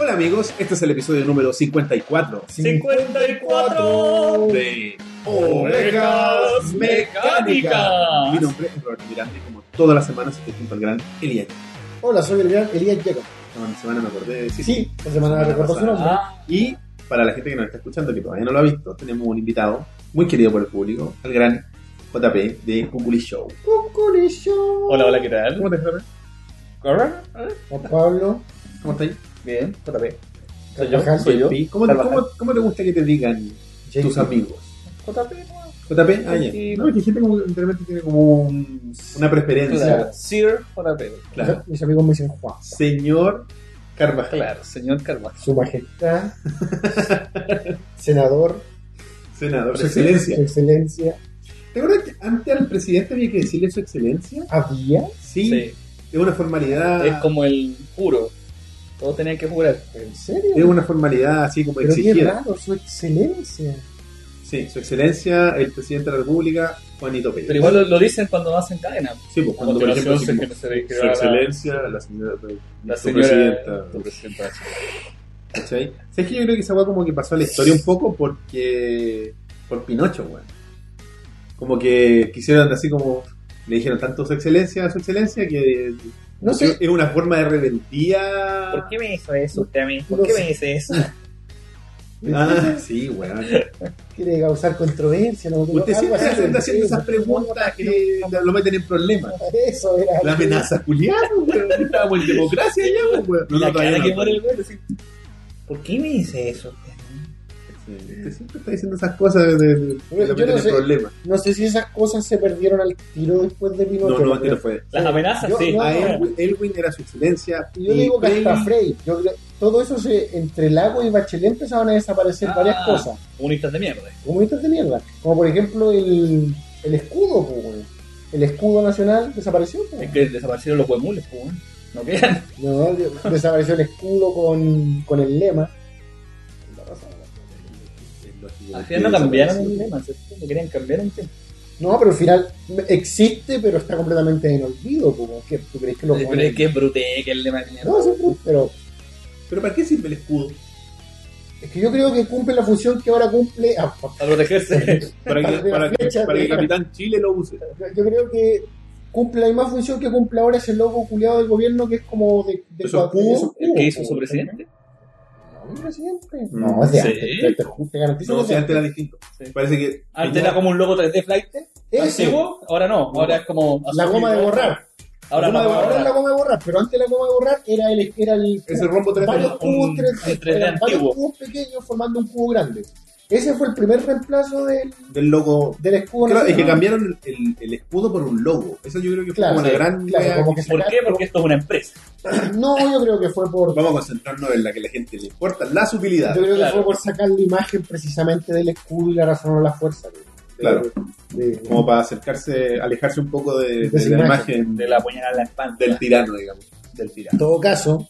Hola amigos, este es el episodio número 54. 54 de Ovejas Mecánicas. Mi nombre es Roberto Miranda y como todas las semanas estoy junto al gran Elías. Hola, soy el gran Elías Jacob. Esta semana me acordé de Sí, decir. sí, esta semana recordó su nombre. Ah, Y para la gente que nos está escuchando, que todavía no lo ha visto, tenemos un invitado muy querido por el público, el gran JP de Cuculi Show. Cucurillo. hola, hola, ¿qué tal? ¿Cómo te JP? ¿Corra? Juan Pablo. ¿Cómo estás? Bien, JP. Soy yo, Carvajal. soy yo. ¿Y ¿Cómo, te- Carvajal. cómo, cómo te gusta que te digan Jacob. tus amigos? JP. JP, ah, ya. Sí. No, es que hay gente como que literalmente tiene como un- una preferencia. Claro, Sir JP. Claro. Mis amigos me dicen Juan. Señor Carvajal. Claro, señor Carvajal. Su majestad. senador. Senador, su excelencia. Su excelencia. ¿Te acuerdas que antes al presidente había que decirle su excelencia? ¿Había? Sí. Es una formalidad. Es como el juro. Todos tenían que jurar. ¿En serio? es una formalidad así como Pero qué exigida. raro, su excelencia. Sí, su excelencia, el presidente de la República, Juanito Pérez. Pero igual lo, lo dicen cuando hacen cadena. Sí, pues, A cuando, por ejemplo, continuación así se como, que se que su va la, excelencia, la señora, la su señora. presidenta. tu presidenta. ¿Cachai? ¿Sabes que yo creo que esa weá como que pasó a la historia un poco porque. por Pinocho, weón. Como que quisieron así como. Le dijeron tanto su excelencia a su excelencia que. No sé. Es una forma de rebeldía. ¿Por qué me hizo eso usted a mí? No ¿Por qué sé. me dice eso? Ah, sí, weón. Quiere causar controversia. No, Usted Algo siempre así, anda haciendo sí. esas preguntas que lo meten en problemas. Eso era. La amenaza, Julián, weón. Estábamos en democracia ya, weón. No, Y la no, todavía cara no. que pone el güey, así. ¿Por qué me dice eso usted a mí? Sí, Usted siempre está diciendo esas cosas de, de, de- Yo lo meten no en sé. problemas. No sé si esas cosas se perdieron al tiro después de Pinochet. No, no, antes no fue. Las amenazas, Yo- sí. Ah, yo- A Elwin, Elwin era su excelencia. Y Yo y digo que hasta Freddy- Frey, yo creo- todo eso se, entre Lago y Bachelet empezaban a desaparecer Ah. varias cosas, Comunistas de mierda. comunistas de mierda, como por ejemplo el, el escudo, po, weón. el escudo nacional desapareció, po. Es que desaparecieron los huemules, pues. güey. No quedan. No, de- desapareció el escudo con, con el lema. Al final no cambiaron el tema, ¿cierto? No querían cambiar un tema. No, pero al final existe, pero está completamente en olvido, po. ¿Qué- ¿tú crees que lo Pero ponen? es que es brute, que es de manera. No, siempre- pero Pero ¿para qué sirve el escudo? es que yo creo que cumple la función que ahora cumple. ah, Para protegerse. Para que, para que- Flecha para que de- Capitán Chile lo use. Yo creo que cumple la misma función que cumple ahora ese loco culiado del gobierno que es como de, de Esos de- cubos, esos El que hizo cubos, su ¿no? presidente. No, un presidente. Mm, No, es de sí. antes, te- te- te garantizo No, que si es antes era distinto. Sí. Parece que. Antes era como un logo 3D flight. Ese, Antiguo, ahora no. Ahora es como. la goma de borrar. Ahora la goma la de borrar, borrar. la goma de borrar, pero antes la goma de borrar era el era el Es el rombo 3 varios un- cubos un tres- 3D eran varios antiguo. cubos pequeños formando un cubo grande. Ese fue el primer reemplazo del, del logo. del escudo. Claro, es que nacional. cambiaron el, el escudo por un logo. Eso yo creo que fue Claro, como la sí, gran. Claro, wea. como que ¿Por qué? sacaron- Porque esto es una empresa. No, yo creo que fue por Vamos a concentrarnos en la que a la gente le importa, las Yo utilidades. creo que Claro. fue por sacar la imagen precisamente del escudo y la razón o la fuerza. güey. De- Claro. de- de- Como para acercarse, alejarse un poco de, De de esa la imagen. imagen De la puñalada en la espalda. del tirano, digamos. Del en tirano. todo caso,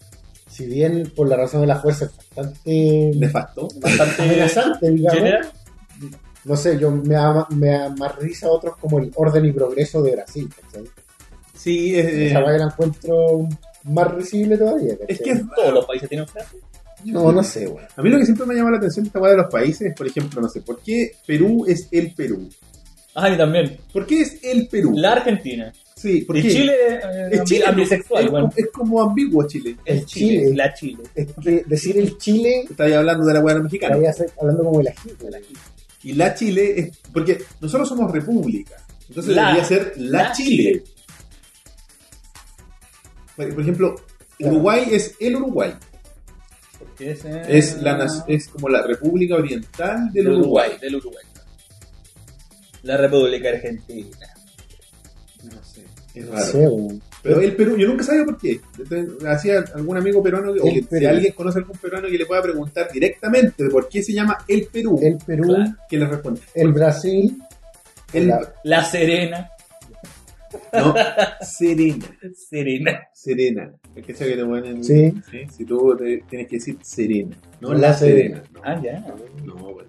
si bien por la razón de la fuerza es bastante Nefasto. Bastante. amenazante, digamos, General. no sé, yo me da, me da más risa a otros como el orden y progreso de Brasil. ¿cachai? Sí, es. eh, Esa vaina la encuentro más risible todavía. ¿cachai? es que es Todos los países tienen frase. No, no sé, güey. A mí lo que siempre me llama la atención de esta weá de los países es, por ejemplo, no sé, ¿por qué Perú es el Perú? Ah, y también. ¿Por qué es el Perú? La Argentina. Sí, ¿por Y qué? Chile. eh, es Chile, ¿no? Ambisexual, es, bueno. es como ambiguo Chile. El es Chile. Chile. La Chile. Es que decir el Chile, Está ahí hablando de la weá mexicana. estaría ser- hablando como el ají. el ají. Y la Chile es. Porque nosotros somos república. Entonces La- debería ser la, la Chile. Por por ejemplo, Claro. Uruguay es el Uruguay. Porque es, eh, Es, la, nas- es como la República Oriental del Uruguay. Del Uruguay. La República Argentina. No sé. Es No raro. sé, güey. Pero el Perú, yo nunca sabía por qué. Entonces, Hacía algún amigo peruano, que- o El que, si Perú. alguien conoce algún peruano que le pueda preguntar directamente de por qué se llama el Perú, El Perú, Claro. que le responde. el Brasil, El, Claro. La Serena. No, Serena. Serena. Serena. El que sea que te ponen. Sí. Si tú te- tienes que decir Serena, no No, la la Serena. Ah, ya. No, no, pues.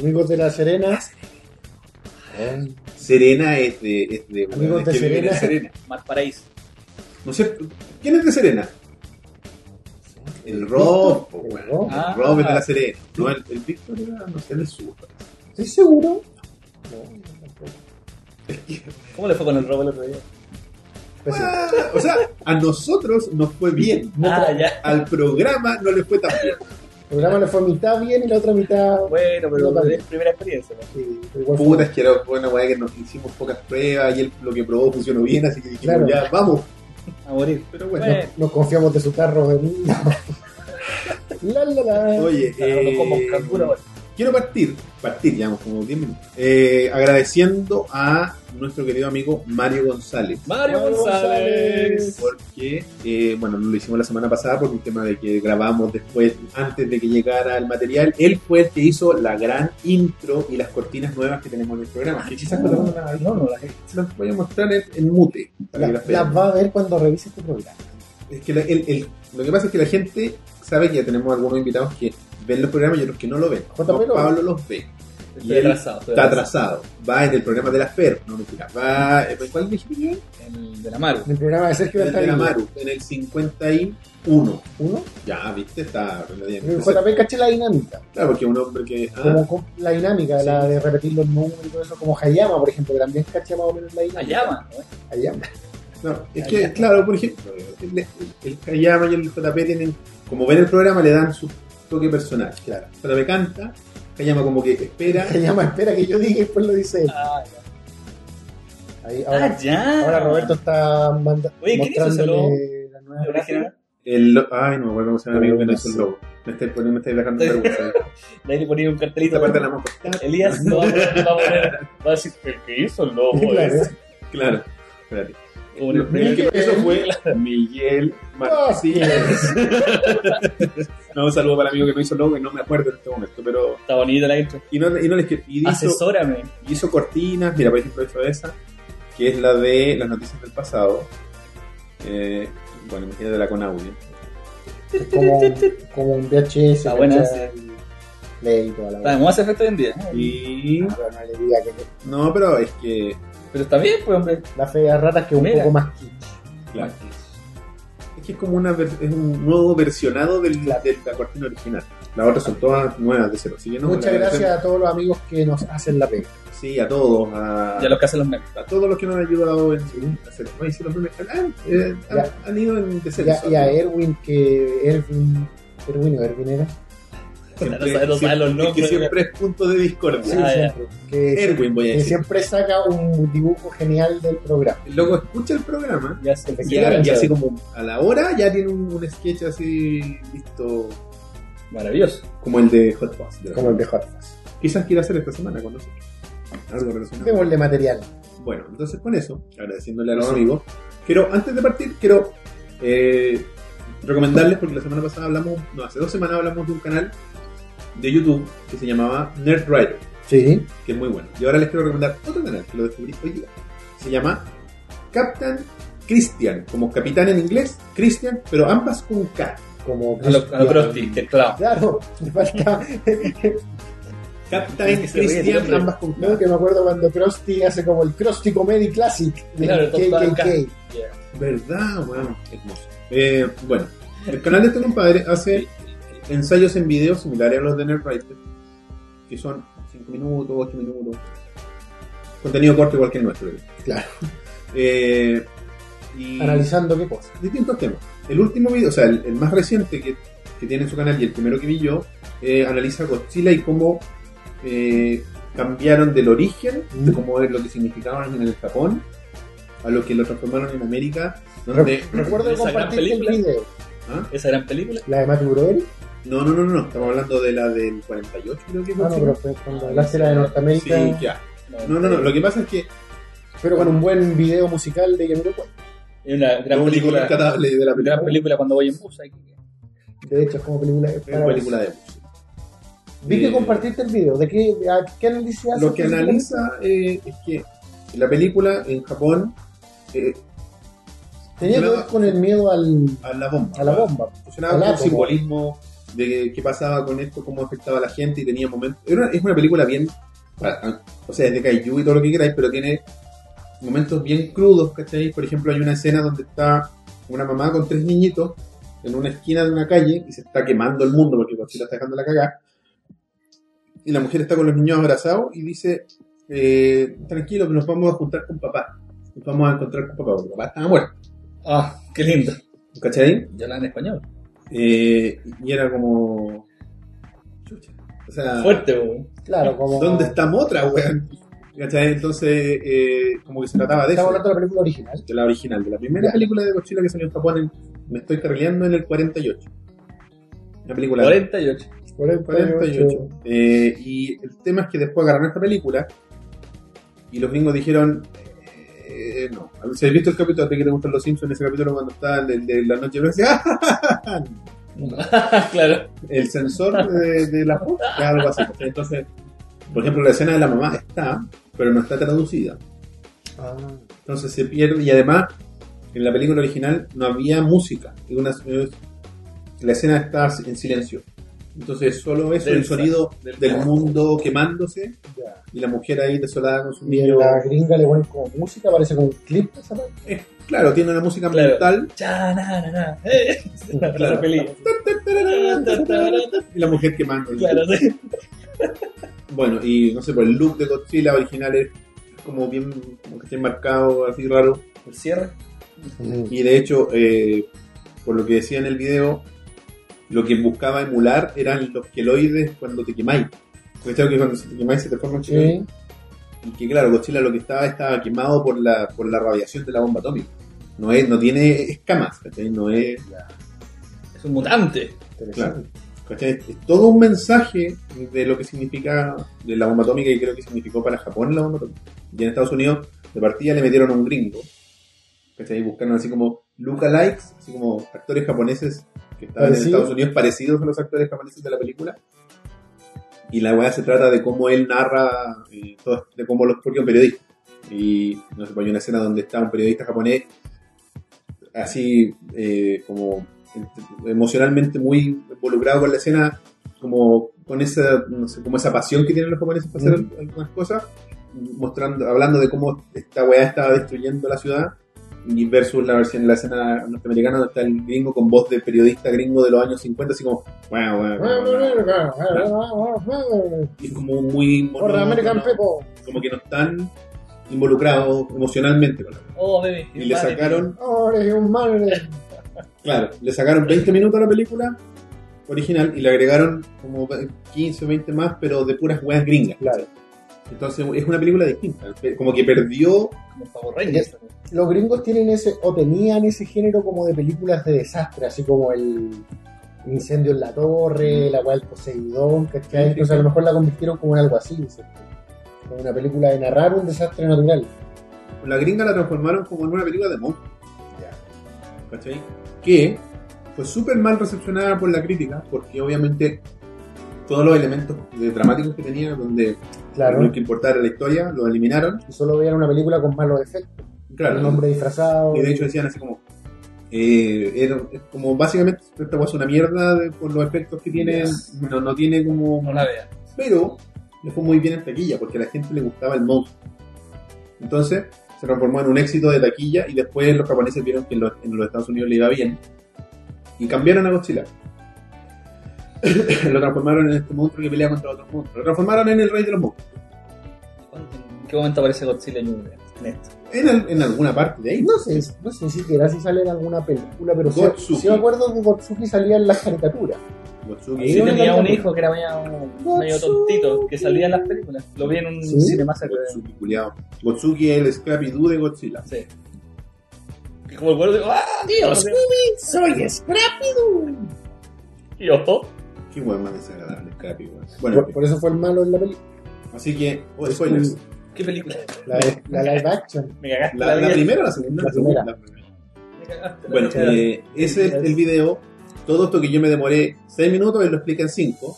amigos de La Serena. Eh. Serena es de. Es de Amigos es de que viven en Serena. Serena. Más paraíso. No sé, ¿quién es de Serena? El Rob, po, El weón. Rob. El Ah. Rob es de la Serena. No, el, el Víctor era, no sé, del sur. ¿Estoy seguro? No, tampoco. ¿Cómo le fue con el robo el otro día? Pues sí. Ah, o sea, a nosotros nos fue bien. No, ah, pero ya. Al programa no le fue tan bien. El programa le fue mitad bien y la otra mitad. Bueno, pero No, es primera experiencia. ¿no? sí, pero igual fue- Puta, es que era buena weá que nos hicimos pocas pruebas y él, lo que probó funcionó bien, así que dijimos, Claro. ya, vamos. A morir. Pero bueno. Bueno. Nos confiamos de su carro de niño. la la la. Oye, Hablando como eh, canguro, bueno. quiero partir, partir, llevamos como 10 minutos, eh, agradeciendo a nuestro querido amigo Mario González. Mario Mario González. Porque, eh, bueno, lo hicimos la semana pasada por un tema de que grabamos después, antes de que llegara el material. Él fue el que hizo la gran intro y las cortinas nuevas que tenemos en el programa. Ah, Que quizás no, las- No, no, la gente. las voy a mostrar en, en mute. para La- que las vean. Las va a ver cuando revise este programa. Es que la- el- el- lo que pasa es que la gente sabe que ya tenemos algunos invitados que ven los programas y otros que no lo ven. JP lo ve. Pablo los ve. Y Estoy él atrasado. estoy está atrasado. Va en el programa de la FER, no mentira. Va, eh, ¿cuál dijiste que era? En el de la Maru. En el programa de Sergio En el de la Bertaglia. Maru, en el 51. Uno. Ya, viste, está relativamente El cerca. JP caché la dinámica. Claro, porque un hombre que. ah, Como con- la dinámica, la de repetir los números y todo eso. Como Hayama, por ejemplo, que también caché más o menos la dinámica. La llama. ¿no? Hayama. no, es que, claro, por ejemplo, el, el Kayama y el JP tienen. Como ven el programa, le dan su toque personal. Claro. JP canta, Kayama como que espera. Hayama espera que yo diga y después lo dice él. Ah, ya. Ahí, Ah, ahora, ya. ahora Roberto está manda, Oye, ¿quién hizo ese mostrándole la nueva. original. El lo- Ay, no me acuerdo cómo se llama el amigo que no No hizo el sé. logo. Me estáis poniendo- me estáis dejando vergüenza. De ahí le ponía un cartelito. Esta parte la vamos a cortar. Elías no va a poner- va a poner- va a decir, ¿el que hizo el lobo? Claro. ese?" Claro, espérate. Como en el primer El que Miguel. Ah, eso fue Miguel Martínez. no, un saludo para el amigo que no hizo el logo y no me acuerdo en este momento, pero. Está bonita la intro. Y no, y no les quiero- y hizo, Asesórame. y hizo cortinas, mira, por ejemplo, hizo esa, que es la de las noticias del pasado. Eh, bueno, imagínate la con audio. Es como, como un VHS. Está buena ¿cachai? Ley y toda la Está de moda ese efecto hoy en día. Y. Ah, pero no le diga que No, pero es que. Pero está bien, pues, hombre. la fe de ratas que es un Mira. poco más kitsch. Claro. Es que es como una, ver- es un nuevo versionado del, de la cortina original. Las otras son todas nuevas de cero. así que no, Muchas la gracias versión- a todos los amigos que nos hacen la pega. Sí, a todos. A, Ya lo que hacen los memes. a todos los que nos han ayudado en hacer. Oye, sí, los primeros- ah, eh, han, Ya. eh. han ido en Y descenso. a, y a Erwin, que Erwin, Erwin o Erwin era. No sabe- no sabe los es nombres, que ya. siempre es punto de discordia. Sí. Ah, ya. siempre. Que, Erwin, voy a que decir. siempre saca un dibujo genial del programa. El loco escucha el programa Ya se y, a- y claro. así como a la hora ya tiene un, un sketch así listo, Maravilloso. como el de Hot Fuzz. de la- Como el de Hot Fuzz. Quizás quiera hacer esta semana con nosotros. Algo relacionado. Démosle material. Bueno, entonces con eso, agradeciéndole a los amigos, quiero, antes de partir, quiero eh, recomendarles, porque la semana pasada hablamos, no, hace dos semanas hablamos de un canal de YouTube que se llamaba Nerdwriter, Sí. que es muy bueno. Y ahora les quiero recomendar otro canal que lo descubrí hoy día. Se llama Captain Christian, como capitán en inglés, Christian, pero ambas con K. Como A lo, a lo Krusty, teclado. Claro, me falta. Captain Es que se ríe Christian, siempre. ambas con No, K. que me acuerdo cuando Krusty hace como el Krusty Comedy Classic de Claro, todo estaba en KKK. ¿Verdad? Bueno, hermoso. Eh, bueno, el canal de este compadre hace ensayos en video similares a los de Nerdwriter, que son 5 minutos, 8 minutos. Contenido corto igual que el nuestro. creo. Claro. Eh, y Analizando qué cosa. distintos temas. El último video, o sea, el, el más reciente que, que tiene en su canal y el primero que vi yo, eh, analiza Godzilla y cómo eh, cambiaron del origen, Mm. de cómo es lo que significaban en el Japón, a lo que lo transformaron en América. Donde, Recuerdo que Mm, Esa gran compartiste el película. video. ¿Ah? Esa gran película. La de Matthew Broderick. No, no, no, no, estamos hablando de la del 48, creo que es Ah, no, Godzilla. pero fue cuando hablaste la de Norteamérica. Sí, ya. No, no, no, lo que pasa es que Pero con un buen video musical de Yamiroquai. Es una gran lo único película. rescatable de la película Gran película cuando voy en bus. ahí. De hecho, es como película. es una película de Vi que Eh, compartiste el video. ¿De qué, a qué análisis haces? Lo que analiza eh, es que la película en Japón eh, Tenía que ver con el miedo al, a la bomba. a la bomba. Funcionaba Al con el átomo. simbolismo de qué pasaba con esto, cómo afectaba a la gente y tenía momentos. era una- es una película bien. para- O sea, es de Kaiju y todo lo que queráis, pero tiene momentos bien crudos, ¿cachai? Por ejemplo, hay una escena donde está una mamá con tres niñitos en una esquina de una calle y se está quemando el mundo porque Godzilla está dejando la cagada. Y la mujer está con los niños abrazados y dice, eh, tranquilo, nos vamos a juntar con papá. Nos vamos a encontrar con papá, porque papá estaba muerto. Ah, qué lindo. ¿Cachai? Yo la en español. Eh, y era como... chucha, O sea, Fuerte, weón. Claro, como. ¿dónde está Motra, weón? ¿Cachai? Entonces, eh, como que se trataba de eso. Estamos hablando de la película original. de la original, de la primera película de Godzilla que salió en Japón, en- me estoy cargando en el 48. La película 48. 48. Eh, y el tema es que después agarraron esta película y los gringos dijeron, eh, no, si has visto el capítulo, a ti que te gustan los Simpsons, ese capítulo cuando está el de, de la noche blanca, ¡ah! claro. el sensor de, de la voz, es algo así. Entonces, por ejemplo, la escena de la mamá está, pero no está traducida. Ah. Entonces se pierde. Y además, en la película original no había música. Y una- eh, la escena está en silencio. Entonces solo eso, el Densa. sonido del mundo quemándose Ah, Ya. y la mujer ahí desolada con su Y niño. en la gringa le ponen como música, parece como un clip de esa parte. Eh, claro, tiene una música Claro. mental. Cha, na, na, na. Eh, la Claro. peli. Y la mujer quemando. Claro, sí. Bueno, y no sé, pues el look de Godzilla original es como bien, como que está enmarcado, así raro. El cierre. Y de hecho, eh, por lo que decía en el video, lo que buscaba emular eran los queloides cuando te quemáis. Porque claro que cuando se te quemáis se te forma un queloide. Sí. Y que claro, Godzilla lo que estaba estaba quemado por la, por la radiación de la bomba atómica. No, es, no tiene escamas, ¿cachai? No es, Es un mutante. Interesante. ¿cachai? Es todo un mensaje de lo que significa de la bomba atómica y creo que significó para Japón la bomba atómica. Y en Estados Unidos, de partida le metieron a un gringo. ¿Cachai? Buscaron así como lookalikes, así como actores japoneses que estaban en Parecido. Estados Unidos parecidos a los actores japoneses de la película. Y la weá se trata de cómo él narra, eh, todo- de cómo los propios periodistas. Y no sé, pues hay una escena donde está un periodista japonés así eh, como ent- emocionalmente muy involucrado con la escena, como con esa, no sé, como esa pasión que tienen los japoneses para hacer algunas cosas, mostrando, hablando de cómo esta weá estaba destruyendo la ciudad y versus la versión la escena norteamericana donde está el gringo con voz de periodista gringo de los años 50 así como "Wow, wow, wow, wow". y es como muy Por monótono, American People. como que no están involucrados emocionalmente con la weá. Oh, baby. y le sacaron Oh, eres un madre. Claro, le sacaron 20 minutos a la película original y le agregaron como 15 o 20 más, pero de puras weas gringas. Claro. Entonces es una película distinta. Como que perdió. Como Power Rangers. Los gringos tienen ese, o tenían ese género como de películas de desastre, así como el incendio en la torre, la cual Poseidón, ¿cachai? Sí, sí, Entonces a lo mejor la convirtieron como en algo así, ¿cierto? Como una película de narrar un desastre natural. La gringa la transformaron como en una película de monstruos. ¿Cachai? Que fue súper mal recepcionada por la crítica, porque obviamente todos los elementos eh, dramáticos que tenía, donde Claro. lo que importaba era la historia, lo eliminaron. Y solo veían una película con malos efectos. Claro, un hombre disfrazado. Y de hecho decían así como. Eh, era- es como básicamente esta cosa es una mierda de- por los efectos que tiene. No, no tiene No como. la vea. Pero le fue muy bien en taquilla porque a la gente le gustaba el monstruo. Entonces se transformó en un éxito de taquilla y después los japoneses vieron que en los, en los Estados Unidos le iba bien y cambiaron a Godzilla. lo transformaron en este monstruo que pelea contra otros monstruos. Lo transformaron en el rey de los monstruos. ¿En qué momento aparece Godzilla Jr.? En esto. En, al- en alguna parte de ahí. No sé, no sé siquiera si sale en alguna película, pero sí, Gotsuki. sí me acuerdo que Gotsuki salía en las caricaturas. Gotsugi. Sí, no, tenía no, un no. hijo que era medio, medio tontito, que salía en las películas. Lo vi en un ¿Sí? cinemasacre. Gotsuki, culiao. Gotsuki es el Scrappy-Doo de Godzilla. Sí. Y como el cuero digo, ¡ah! Dios, Soy Scrappy Y ojo. Qué weón más desagradable, Scrappy, weón. Bueno, pues, en por, fin. por eso fue el malo en la película. así que, oh, spoilers. ¿Qué película? La, la live action. Me cagaste ¿La, la vida. primera o la segunda? La primera. La primera. Me cagaste la Bueno, vida. eh, ese es el video. Todo esto que yo me demoré 6 minutos, él lo explica en 5.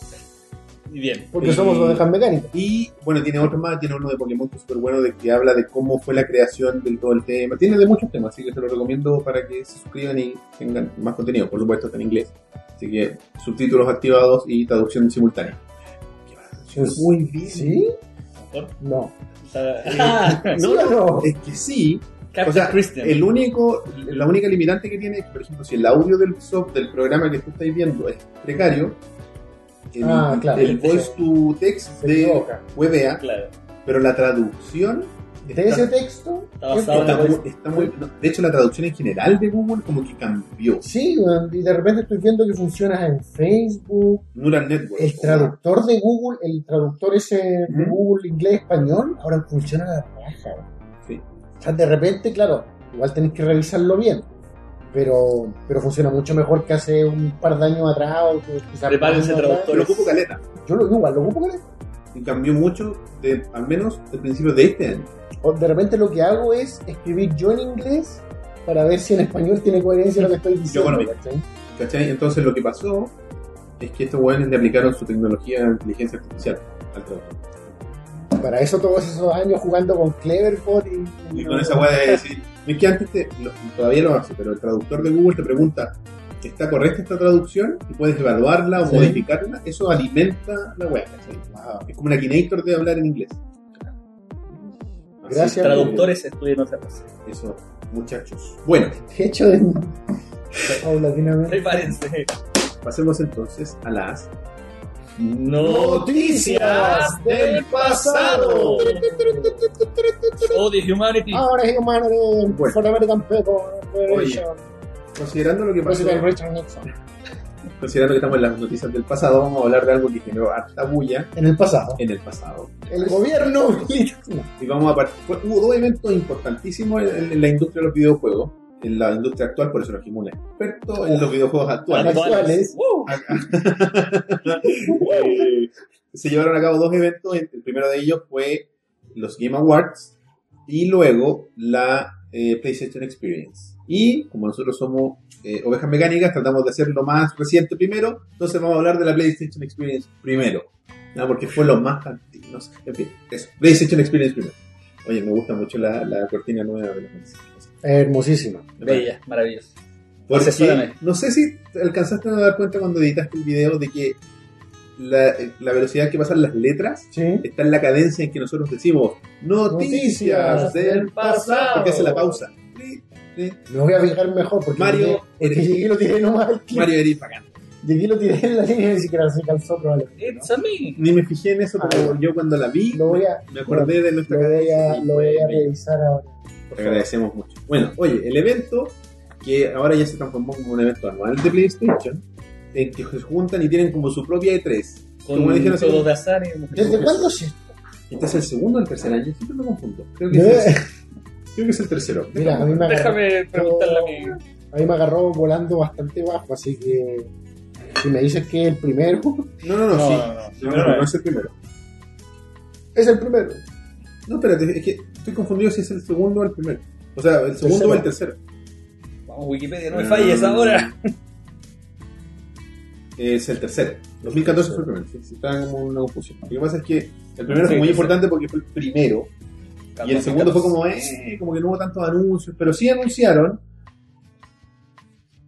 Y bien. Porque Y- somos ovejas mecánicas. Y bueno, tiene otro más, tiene uno de Pokémon que es súper bueno, de que habla de cómo fue la creación del todo el tema. Tiene de muchos temas, así que se lo recomiendo para que se suscriban y tengan más contenido. Por supuesto, está en inglés. Así que subtítulos activados y traducción simultánea. Qué traducción muy bien. ¿Sí? Por- No. Ah, No, ¿Sí o no? Es que sí, O Captain sea, Christian. el único, la única limitante que tiene es que, por ejemplo, si el audio del soft, del programa que tú estáis viendo es precario, el, Ah, claro. el voice to text Se de equivoca. webea, Claro. pero la traducción De ese texto. Está ¿qué basado en está la muy- está muy- no, de hecho, la traducción en general de Google como que cambió. Sí, weón, y de repente estoy viendo que funciona en Facebook. Neural Network. El traductor de Google, el traductor ese de ¿Mm? Google inglés-español, ahora funciona la raja. weón. Sí. O sea, de repente, claro, igual tenés que revisarlo bien. Pero, pero funciona mucho mejor que hace un par de años atrás. o que quizás Prepárense, más atrás. traductor. Lo ocupo caleta. Yo lo igual, lo ocupo, ¿vale? Y cambió mucho, de, al menos, al principio de este año. O de repente lo que hago es escribir yo en inglés para ver si en español tiene coherencia lo que estoy diciendo. conozco. ¿cachai? ¿Cachai? Entonces lo que pasó es que estos weones le aplicaron su tecnología de inteligencia artificial al traductor. Para eso todos esos años jugando con Cleverbot y, Y con esa weá de decir, es que antes te- lo- todavía lo hace, pero el traductor de Google te pregunta, ¿está correcta esta traducción? Y puedes evaluarla o Sí. modificarla. Eso alimenta la weá, ¿cachai? Wow. Es como una Akinator de hablar en inglés. Así, Gracias. Traductores estudian otra cosa. Eso, muchachos. Bueno, De hecho, en... paulatinamente. Prepárense. pasemos entonces a las Noticias del pasado. Oh, the Humanity. Ahora es humano de Bueno. For American People Oye. Federation, Considerando lo que pasó, President Richard Nixon. considerando que estamos en las noticias del pasado, vamos a hablar de algo que generó harta bulla En el pasado. en el pasado. El gobierno militar. No. Y vamos a partir. fue- Hubo dos eventos importantísimos en, en la industria de los videojuegos, en la industria actual, por eso nos dijimos un experto en los videojuegos actuales. Actuales. Wow. Eh, se llevaron a cabo dos eventos. El el primero de ellos fue los Game Awards y luego la eh, PlayStation Experience. Y como nosotros somos eh, ovejas mecánicas, tratamos de hacer lo más reciente primero. Entonces vamos a hablar de la PlayStation Experience primero. ¿no? Porque fue lo más antiguo. no sé. En fin, eso. PlayStation Experience primero. Oye, me gusta mucho la, la cortina nueva de la Hermosísima. Bella, maravillosa. porque Asesórame. no sé si te alcanzaste a dar cuenta cuando editaste el video de que la, la velocidad que pasan las letras Sí. está en la cadencia en que nosotros decimos noticias, Noticias del del pasado. pasado. Porque hace la pausa. Me voy a fijar mejor porque Mario, porque eres- llegué y lo tiré nomás al clip. Mario Eri bacán. Y aquí lo tiré en la línea y ni siquiera se calzó probablemente. ¿no? It's a me. Ni me fijé en eso, pero Ah. yo cuando la vi Lo voy a, me acordé de nuestra lo voy a, y lo voy a me- revisar ahora. por Te favor. agradecemos mucho. Bueno, oye, el evento, que ahora ya se transformó como un evento anual de PlayStation, en que se juntan y tienen como su propia E E3. Con Como dijeron, juegos de azar y mujeres. ¿Desde cuándo se? Este es el segundo o el tercer año, siempre me confundo. Creo que, es, el, Mira, creo que es el tercero. a mí me agarró, Déjame preguntarle a mi. a mí me agarró volando bastante bajo, así que si me dices que el primero No, no, no, No, sí. no, no. No, no, no, no es el primero. es el primero. No, espérate, es que estoy confundido si es el segundo o el primero. O sea, el segundo o el tercero. Vamos, Wikipedia, no me Mm. falles ahora. Es el tercero. 2014 fue el primero. Sí, sí, Está como una confusión. Lo que pasa es que el primero Sí, fue muy sí. importante porque fue el primero. Y el segundo fue como, eh, como que no hubo tantos anuncios. Pero sí anunciaron.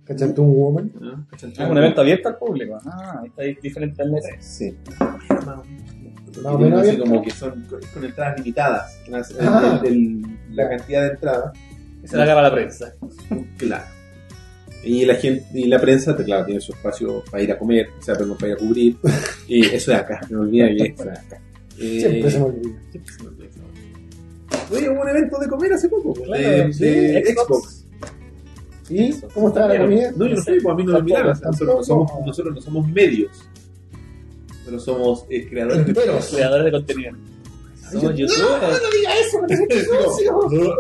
¿Cachaste un woman? ¿no? ¿Cachai? Ah, un evento abierto al público. Ah, está ahí diferente al de tres. Sí. Más o menos Así abierto. como que son con con entradas limitadas. Las- el- Ah. el- el- la cantidad de entradas. Y se la acaba la prensa. Claro. Y la gente, y la prensa, te- claro, tiene su espacio para ir a comer, o sea, perdón, para ir a cubrir. Y eso de acá, no olvida que es para acá. Eh, Siempre se me olvida. siempre se me olvida esa hora. Oye, hubo un evento de comer hace poco, pues, Claro, de, sí, de Xbox. ¿Y cómo estaba la comida? No, yo no sé, pues a mí no me Tampoco, invitaron. o sea, Nosotros, no tampoco. somos, nosotros no somos medios. Nosotros somos eh, creadores de Enteros. Creadores de contenido. Somos No, youtubers. no diga eso, no diga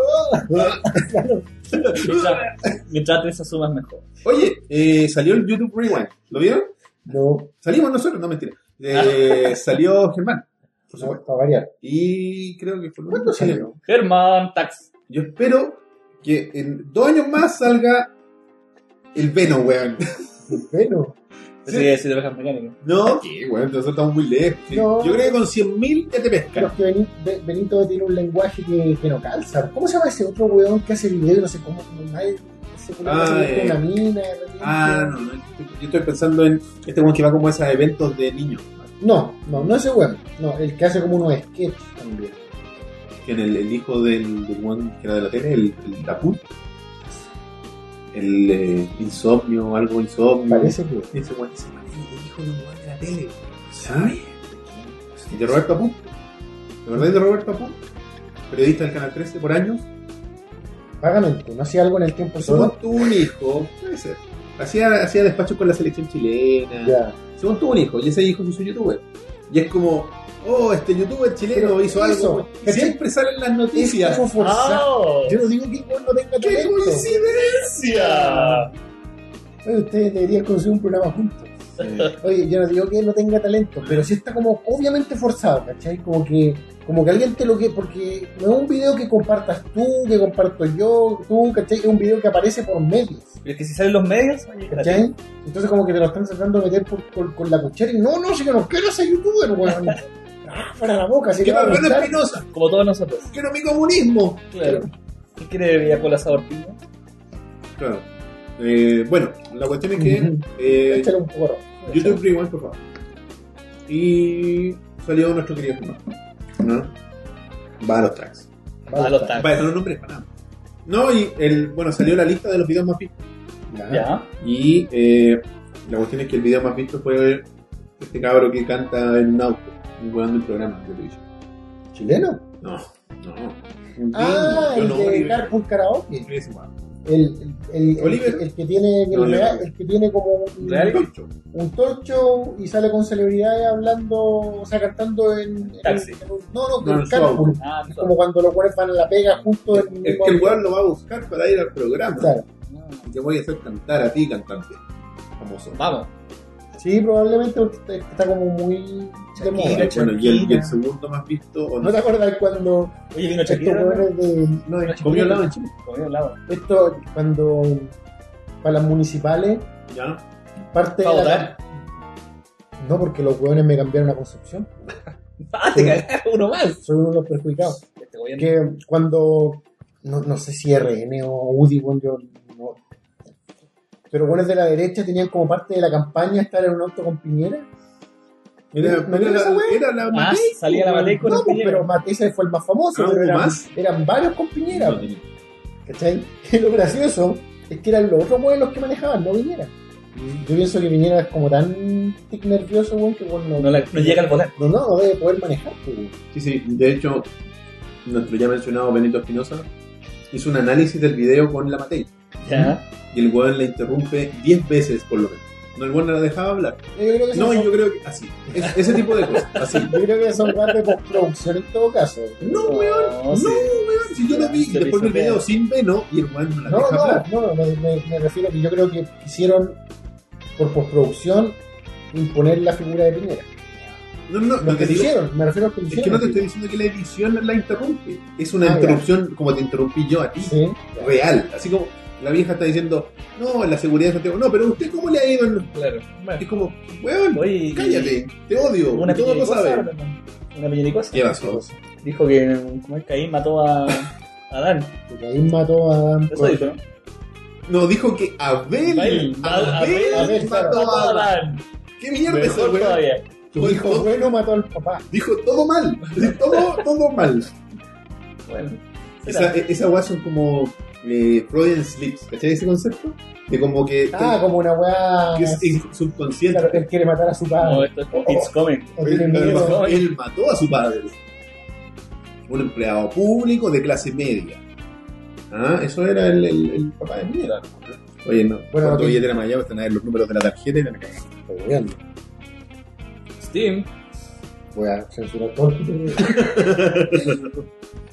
eso. Mientras, mientras tres asumas mejor. Oye, eh, salió el YouTube Rewind. ¿Lo vieron? No, Salimos nosotros, no mentira. Eh, Salió Germán, por supuesto. no, para variar. Y creo que fue el único ¿Cuánto que salió? Germán Tax. Yo espero que en dos años más salga el Venom, weón. Bueno, Sí. Sí, sí, de ovejas mecánicas. No, que weón, nosotros estamos muy lejos. sí. No. Yo creo que con 100.000 ya te pero es pescan. que Beni- Be- Benito tiene un lenguaje que, que no calza. ¿Cómo se llama ese otro weón que hace video y no sé cómo? cómo nadie- ese weón Ah, que eh. una mina. de repente? Ah, no, no, yo estoy pensando en este weón que va como a esos eventos de niños. No, no, no ese weón. No, el que hace como unos sketches también. que en el, el hijo del, del one que era de la tele, el, el Caput, el eh, insomnio, algo insomnio. Parece que. Y ese weón dice, "Marico, el hijo de un weón de la tele, ¿sabes? Y de Roberto Apu. ¿De verdad es de Roberto Apu? Periodista del Canal 13 por años. Vagamente, no hacía algo en el tiempo solo. Según tuvo un hijo, puede ser. Hacía, hacía despachos con la selección chilena. Ya. Según tuvo un hijo, y ese hijo se hizo youtuber. Y es como, oh, este youtuber chileno Pero hizo eso, algo. Y ¿cachai? siempre salen las Es noticias. Ah. como Ah, forzado. Yo no digo que el weón no tenga ¡Qué talento. coincidencia! Oye, ustedes deberían conseguir un programa juntos. Oye, yo no digo que no tenga talento, pero sí está como obviamente forzado, ¿cachai? Como que, como que alguien te lo que. Porque no es un video que compartas tú, que comparto yo, tú, ¿cachai? Es un video que aparece por medios. Pero es que si salen los medios, oye, espérate. ¿Cachai? Entonces como que te lo están tratando de meter por, por- con la cuchara y no, no, si que no quiero ser youtuber, weón. Ah, Fuera la boca, si ¡Qué te va a Pablo gustar. Espinosa! como todos nosotros. ¡Quiero mi comunismo! Claro. ¿Qué quiere bebida con la sabor piña? Claro. Eh, bueno, la cuestión es que Ujú. Este eh, Échale un poco rojo. YouTube Rewind, por favor. Y salió nuestro querido Germán. ¿No? Va a los tracks. A los Va a tacos. estar un nombre para nada. No, y el, bueno, salió la lista de los videos más vistos. Ya. Y eh, la cuestión es que el video más visto fue este cabro que canta en un auto, un weón del programa de televisión. ¿Chileno? No, no. Un Ah, gringo, yo el no, de Oliver. Carpool Karaoke. Es igual. El, el, el, Oliver. el, el que tiene, el, No, rea- Oliver. el que tiene como un, Real. un talk show y sale con celebridades hablando, o sea, cantando en... en- Taxi. en un- no, no, No, en en su Carpool. Ah, no. Como cuando los jueces van a la pega junto en un Es que el weón lo va a buscar para ir al programa. Claro. Y Te voy a hacer cantar a ti, cantante. Famoso. Vamos. Sí, probablemente porque está, está como muy de moda. Shakira. Bueno, y el, y el Shakira. segundo más visto, o ¿No no, te acuerdas cuando Oye, vino estos Shakira. ¿no? hueones de. no, comió helado en Chile. Comió helado. Esto, cuando. Para las municipales, Ya no. parte. ¿Para de la- votar? No, porque los hueones me cambiaron la concepción. Ah, te cagaron uno más. Soy uno de los perjudicados. Este gobierno. Que cuando. No, no sé si RN o UDI, bueno, yo. no- Pero hueones de la derecha tenían como parte de la campaña estar en un auto con Piñera. Era, ¿No era era esa la, weá? era la Ah, Matei. salía la Matei con No, el pues, Piñera. pero Mate- ese fue el más famoso. Ah, Pero ¿hubo eran, más? eran varios con Piñera. No tenía. ¿Cachai? Y lo gracioso es que eran los otros güeyes los que manejaban, no Viñera. Mm. Yo pienso que Viñera es como tan tic nervioso, güey, que güey, no, No, la- no llega al volar. no, no, no debe poder manejar, pues, güey. Sí, sí, de hecho, nuestro ya mencionado Benito Espinosa hizo un análisis del video con la Matei. Ya. Y el weón la interrumpe 10 veces por lo menos. No, el weón no la dejaba hablar. Yo creo que No, son, yo creo que así. Es- ese tipo de cosas. Así. yo creo que son weas de postproducción en todo caso. No, Oh, weón. No, No, sí. weón. Si yo lo vi y Se después vi el pisotea. video sin veno y el weón no la No, deja no, hablar. no, me, me- me refiero a que yo creo que quisieron por postproducción imponer la figura de Piñera. No, no, no. Lo Lo que que lo digo hicieron, me refiero a lo que lo es hicieron. que no te estoy diciendo que la edición la interrumpe. Es una Ah, ya. interrupción como te interrumpí yo a ti. Sí, Real. Así como la vieja está diciendo, no, la seguridad de Santiago. No, pero usted, ¿cómo le ha ido? en- Claro. Es como, weón, Oye, cállate. Te odio. Una Todo lo peñaricosa. sabes. hermano. Una peñaricosa. ¿Qué pasó? cosa. Dijo que como es Caín mató a a Adán. Porque ahí mató a Adam Eso Cole. dijo, ¿no? No, dijo que Abel. Abel, Abel, Abel, Abel, mató Mató a a Adán. Adán. ¿Qué mierda es ese Mejor weón? todavía. Tu hijo bueno mató al papá. Dijo todo mal. Todo, todo mal. Bueno. Esa, e-, será. esa weá son como eh, Freudian Slips, ¿cachai ese concepto? De como que, Ah, como una weá. que es in- subconsciente. Claro, él quiere matar a su No, padre. esto es como Kids Coming. Él, O tiene él miedo. mató, él mató a su padre. Un empleado público de clase media. Ah, eso era el, el- el papá de mierda. ¿no? Oye, no. Bueno, Cuando ok. billetera más allá, están a ver Este los números de la tarjeta y te me cagan. Estoy weando. Steam. Voy a censurar todo.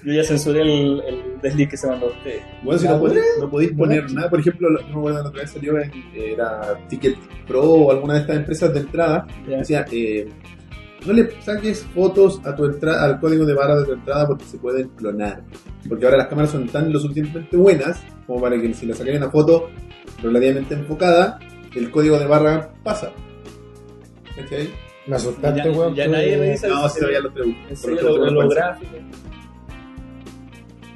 Yo ya censuré el, el desliz que se mandó a usted. Bueno, si La no podéis, no podéis poner Bueno, nada, por ejemplo, lo- no me acuerdo la otra vez salió en era Ticket Pro o alguna de estas empresas de entrada, Ya. decía, eh, no le saques fotos a tu entrada, al código de barra de tu entrada porque se pueden clonar. Porque ahora las cámaras son tan lo suficientemente buenas como para que si le sacan una foto relativamente enfocada, el código de barra pasa. ¿Cachai? Me Ya, asustaste, weón. ya tú- nadie me dice No, el- se veía los tres. el sello lo- lo gráfico.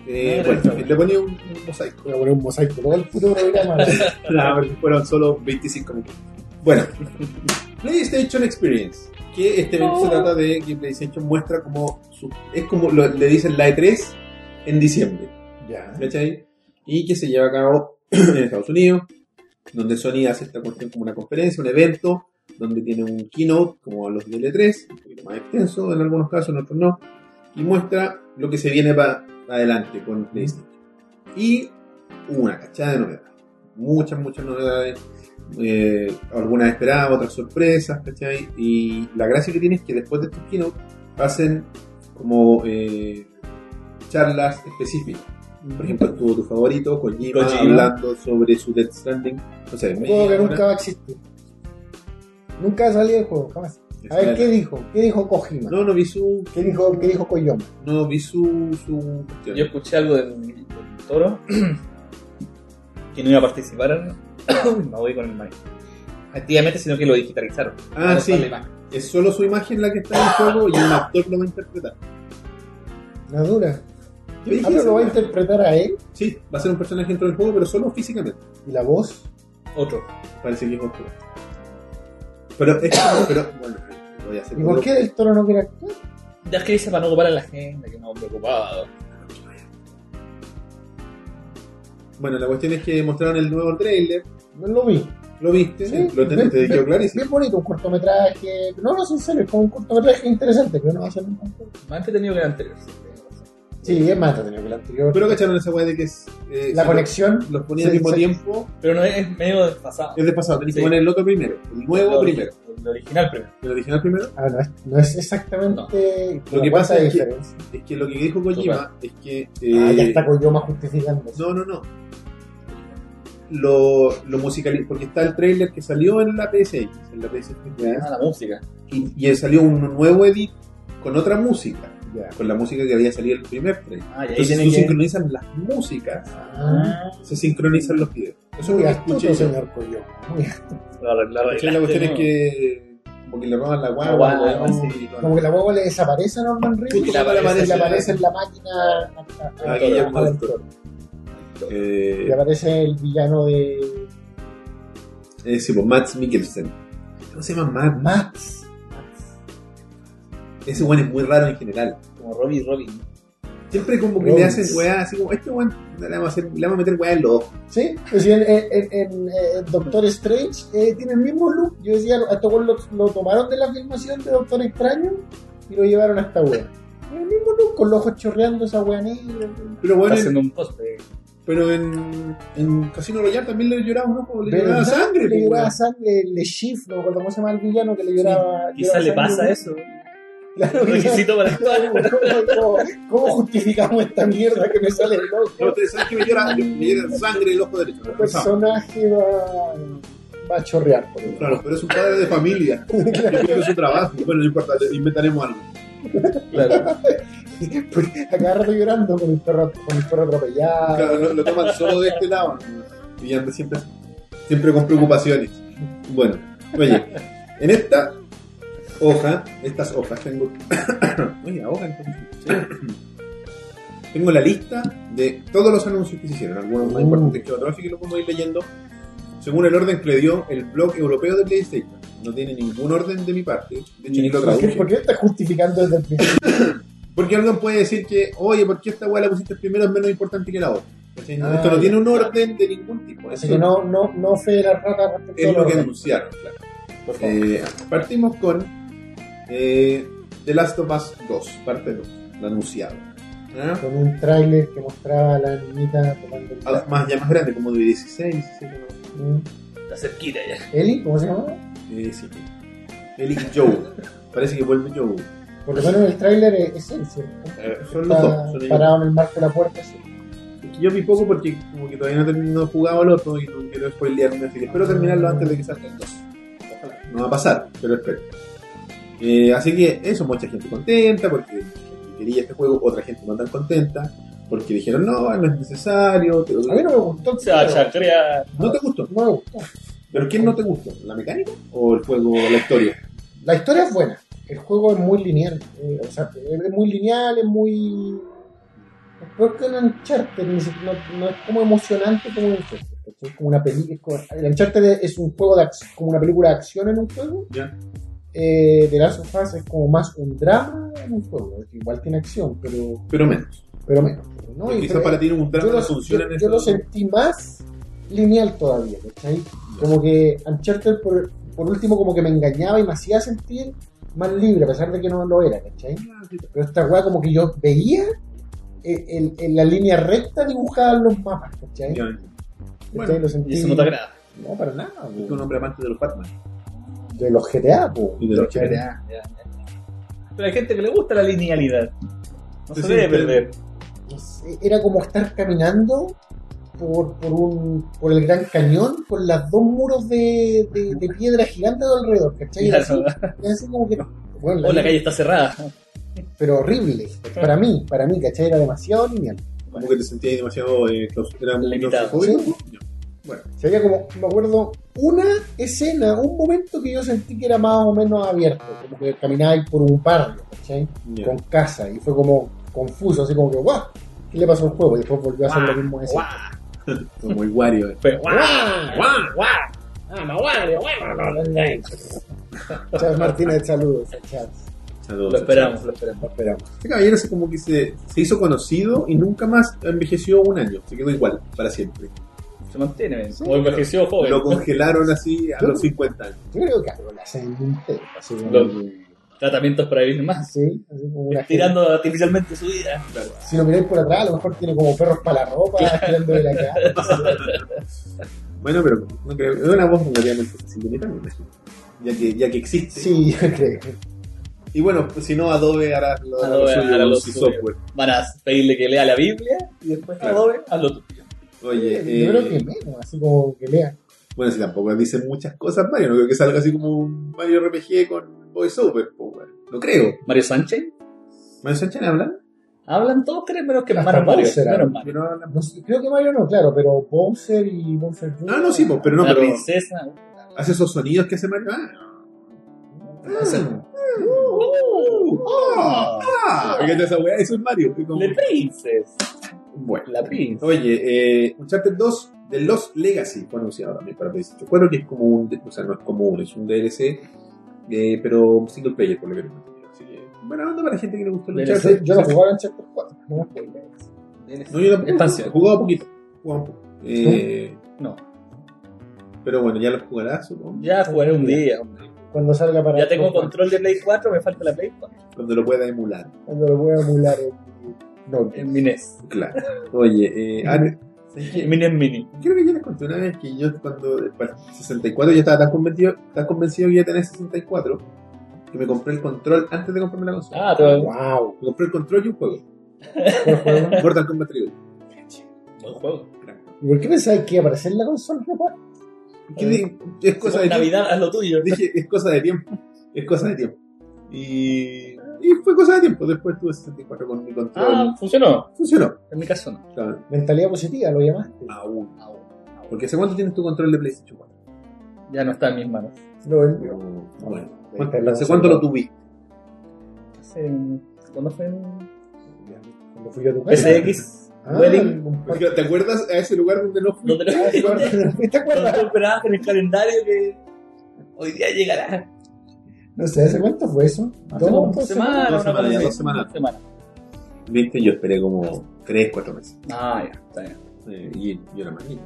Eh, Madre bueno, mía. le ponía un, un mosaico. Voy a poner un mosaico todo el puto programa. weón. Ah, porque fueron solo 25 minutos. Bueno, PlayStation Experience. que este evento se trata de que PlayStation muestra como su- es como lo- le dicen la E3 en diciembre, Ya. ¿cachai? Y que se lleva a cabo en Estados Unidos, donde Sony hace esta cuestión como una conferencia, un evento, donde tiene un keynote como los de E3, un poquito más extenso en algunos casos, en otros no, y muestra lo que se viene para adelante con PlayStation. Y hubo una cachada de novedades, muchas, muchas novedades eh, algunas esperadas, otras sorpresas, ¿cachai? Y la gracia que tiene es que después de estos keynote hacen como eh, charlas específicas. Por ejemplo, estuvo tu favorito, Kojima, Kojima. hablando sobre su Death Stranding. No sé, Un me juego que nunca va a existir. Nunca ha salido el juego, jamás. A ver, ¿qué dijo? ¿Qué dijo Kojima? No, no vi su. ¿Qué dijo, qué dijo Koyoma? No vi su. su cuestión. Yo escuché algo del, del toro que no iba a participar en. no voy con el mic. Activamente, sino que lo digitalizaron. ah, No sí. sale más. Es solo su imagen la que está en el juego y un actor lo va a interpretar. La dura. Yo dije Ah, pero esa lo va a weá. interpretar a él Sí, va a ser un personaje dentro del juego, pero solo físicamente. y la voz. Otro. Parece que es oscuro. Pero, es que- pero bueno, eh, voy a hacer ¿Y por otro- qué del toro no quiere actuar? Ya es que dice para no ocupar a la gente, que no hombre ocupado. Bueno, la cuestión es que mostraron el nuevo trailer. No lo vi. ¿Lo viste? Sí, lo te, ve- te quedó ve- clarísimo. Bien bonito, un cortometraje. No, no, sincero, es como un cortometraje interesante, pero no va a ser nunca un juego. Más entretenido que el anterior. sí, tenés razón. Sí, es más entretenido que el anterior. Pero cacharon esa weá de que es. eh, la se- conexión. Los ponía al Sí, mismo sí. tiempo. Pero no es, es medio desfasado. Es desfasado, tenés que Sí. poner el otro primero. El nuevo Lo origi- primero. El original primero. El original primero. Ah, no, es, no es exactamente. Lo que cuánta pasa es que- diferencia. Es que lo que dijo Kojima es que. Ah, ya eh, está Koyoma justificando. No, no, no. Lo, lo musicali- Porque está el trailer que salió en la PSX. En la PSX. Ah, la música. Y, y él salió un nuevo edit con otra música. Ya. Con la música que había salido en el primer trailer. Ah, y ahí Entonces tiene tú que- sincronizas las músicas, Ah, se sincronizan los videos. Eso es lo muy que astuto, escuché yo. señor Koyoma. Muy astuto. La, la, la, ¿Cachai? La cuestión es que como que le roban la guagua, guagua, weón, sí. y todo. Como que la huevo le desaparece a Norman Puta, Reedus y le le aparece, aparece- le aparece en la máquina. a- a- a- Ah, Guillermo a- del Toro. Y Eh, aparece el villano de eh, sí, pues, Max Mikkelsen. ¿Cómo se llama Matt? Max. Ese weón es muy raro en general. Como Robbie Robin. Siempre como que le Rollins. hacen weá, así como, este weón le vamos a, hacer- le vamos a meter weá en los ojos. Sí, es decir, en, en- en- en Doctor Strange eh, tiene el mismo look. Yo decía, a este weón lo, lo tomaron de la filmación de Doctor Extraño y lo llevaron a esta wea. Tiene El mismo look, con los ojos chorreando esa wea negra. Pero Está bueno, en, haciendo un cosplay. pero en, en Casino Royale también le lloraba un ojo, le ¿Verdad? lloraba sangre, Le pues, lloraba weón. sangre, le shift, no me acuerdo cómo se llama el villano que le lloraba. Quizás le pasa eso. eso. Requisito para actuar. ¿Cómo, cómo justificamos esta mierda que me sale el No, ojo? ustedes saben que me llora, me llora sangre el ojo derecho. Pues El personaje va, va a chorrear, por ejemplo. Claro, pero es un padre de familia. Yo creo que es su trabajo. Bueno, no importa, le- inventaremos algo. Claro. Porque a cada rato llorando con el perro, con el perro atropellado. Claro, lo, lo toman solo de este lado. Y anda siempre, siempre con preocupaciones. Bueno, oye, en esta hoja, estas hojas tengo. Oye, ahogan, entonces. Tengo la lista de todos los anuncios que se hicieron, algunos más Uh. importantes que otros, así que lo podemos ir leyendo según el orden que le dio el blog europeo de PlayStation. No tiene ningún orden de mi parte, de hecho ni lo ¿Por qué, traduje. por qué estás justificando desde el principio? Porque alguien puede decir que, oye, ¿por qué esta weá la pusiste primero es menos importante que la otra? ¿Cachai? No, Ah, Esto no ya. tiene un orden de ningún tipo. Así Eso que no, no, no fe de la rata respecto es a lo que orden. anunciaron, claro. Por favor. Eh, partimos con eh, The Last of Us 2, parte 2, lo anunciado. ¿Ah? Con un tráiler que mostraba a la niñita tomando el Ah, Más, ya más grande, como de 16, 17, ¿no? Mm. Está cerquita ya. Eli, ¿cómo se llama? Eh, sí. Eli y Joe. Parece que vuelve Joe. Por lo menos el tráiler es, es él, ¿cierto? Eh, son los dos. Está son ellos parado en el marco de la puerta. sí. Es que yo vi poco porque como que todavía no he terminado jugado al otro y no quiero spoilearme, así que espero terminarlo antes de que salga el 2. Ojalá. No va a pasar, pero espero. Eh, así que eso, mucha gente contenta porque quería este juego, otra gente no tan contenta, porque dijeron, no, no es necesario. te- A mí no me gustó. Se va a pero- chacrear. No te gustó. No me gustó. ¿Pero quién no te gustó? ¿La mecánica o el juego, la historia? La historia es buena. El juego es muy lineal. eh, o sea, es muy lineal, es muy. Es peor que un Uncharted. ni si- No, no es como emocionante como un Uncharted. ¿cachai? Es como una película. El Uncharted es un juego de ac- como una película de acción en un juego. Ya. eh, The Last of Us es como más un drama en un juego, que igual tiene acción, pero, Pero menos. pero menos. ¿no? Y Quizás pero- para ti un drama yo no lo, funciona yo- en yo lo eso. sentí más lineal todavía, ¿cachai? Como que Uncharted por, por último como que me engañaba y me hacía sentir más libre, a pesar de que no lo era, ¿cachai? Pero esta weá como que yo veía en, en- en la línea recta dibujada en los mapas, ¿cachai? Efectivamente. ¿Cachai? Bueno, Lo sentí- Y eso no te agrada. No, para nada, Es po. un hombre amante de los Batman. De los GTA, po, Y de los ¿cachai? Ya, ya, ya. Pero hay gente que le gusta la linealidad. No Sí, sí, se debe pero- perder. No sé, Era como estar caminando por, por, un, por el Gran Cañón con las dos muros de, de, de piedra gigante alrededor, ¿cachai? Era así, Claro. era así como que... bueno, O la calle está cerrada. pero horrible. Para mí, para mí, ¿cachai? Era demasiado lineal. Como que te sentías demasiado eh, claus- era muy Limitado. claustrofóbico. Se veía como, me acuerdo, una escena, un momento que yo sentí que era más o menos abierto, como que caminaba por un barrio, ¿cachai? Ya. Con casa, y fue como confuso, así como que, ¡guau! ¿Qué le pasó al juego? Y después volvió a hacer Ah, lo mismo ese. Como el Wario. eh. Pero, ¡guau! Ah, Chas Martínez, saludos. Chas, Saludos. Lo esperamos, lo esperamos. lo esperamos. Este caballero es como que se, se hizo conocido y nunca más envejeció un año. Se quedó igual, para siempre. Se mantiene. Sí, o envejeció joven. Lo congelaron así a los 50 años. Yo creo que algo le hacen un té, así como... ah, Lo- Tratamientos para vivir más. Sí, así como una Tirando artificialmente su vida. Si lo miráis por atrás, a lo mejor tiene como perros para la ropa, tirándole la cara. Bueno, pero no creo. Es una voz relativamente sin limitar, me imagino. Ya que, ya que existe. Sí, yo creo. Y bueno, pues, si no, Adobe hará lo, hará Adobe lo suyo hará con lo su suyo. software. Van a pedirle que lea la Biblia y después Claro. Adobe haz lo tuyo. Oye, Yo creo eh, que menos, así como que lea. Bueno, si tampoco dicen muchas cosas Mario, no creo que salga así como un Mario RPG con voiceover, po, weón. no creo. Mario Sánchez. ¿Mario Sánchez habla? Hablan todos tres menos que Hasta menos Mario. Bowser menos habla. Mario. No, habla- No sé, creo que Mario no, claro, pero Bowser y Bowser Jr. Ah, no, no, sí, po, pero no, La pero princesa. hace esos sonidos que hace Mario. Ah, Hacen- uh, ah, ah. Fíjate esa weá, eso es Mario. Es como- La princesa. Bueno. La princesa. Oye, eh, Uncharted 2 de Lost Legacy fue anunciado también para PlayStation 4, que es como un, o sea, no es común, es un DLC, eh, pero single player por lo que tengo entendido. Así que, buena onda para la gente que le gustó el DLC. Uncharted. Yo lo jugaba en Chapter 4. No me acuerdo. No, yo tampoco. Expansión. Jugaba poquito. Jugaba poco. Eh, No. Pero bueno, ya lo jugarás, supongo. Ya jugaré un día, hombre. Cuando salga para. Ya tengo control de Play 4, me falta la Play 4. Cuando lo pueda emular. Cuando lo voy a emular en mi Eh, En notebook. mi NES. Claro. Oye, eh, Ar- ¿sabes qué? En mi NES Mini. creo que yo les conté una vez que yo cuando para el 64 yo estaba tan convencido, tan convencido que iba a tener 64 que me compré el control antes de comprarme la consola. Ah, pero. ¡Wow! Me compré el control y un juego. ¿Por, juego? Mortal Kombat 3. Buen juego. ¿Y por qué pensáis que iba a aparecer en la consola? ¿Qué di- Es cosa de tiempo. Eh, Navidad, haz lo tuyo. Dije, es cosa de tiempo. Es cosa de tiempo. Y, y fue cosa de tiempo. Después tuve 64 con mi control. Ah, funcionó. Funcionó. En mi caso no. Claro, Mentalidad positiva, lo llamaste. aún. Porque ¿hace cuánto tienes tu control de PlayStation 4? Ya no está en mis manos. Lo vendió. Bueno, ¿cuánto- ¿hace eh, cuánto lo tuviste? Hace- ¿Cuándo fue? Cuando fui yo a tu casa. PSX. Ah, Wedding. un par- Porque, ¿Te acuerdas a ese lugar donde no fui? Donde lo ¿Te acuerdas? ¿Te donde acuerdas? tú esperabas en el calendario que hoy día llegará. No sé, ¿hace cuánto fue eso? Hace ¿Dos? como ¿Dos Dos Semana, una cosa semanas, así. dos semanas. Una semana. Viste, yo esperé como 3, 4 meses. Ah, ya, está bien. Eh, y yo era más niño.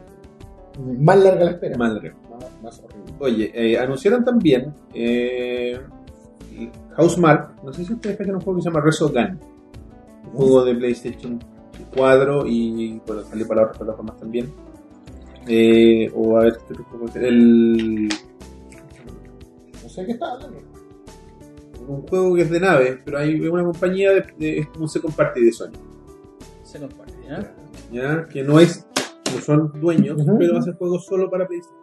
Más larga la espera. Más largo. Más, más horrible. Oye, eh, anunciaron también eh, Housemark. No sé si ustedes cachan un juego que se llama Resogun. Un juego de PlayStation 4 y bueno, salió para otras plataformas también. Eh, o a ver, ¿qué otro juego es? el, No sé de qué estaba hablando. un juego que es de naves, pero hay una compañía de, de- es como un se comparte de Sony, Se comparte, ¿ya? ¿ya? que no es, no son dueños, Ujú. pero va a ser juego solo para PlayStation.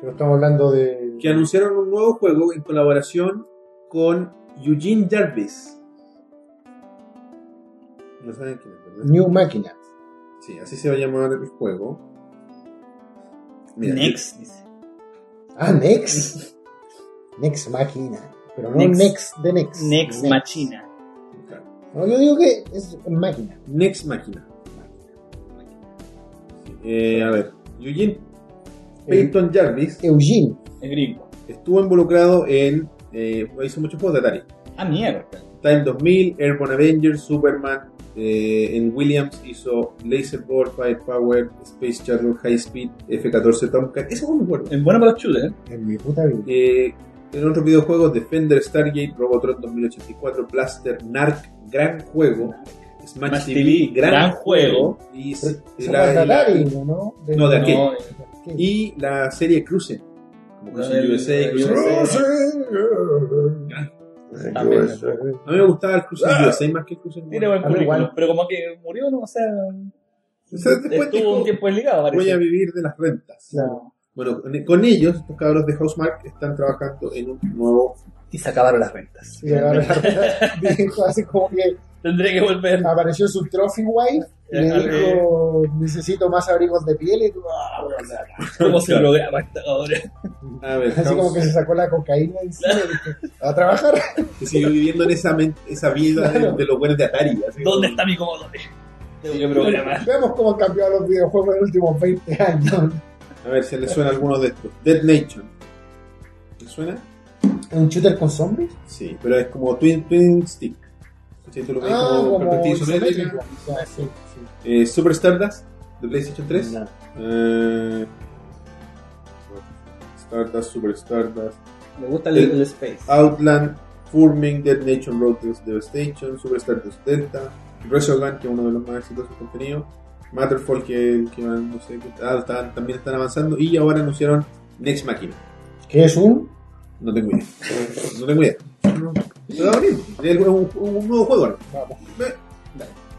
Pero estamos hablando de. que anunciaron un nuevo juego en colaboración con Eugene Jarvis. No saben quién es, ¿verdad? New Máquina. Sí, así se va a llamar el juego. Mira, Next, dice. Ah, Nex. Nex Máquina. Pero no Nex. Nex, de Nex. Next Machina. Next, No, yo digo que es máquina. Next Máquina. Sí, eh, a ver, Eh, Eugene Peyton Jarvis Eugene. Es gringo. estuvo involucrado en Eh, hizo muchos juegos de Atari. Ah, mierda. Está en 2000, Airborne Avengers, Superman. eh, en Williams hizo Laser Ball, Firepower, Space Shuttle, High Speed, F-14 Tomcat. Ese juego me acuerdo. Es bueno para los shooters. ¿eh? En mi puta vida. Eh, en otros videojuegos, Defender, Stargate, Robotron 2084, Blaster, Narc, gran juego. Smash, Smash TV, TV, gran, gran juego. Y, Pero y la- son las de y la- Atari, ¿no? No, de arcade. No, arcade. y la serie Cruzen. Como No, Cruzen el- USA, el Cruzen USA. También. A mí me gustaba el Cruzen Ah. USA más que el Cruzen tiene buen A mí igual. currículum, pero como que murió, no, o sea, O sea, después estuvo dijo, un tiempo ligado, voy a parece. vivir de las rentas. Claro. Bueno, con- con ellos, los cabros de Housemark están trabajando en un nuevo... Y se acabaron las rentas. Y agarra- dijo así como que Tendré que volver. apareció su trophy wife y le Eh, dijo necesito más abrigos de piel y tú, ah, bueno, ¿Cómo se Claro. programa esta obra? A ver, así como que se sacó la cocaína encima y dijo, a trabajar que siguió viviendo en esa, men- esa vida de- Claro. de, los buenos de Atari. así ¿Dónde como- está mi comodore? Tengo que programar. veamos cómo han cambiado los videojuegos en los últimos 20 años A ver si le suena alguno de estos. Dead Nation. ¿Le suena? un shooter con zombies Sí, pero es como Twin, twin Stick. ¿Cachai? Tú lo ves ah como, como perspectiva isométrico isométrica. Ya, sí, sí. Eh, Super Stardust de PlayStation 3. No. Eh, Stardust, Super Stardust. Me gusta el- el Space. Outland, Furming, Dead Nation Road to Devastation, Super Stardust Delta, Resogun, que es uno de los más exitosos contenidos. Matterfall, que, que van, no sé, que- ah, están- también están avanzando. Y ahora anunciaron Next Machine. que es un No tengo idea. No tengo idea. Pero va a venir. Es un, un- un nuevo juego. ahora. Vamos. Ve.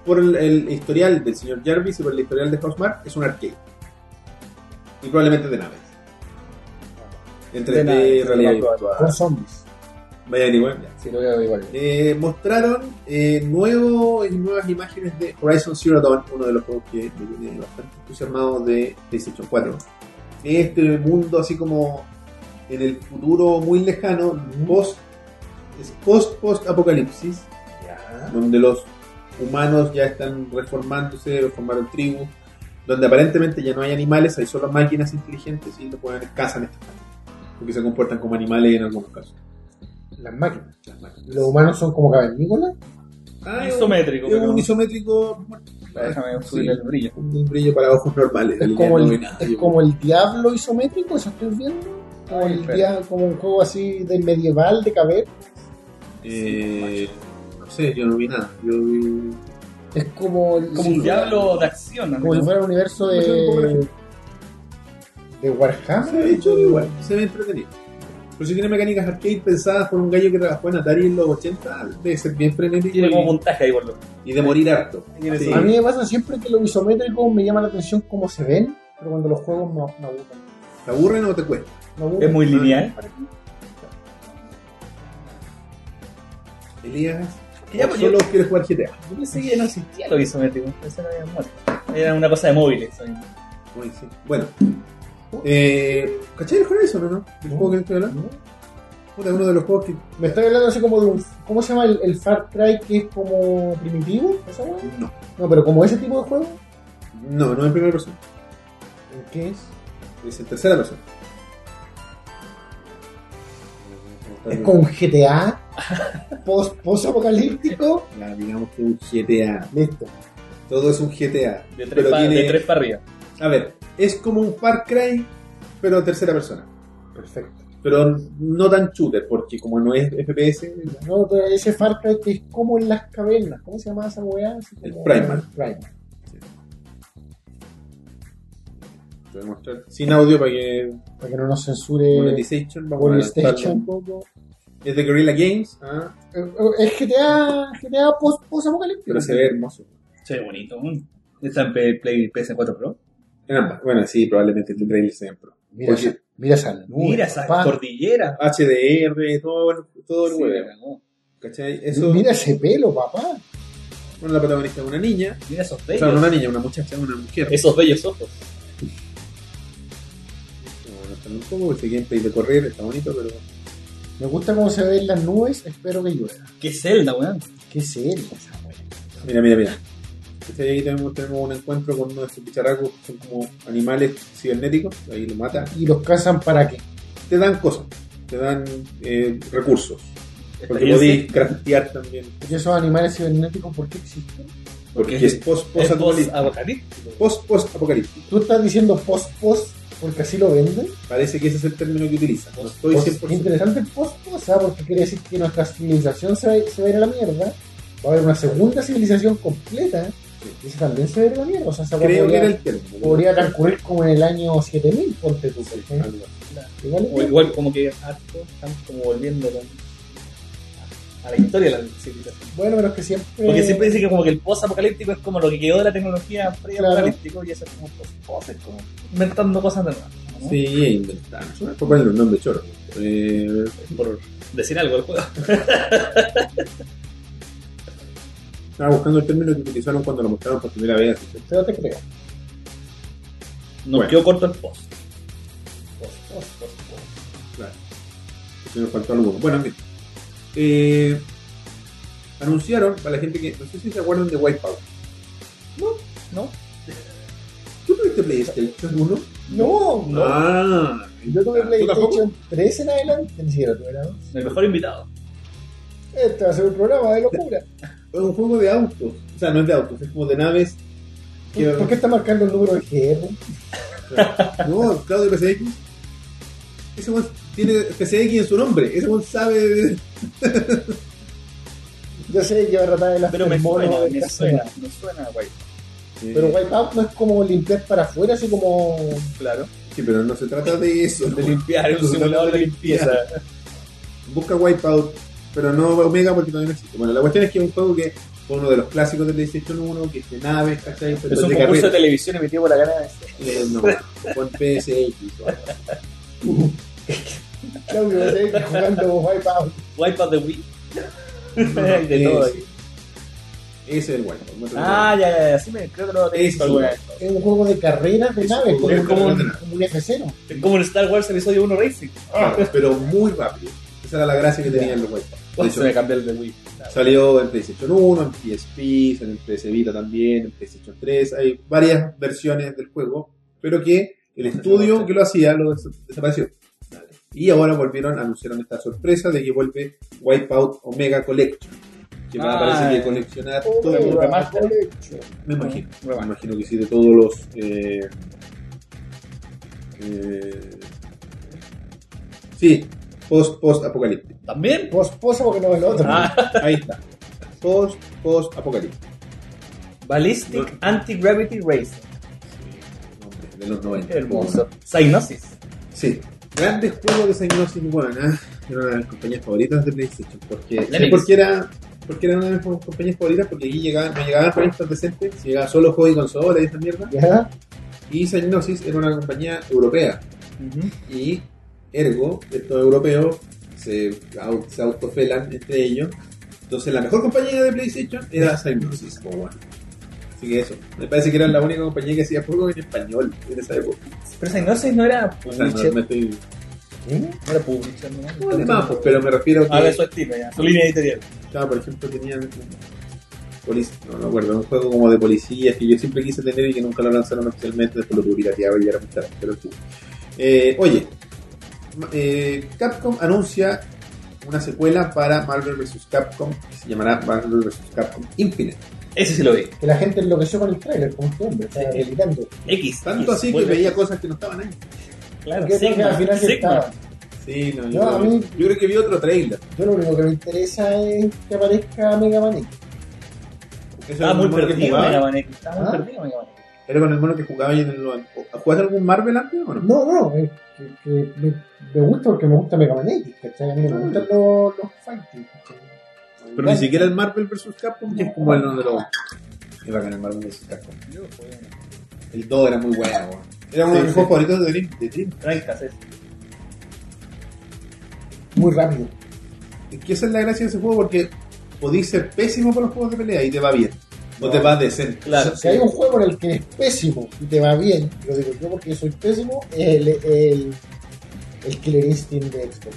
Por el, el historial del señor Jarvis y por el historial de Housemark, es un arcade. Y probablemente de naves. Entre De naves, realidad lo más virtual. con zombies Vaya a averiguar, ya. Sí, lo voy a igual. Eh, mostraron eh, nuevo- nuevas imágenes de Horizon Zero Dawn, uno de los juegos que me tiene bastante entusiasmado de PlayStation 4. Este mundo así como en el futuro muy lejano, post es post post apocalipsis, donde los humanos ya están reformándose, formaron tribus, donde aparentemente ya no hay animales, hay solo máquinas inteligentes y lo pueden cazan estas máquinas, este porque se comportan como animales en algunos casos. las máquinas Las máquinas. los humanos son como cavernícolas Ah, es un- Isométrico, es pero. un isométrico Déjame Sí. subirle el brillo. un brillo para ojos normales. Es como, el, es como el diablo isométrico, eso estoy viendo. Como, el espera. dia- como un juego así de medieval, de cabeza. Eh, no sé, yo no vi nada. Yo vi. Es como, el- Como un diablo de acción. ¿no? como si fuera un universo de. de Warhammer. De hecho, igual, se Ah, ve entretenido. Pero si tiene mecánicas arcade pensadas por un gallo que trabajó en Atari en los 80, debe ser bien frenético Tiene como y, puntaje ahí, por lo y de morir harto. Tiene Sí. A mí me pasa siempre que los isométricos me llama la atención cómo se ven, pero cuando los juegos no, no aburren. ¿Te aburren o te cuesta? No aburren. Es muy lineal. Elías, Que ya, ¿o pues, solo quieres jugar GTA. Yo pensé que ya no existía lo isométrico. Pensé que había muerto. Era una cosa de móviles. ¿sabes? Uy, sí. Bueno, ¿Oh? eh, ¿cachai el Horizon o no? ¿El juego que estoy hablando? ¿No? Puta, uno de los juegos que. Me estoy hablando así como de un. ¿Cómo se llama el, el Far Cry que es como primitivo? ¿Esa hueá? No, No, pero como ese tipo de juego. no, no es en primera persona, ¿En qué es? es en tercera persona. Es con GTA, post, post apocalíptico, Ya, digamos que un GTA. listo. Todo es un GTA. De tres, pero pa- tiene- de tres para arriba. A ver, es como un Far Cry, pero en tercera persona. Perfecto. Pero no tan shooter, porque como no es FPS, No, pero ese Far Cry que es como en las cavernas, ¿cómo se llama esa weá? Así El como- Primal. Primal. te voy a mostrar. sin audio para que Para que no nos censure Monetization, vamos a PlayStation adaptarlo. Es de Guerrilla Games, ah, Eh, Es GTA, GTA post, post apocalíptico. pero se ve hermoso. Se ve bonito. ¿no? Está en Play, Play PS4 Pro. En ambas. Bueno, sí, probablemente este trailer sea en pro. Mira, Oye. esa- mira esa nube, Mira esa papá. cordillera. HDR, todo, el- todo el Sí, huevo. la cagó. ¿Cachai? Eso, Mira ese pelo, papá. bueno, la protagonista es una niña. Mira esos O bellos. sea, no una niña, una muchacha, una mujer. Esos bellos ojos. Bueno, está un poco, ese gameplay de correr está bonito, pero... Me gusta cómo se ven las nubes, espero que llueva. Qué celda, weón. ¿Qué es él? esa weá? Mira, mira, mira. Este, Ahí tenemos, tenemos un encuentro con uno de estos bicharracos que son como animales cibernéticos. Ahí lo matan. Y los cazan para qué? Te dan cosas. te dan eh, recursos. Porque Estaría podéis así. craftear también. ¿Y esos animales cibernéticos por qué existen? Porque es Es post-post-apocalíptico. post-apocalíptico. Post-post-apocalíptico. ¿Tú estás diciendo post-post porque así lo venden? Parece que ese es el término que utilizan. No estoy Post- 100%. interesante post-post, ¿ah? porque quiere decir que nuestra civilización se va, se va a ir a la mierda. Va a haber una segunda civilización completa. ¿eh? Y esa también se va a ir a la mierda. O sea, esa Creo que podría, era el término. podría transcurrir como en el año 7000, ponte tú. Sí, ¿eh? algo así. Igual O igual como que harto están como volviendo a- a la historia de la civilización. Bueno, pero es que siempre. Porque siempre dice que como que el post-apocalíptico es como lo que quedó de la tecnología pre-apocalíptico y eso es como post es como inventando cosas nuevas. ¿no? Sí, es inventar. Por ponerle un nombre choro. Eh, Por decir algo al juego. estaba buscando el término que utilizaron cuando lo mostraron por primera vez. así que- Pero te creo. Nos Bueno. quedó corto el post. Se nos faltó alguno. Bueno, en fin. Eh, anunciaron para la gente que. No sé si se acuerdan de Wipeout. ¿No? ¿Tú tuviste PlayStation 1? No, no. Ah, Yo tuve ¿tú tampoco? PlayStation 3 en adelante, ni siquiera tuve la dos. El mejor invitado. Este va a ser un programa de locura. Es un juego de autos. O sea, no es de autos, es como de naves. que- ¿Por, por qué está marcando el número de GR? No, Claudio PCX. Ese weón tiene PCX en su nombre. Ese weón sabe. de- Yo sé que va a tratar de las Pero me mono suena, de me casa. suena, me suena, guay. Pero Wipeout no es como limpiar para afuera, así como. Claro. Sí, pero no se trata de eso. De limpiar, es un simulador de limpieza. Busca Wipeout, pero no Omega porque todavía no existe. Bueno, la cuestión es que es un juego que fue uno de los clásicos de PlayStation 1, que es de naves, ¿cachai? Pero Es un de concurso de carrera. televisión emitido por la gana de ser. Eh, no, con PSX. o algo. Claudio, va a seguir jugando Wipeout. Wipeout de Wii. Hay de Eh, todo sí. ahí. Ese es el Wipeout. no te Ah, ya, ya, ya. Sí, me, creo que lo he Eso. visto alguna vez. Es un juego de carreras de Es un naves, juego como, de un- como un, carreras. como un F0. Es como en Star Wars Episodio 1 Racing. Claro, pero muy rápido. Esa era la gracia que tenían los Wipeout. De hecho, Se me cambió el de Wii. Salió en PlayStation 1, en PSP, salió en PS Vita también, en PlayStation 3. Hay varias versiones del juego, pero que el estudio que lo hacía lo des- desapareció. Y ahora volvieron, anunciaron esta sorpresa de que vuelve Wipeout Omega Collection. Que va, Ah, parece eh. que Oh, coleccionar todo. Omega. Omega remaster. Collection. Me imagino. Me Bueno. imagino que sí, de todos los. eh, eh, sí, post-post apocalíptico. ¿También? Vos posa porque no es el otro. Ah, Ahí está. Post, post, apocalíptico. Ballistic Anti-Gravity Racing. De los 90. Hermoso. Cyanosis. Sí. Grandes juegos de Psygnosis, weón. ah, Era una de las compañías favoritas de PlayStation. Porque, La ¿sabes Nix. por qué era, porque era una de mis compañías favoritas? Porque aquí llegaban, no llegaban proyectos decentes, si llegaba solo juego y consola y esa mierda. ¿Ya? Y Psygnosis era una compañía europea. Y ergo, estos europeos se, au- se autofelan entre ellos. Entonces la mejor compañía de PlayStation era Psygnosis, po, weón. Así que eso. Me parece que era la única compañía que hacía juegos en español en esa época. Pero Cyanosis no era O sea, no, publisher. me estoy... ¿Sí? No era publisher, ¿no? no, de más, pues, pero me refiero a que... A ver su estilo ya. Su línea editorial. Estaba, por ejemplo, tenían. un polic- No, no acuerdo, un juego como de policías que yo siempre quise tener y que nunca lo lanzaron oficialmente, después lo pirateaba y era muy tarde, pero tú. Eh, oye, ma- eh, Capcom anuncia una secuela para Marvel vs. Capcom que se llamará Marvel vs. Capcom Infinite. Ese sí lo vi. Que la gente enloqueció con el trailer, como este hombre, está Sí. gritando. X. Tanto así que Vuelve. veía cosas que no estaban ahí. Claro, Porque Sigma, al final sí Sigma. estaba. Sí, no, yo, No, a creo, mí- yo creo que vi otro trailer. Yo lo único que me interesa es que aparezca Mega Man X. Porque eso era Estaba Ah, muy el mono que perdido jugaba. Mega Man X. Estaba ¿Ah? muy perdido Mega Man X. Era con el mono que jugaba y en el. ¿Jugaste algún Marvel antes o no? No, no, es que, que me, me gusta porque me gusta Mega Man X, ¿cachai? A mí me Mm. gustan los, los fighting, ¿cachai? Pero ni siquiera el Marvel vs. Capcom, que es como el uno de los. Es bacán el Marvel vs. Capcom. El 2 era muy bueno, weón. Era uno de mis Sí, juegos favoritos de Dream. De Dream. Trancas, ese. Muy rápido. Es que esa es la gracia de ese juego porque podéis ser pésimo para los juegos de pelea y te va bien. O te va decente. Claro. Si hay un juego en el que eres pésimo y te va bien, lo digo yo porque soy pésimo, es el, el, el Killer Instinct de Xbox.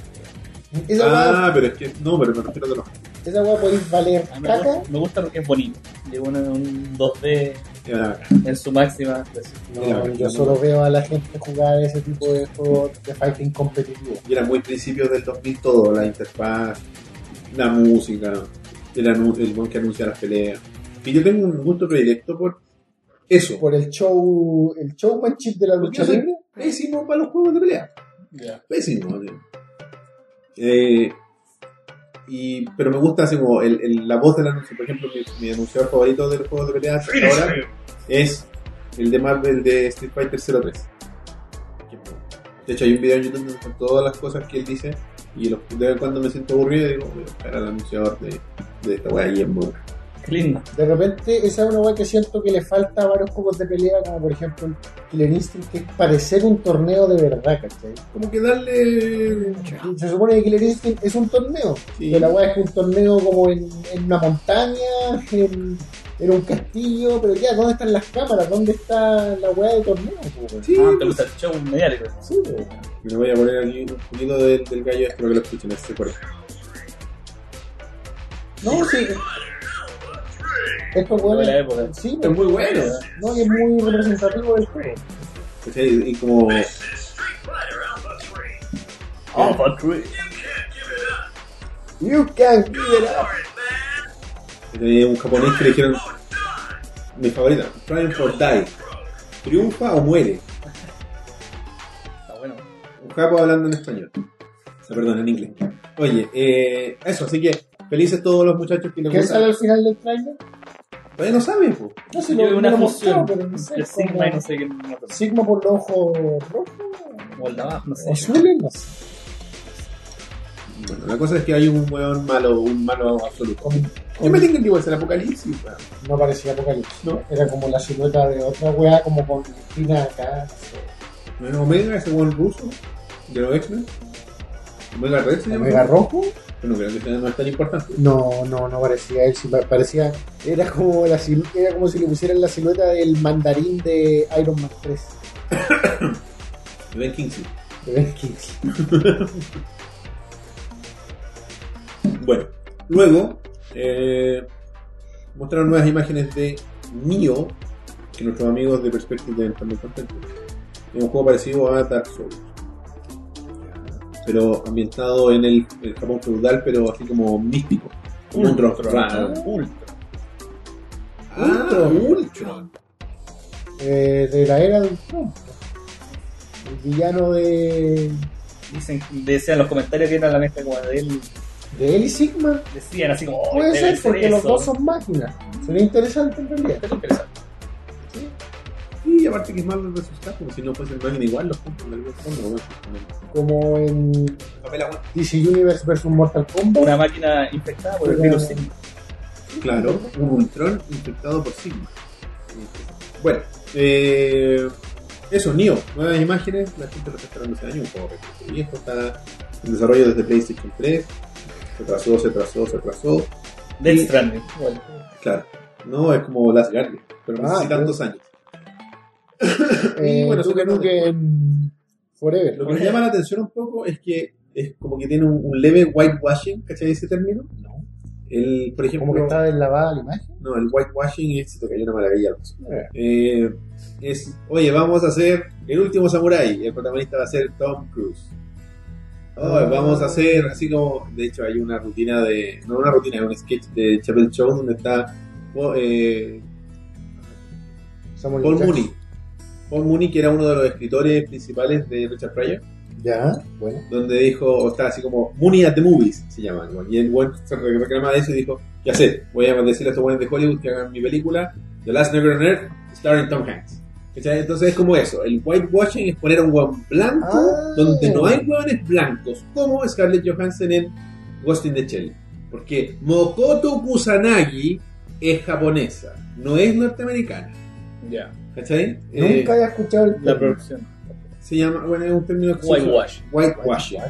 Esa weá Ah, pero es que. No, pero me refiero a los. esa weá podéis valer A mí Ah, Me caca. gusta, me gusta porque es bonito. Lleva una- un 2D Era una vaca. en su máxima expresión. No, Mira, yo yo no. solo veo a la gente jugar ese tipo de juegos de fighting competitivo. Y era muy principios del 2000 todo, la interfaz, la música, el, anu- el buen que anuncia las peleas. Y yo tengo un gusto predilecto por eso. Por el show, el showmanship de la Porque lucha yo soy libre. pésimo para los juegos de pelea. Pésimo. tío. Eh, y, pero me gusta así como el, el- la voz del anuncio. Por ejemplo, mi, mi anunciador favorito de los juegos de pelea hasta ahora es el de Marvel de Street Fighter 03. De hecho, hay un video en YouTube donde están todas las cosas que él dice. Y los- de vez en cuando me siento aburrido y digo, voy a buscar al anunciador de, de esta wea y es muy bueno. Qué lindo. De repente, esa es una weá que siento que le falta a varios juegos de pelea, como por ejemplo el Killer Instinct, que es parecer un torneo de verdad, ¿cachai? Como que darle. Se supone que Killer Instinct es un torneo, Sí. pero la weá es un torneo como en, en una montaña, en, en un castillo, pero ya, ¿dónde están las cámaras? ¿Dónde está la weá de torneo? po, weón? Sí, Ah, te gusta el show pues. mediático. Sí, weón. Me voy a poner aquí un poquito del, del gallo, espero que lo escuchen, este por No, sí. Estos Fue la weones. época. Sí, Es muy bueno. No, y es muy representativo del juego. ¿Cachai? Y como. Ah, Alpha Tree. You can give it up. De un japonés que le dijeron mi favorita, Triumph or Die. Triunfa o muere. Está bueno. Un japo hablando en español. Ah, Perdón, en inglés. Oye, eh, eso, así que felices todos los muchachos que les ¿Qué sale gusta. al final del trailer? Todavía no saben, po. No sé, Yo vi lo, una lo fusión mostró, pero no sé. de como- Sigma y no sé qué. no sé. Sigma por los ojos rojos. O el de abajo, no sé. O azules, no sé. Bueno, la cosa es que hay un weón malo, un malo absoluto. Con- Yo me con- tengo que igual ser apocalipsis, weón. no parecía Apocalipsis. No. Era como la silueta de otra weá, como con espina acá. no sé. No es Omega, ese weón ruso, de los X-Men. Omega Red se llama. ¿Omega rojo? Bueno, creo que ese no es tan importante. No, no, no parecía él. sí pa- parecía. Era como, la, silu- era como si le pusieran la silueta del mandarín de Iron Man 3. Ben Kingsley. De Ben Kingsley. Bueno, luego eh, mostraron nuevas imágenes de Nioh, que nuestros amigos de Perspective deben estar muy contentos. Es un juego parecido a Dark Souls, pero ambientado en el, el Japón feudal, pero así como místico. Como un Ultron. Ultra. Ah, Ultron. Eh, de la era del Trump. El villano de. Dicen, decían los comentarios que eran la mezcla como de él. de él y Sigma. Decían así como. "Oh, Puede debe ser, porque eso". los dos son máquinas. Sería interesante en realidad. Es interesante. Y aparte que es Marvel vs. Capcom, si no fuese el Marvel igual los puntos del algún fondo. bueno, Como en papel agua. DC Universe vs Mortal Kombat. Una máquina infectada por el Pero- virus Sigma. Claro, un Ultron infectado por Sigma. Bueno, eh, eso, Neo, nuevas imágenes, la gente lo está esperando este año, un juego bastante viejo, está en desarrollo desde PlayStation 3, se trazó, se trazó, se trazó, Death Stranding. Igual. claro, no es como Last Guardian, pero Ah, necesitan sí. dos años. Eh, Y bueno, Duke supongo- Nukem Forever. Lo que me llama la atención un poco es que es como que tiene un, un leve whitewashing, ¿cachai ese término? No. El, por ejemplo, Como que está deslavada la imagen. No, el whitewashing es esto que hay una maravilla. pues. Eh, es, oye, vamos a hacer el último samurai. El protagonista va a ser Tom Cruise. Oh, Ah. Vamos a hacer así como. De hecho, hay una rutina de. No una rutina, hay un sketch de Chapel Show donde está oh, eh, Samuel Paul Jackson. Mooney. Paul Mooney, que era uno de los escritores principales de Richard Pryor, Ya, bueno. donde dijo, o está así como Mooney at the Movies, se llama. ¿no? Y el buen se re- reclama de eso y dijo: ¿Qué hacer? Voy a decirle a estos buenos de Hollywood que hagan mi película, The Last Never on Earth, starring Tom Hanks. ¿Cachai? Entonces es como eso: el whitewashing es poner a un hueón blanco Ah. donde no hay hueones blancos, como Scarlett Johansson en Ghost in the Shell. Porque Mokoto Kusanagi es japonesa, no es norteamericana. Ya. ¿Cachai? Eh, Nunca había escuchado el La término. producción. se llama, bueno, es un término que se usa- Whitewash. Whitewashing.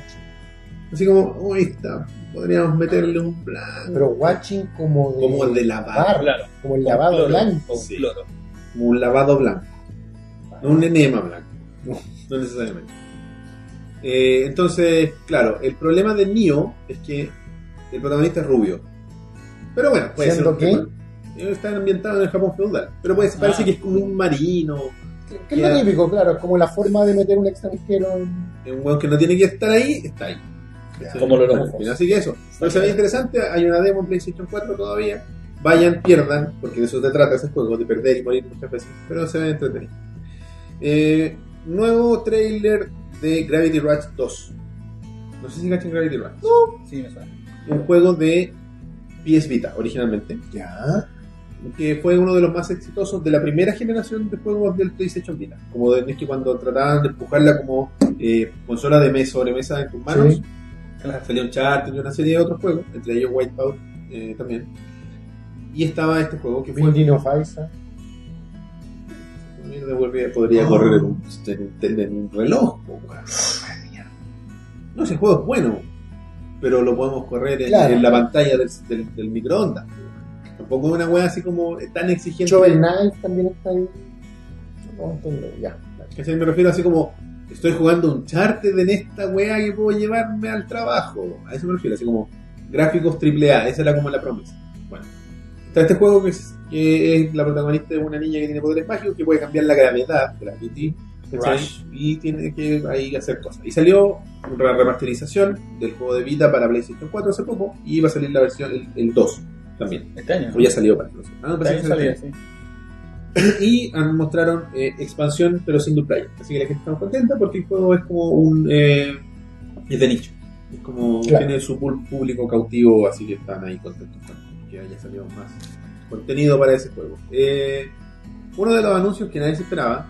Así como, uy, está, podríamos meterle un blanco. Pero watching como de, Como el de lavar, Claro. como el Con lavado cloro, blanco. Con Sí. cloro. como un lavado blanco. No un enema blanco. No, no necesariamente. Eh, entonces, claro, el problema de Nio es que el protagonista es rubio. Pero bueno, puede ¿Siendo ser. un qué? tema. Eh, Está ambientado en el Japón feudal. Pero pues parece Ah. que es como un marino, Que, que es lo Ya. típico, claro, es como la forma de meter un extranjero en... es un weón que no tiene que estar ahí, está ahí. ¿Cachai? Como los Al lobos. final, Así que eso. Pero se ve interesante, hay una demo en PlayStation 4 todavía. Vayan, pierdan, porque de eso te trata ese juego, de perder y morir muchas veces. Pero se ve entretenido. Eh, nuevo trailer de Gravity Rush 2. No sé si cachan Gravity Rush. Sí, me suena. un juego de PS Vita originalmente, Ya. que fue uno de los más exitosos de la primera generación de juegos del PlayStation Vita. Como de, es que cuando trataban de empujarla como eh, consola de mesa sobremesa en tus manos, Sí. Claro. salió un chart y una serie de otros juegos, entre ellos Wipeout eh, también. Y estaba este juego que fue. Dino Faisa. Mierda, vuelve- podría Oh. correr en un, en- en un reloj. po, weón. Ah, No, ese juego es bueno, pero lo podemos correr en, Claro. en la pantalla del, del- del microondas. Tampoco es una wea así como eh, tan exigente. Shovel Knight también está ahí. No, entiendo, ya. ¿Cachai? Me refiero así como, estoy jugando un charter en esta weá que puedo llevarme al trabajo. A eso me refiero, así como gráficos triple A, esa era como la promesa. Bueno, está este juego que es, que es la protagonista de una niña que tiene poderes mágicos que puede cambiar la gravedad, gravity, ¿cachai? Rush. y tiene que ahí hacer cosas. Y salió una remasterización del juego de Vita para PlayStation 4 hace poco y va a salir la versión, el, el 2 también. Este año. O ya salió para que no sé. Ah, Este parece año que salió. salió, sí. Y han- mostraron eh, expansión, pero single player. Así que la gente está contenta porque el juego es como un. eh, es de nicho. Es como. Claro. Tiene su pul- público cautivo, así que están ahí contentos con que haya salido más contenido para ese juego. Eh, uno de los anuncios que nadie se esperaba: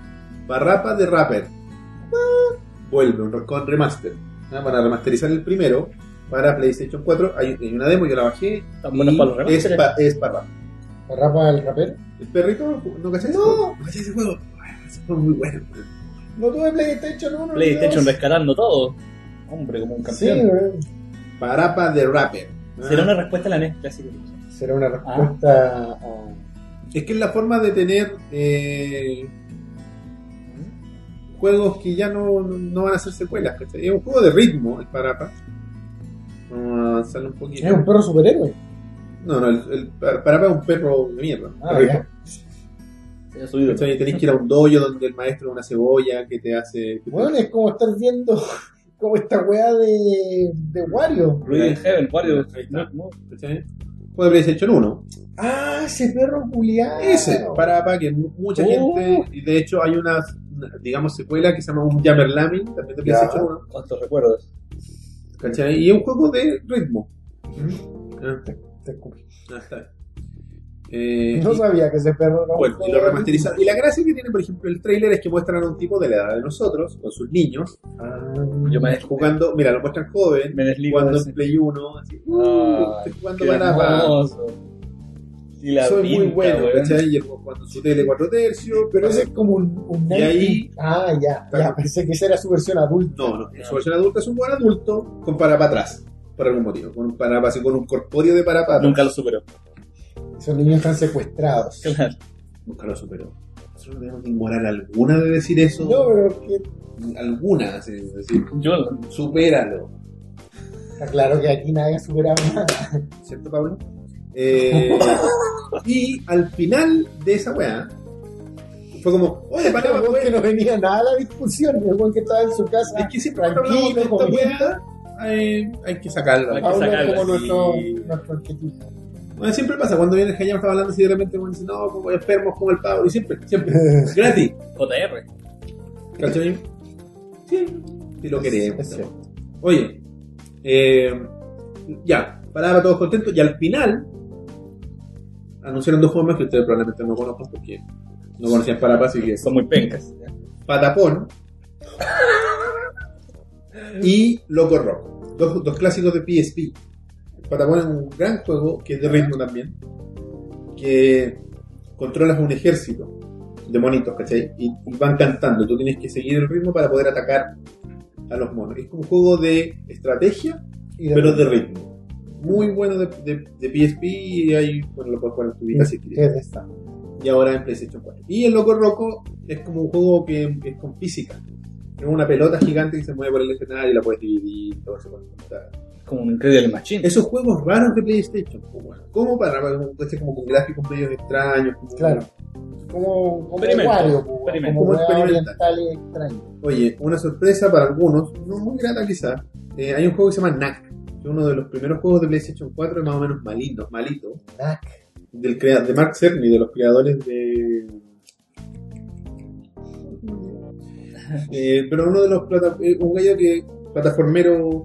Barrapa de Rapper. Ah, Vuelve un- con remaster. Ah, Para remasterizar el primero. Para PlayStation 4 hay, hay una demo, yo la bajé. Tan buenos y para los este es, remasteres. pa- es para ¿La rapa el rapero? ¿El perrito? ¿No caché ese juego? ¿No caché ese juego? Ay, Ese juego es muy bueno. weón. No tuve PlayStation 1. PlayStation no rescatando todo. Hombre, como un Sí, campeón. weón. Parapa de Rapper. Ah, Será una respuesta a la E NES clásica. será una respuesta a... Es que es la forma de tener eh, juegos que ya no, no van a ser secuelas. ¿cachai? Es un juego de ritmo, el Parapa. Vamos a avanzarlo un poquito. Es un perro superhéroe. No, no, el, el Par- Parapa es un perro de mierda. Ah, Perrito. ya. Se ha subido. ¿Cachai? Tenés que ir a un dojo donde el maestro es una cebolla que te hace. que te- Bueno, es como estar viendo como esta weá de, de Wario. Ruido in Heaven, Wario. Ahí está. No, no. ¿cachai? Juego de PlayStation 1. Ah, ese perro culiado. Ese, para, para que mu- mucha Uh. Oh. gente, y de hecho hay una, una, digamos, secuela que se llama un Jammer Lamin, también de Ya. PlayStation 1, ¿Cuántos recuerdos? ¿cachai? Y es un juego de ritmo. Ah, Te escupí. ah, está bien. Eh, No y- sabía que ese perro era un bueno, y lo perro. remasterizaron. Y la gracia que tiene, por ejemplo, el trailer es que muestran a un tipo de la edad de nosotros, con sus niños, Ah, Yo me, jugando, mira, lo muestran joven, me desligo. de jugando ese. en Play 1, así, uh, Ay, estoy jugando Qué para, para. hermoso. Y la Soy muy pinta, bueno, weón. ¿cachai? Y el- cuando su tele 4 tercios, Pero ese es como un... un Y ahí- Ah, ya, ya. Pensé que esa era su versión adulta. No, no. Su versión adulta es un buen adulto con para para atrás. Por algún motivo. Con un para así con un corpóreo de para para. Nunca lo superó. Esos niños están secuestrados. Claro. Nunca lo superó. Nosotros no tenemos ni moral alguna de decir eso. No, pero que Alguna, así, es decir, Yo supéralo. está claro que aquí nadie ha superado nada. ¿Cierto, Pablo? Eh, y al final de esa weá, fue como, oye, para Pero weá. que no venía nada a la discusión. El buen que estaba en su casa. Es que siempre cuando hablamos de tranquilo, esta comenta. weá. eh, hay que sacarla. Hay que Pablo es sacarla, como nuestro, sí. nuestro arquetipo. Bueno, siempre pasa, cuando viene el Hayama está hablando así de repente uno dice, no, como enfermos como el pavo, y siempre, siempre, gratis. JR. ¿Cachai? Sí, sí lo queremos. Es cierto. Oye, eh, ya, para todos contentos. Y al final, anunciaron dos juegos más que ustedes probablemente no conozcan porque no conocían Parapa, así que es Son muy pencas. Patapón y Loco Rock. Dos, dos clásicos de PSP. Patapón es un gran juego que es de ritmo también, que controlas un ejército de monitos, ¿cachai? Y, y van cantando. Tú tienes que seguir el ritmo para poder atacar a los monos. Es como un juego de estrategia, Y pero de ritmo. Muy bueno de, de- de PSP y ahí bueno, lo puedes jugar en tu vida si quieres ¿Qué es esta? y ahora en PlayStation 4. Y el Loco Roco es como un juego que es con física. Es una pelota gigante que se mueve por el escenario y la puedes dividir, todo eso. Está, como un Incredible Machine. Esos juegos raros de PlayStation, pues, bueno, ¿cómo para, para pues, como con gráficos medios extraños? como- Claro. Como, como Experimento, Wario, como, experimento. Como como weas experimental. orientales extraños. Oye, una sorpresa para algunos, no muy grata quizás. eh, hay un juego que se llama Knack, que es uno de los primeros juegos de PlayStation 4, más o menos maligno, malito, Knack. del crea- de Mark Cerny, de los creadores de. Eh, pero uno de los plata- eh, un gallo que plataformero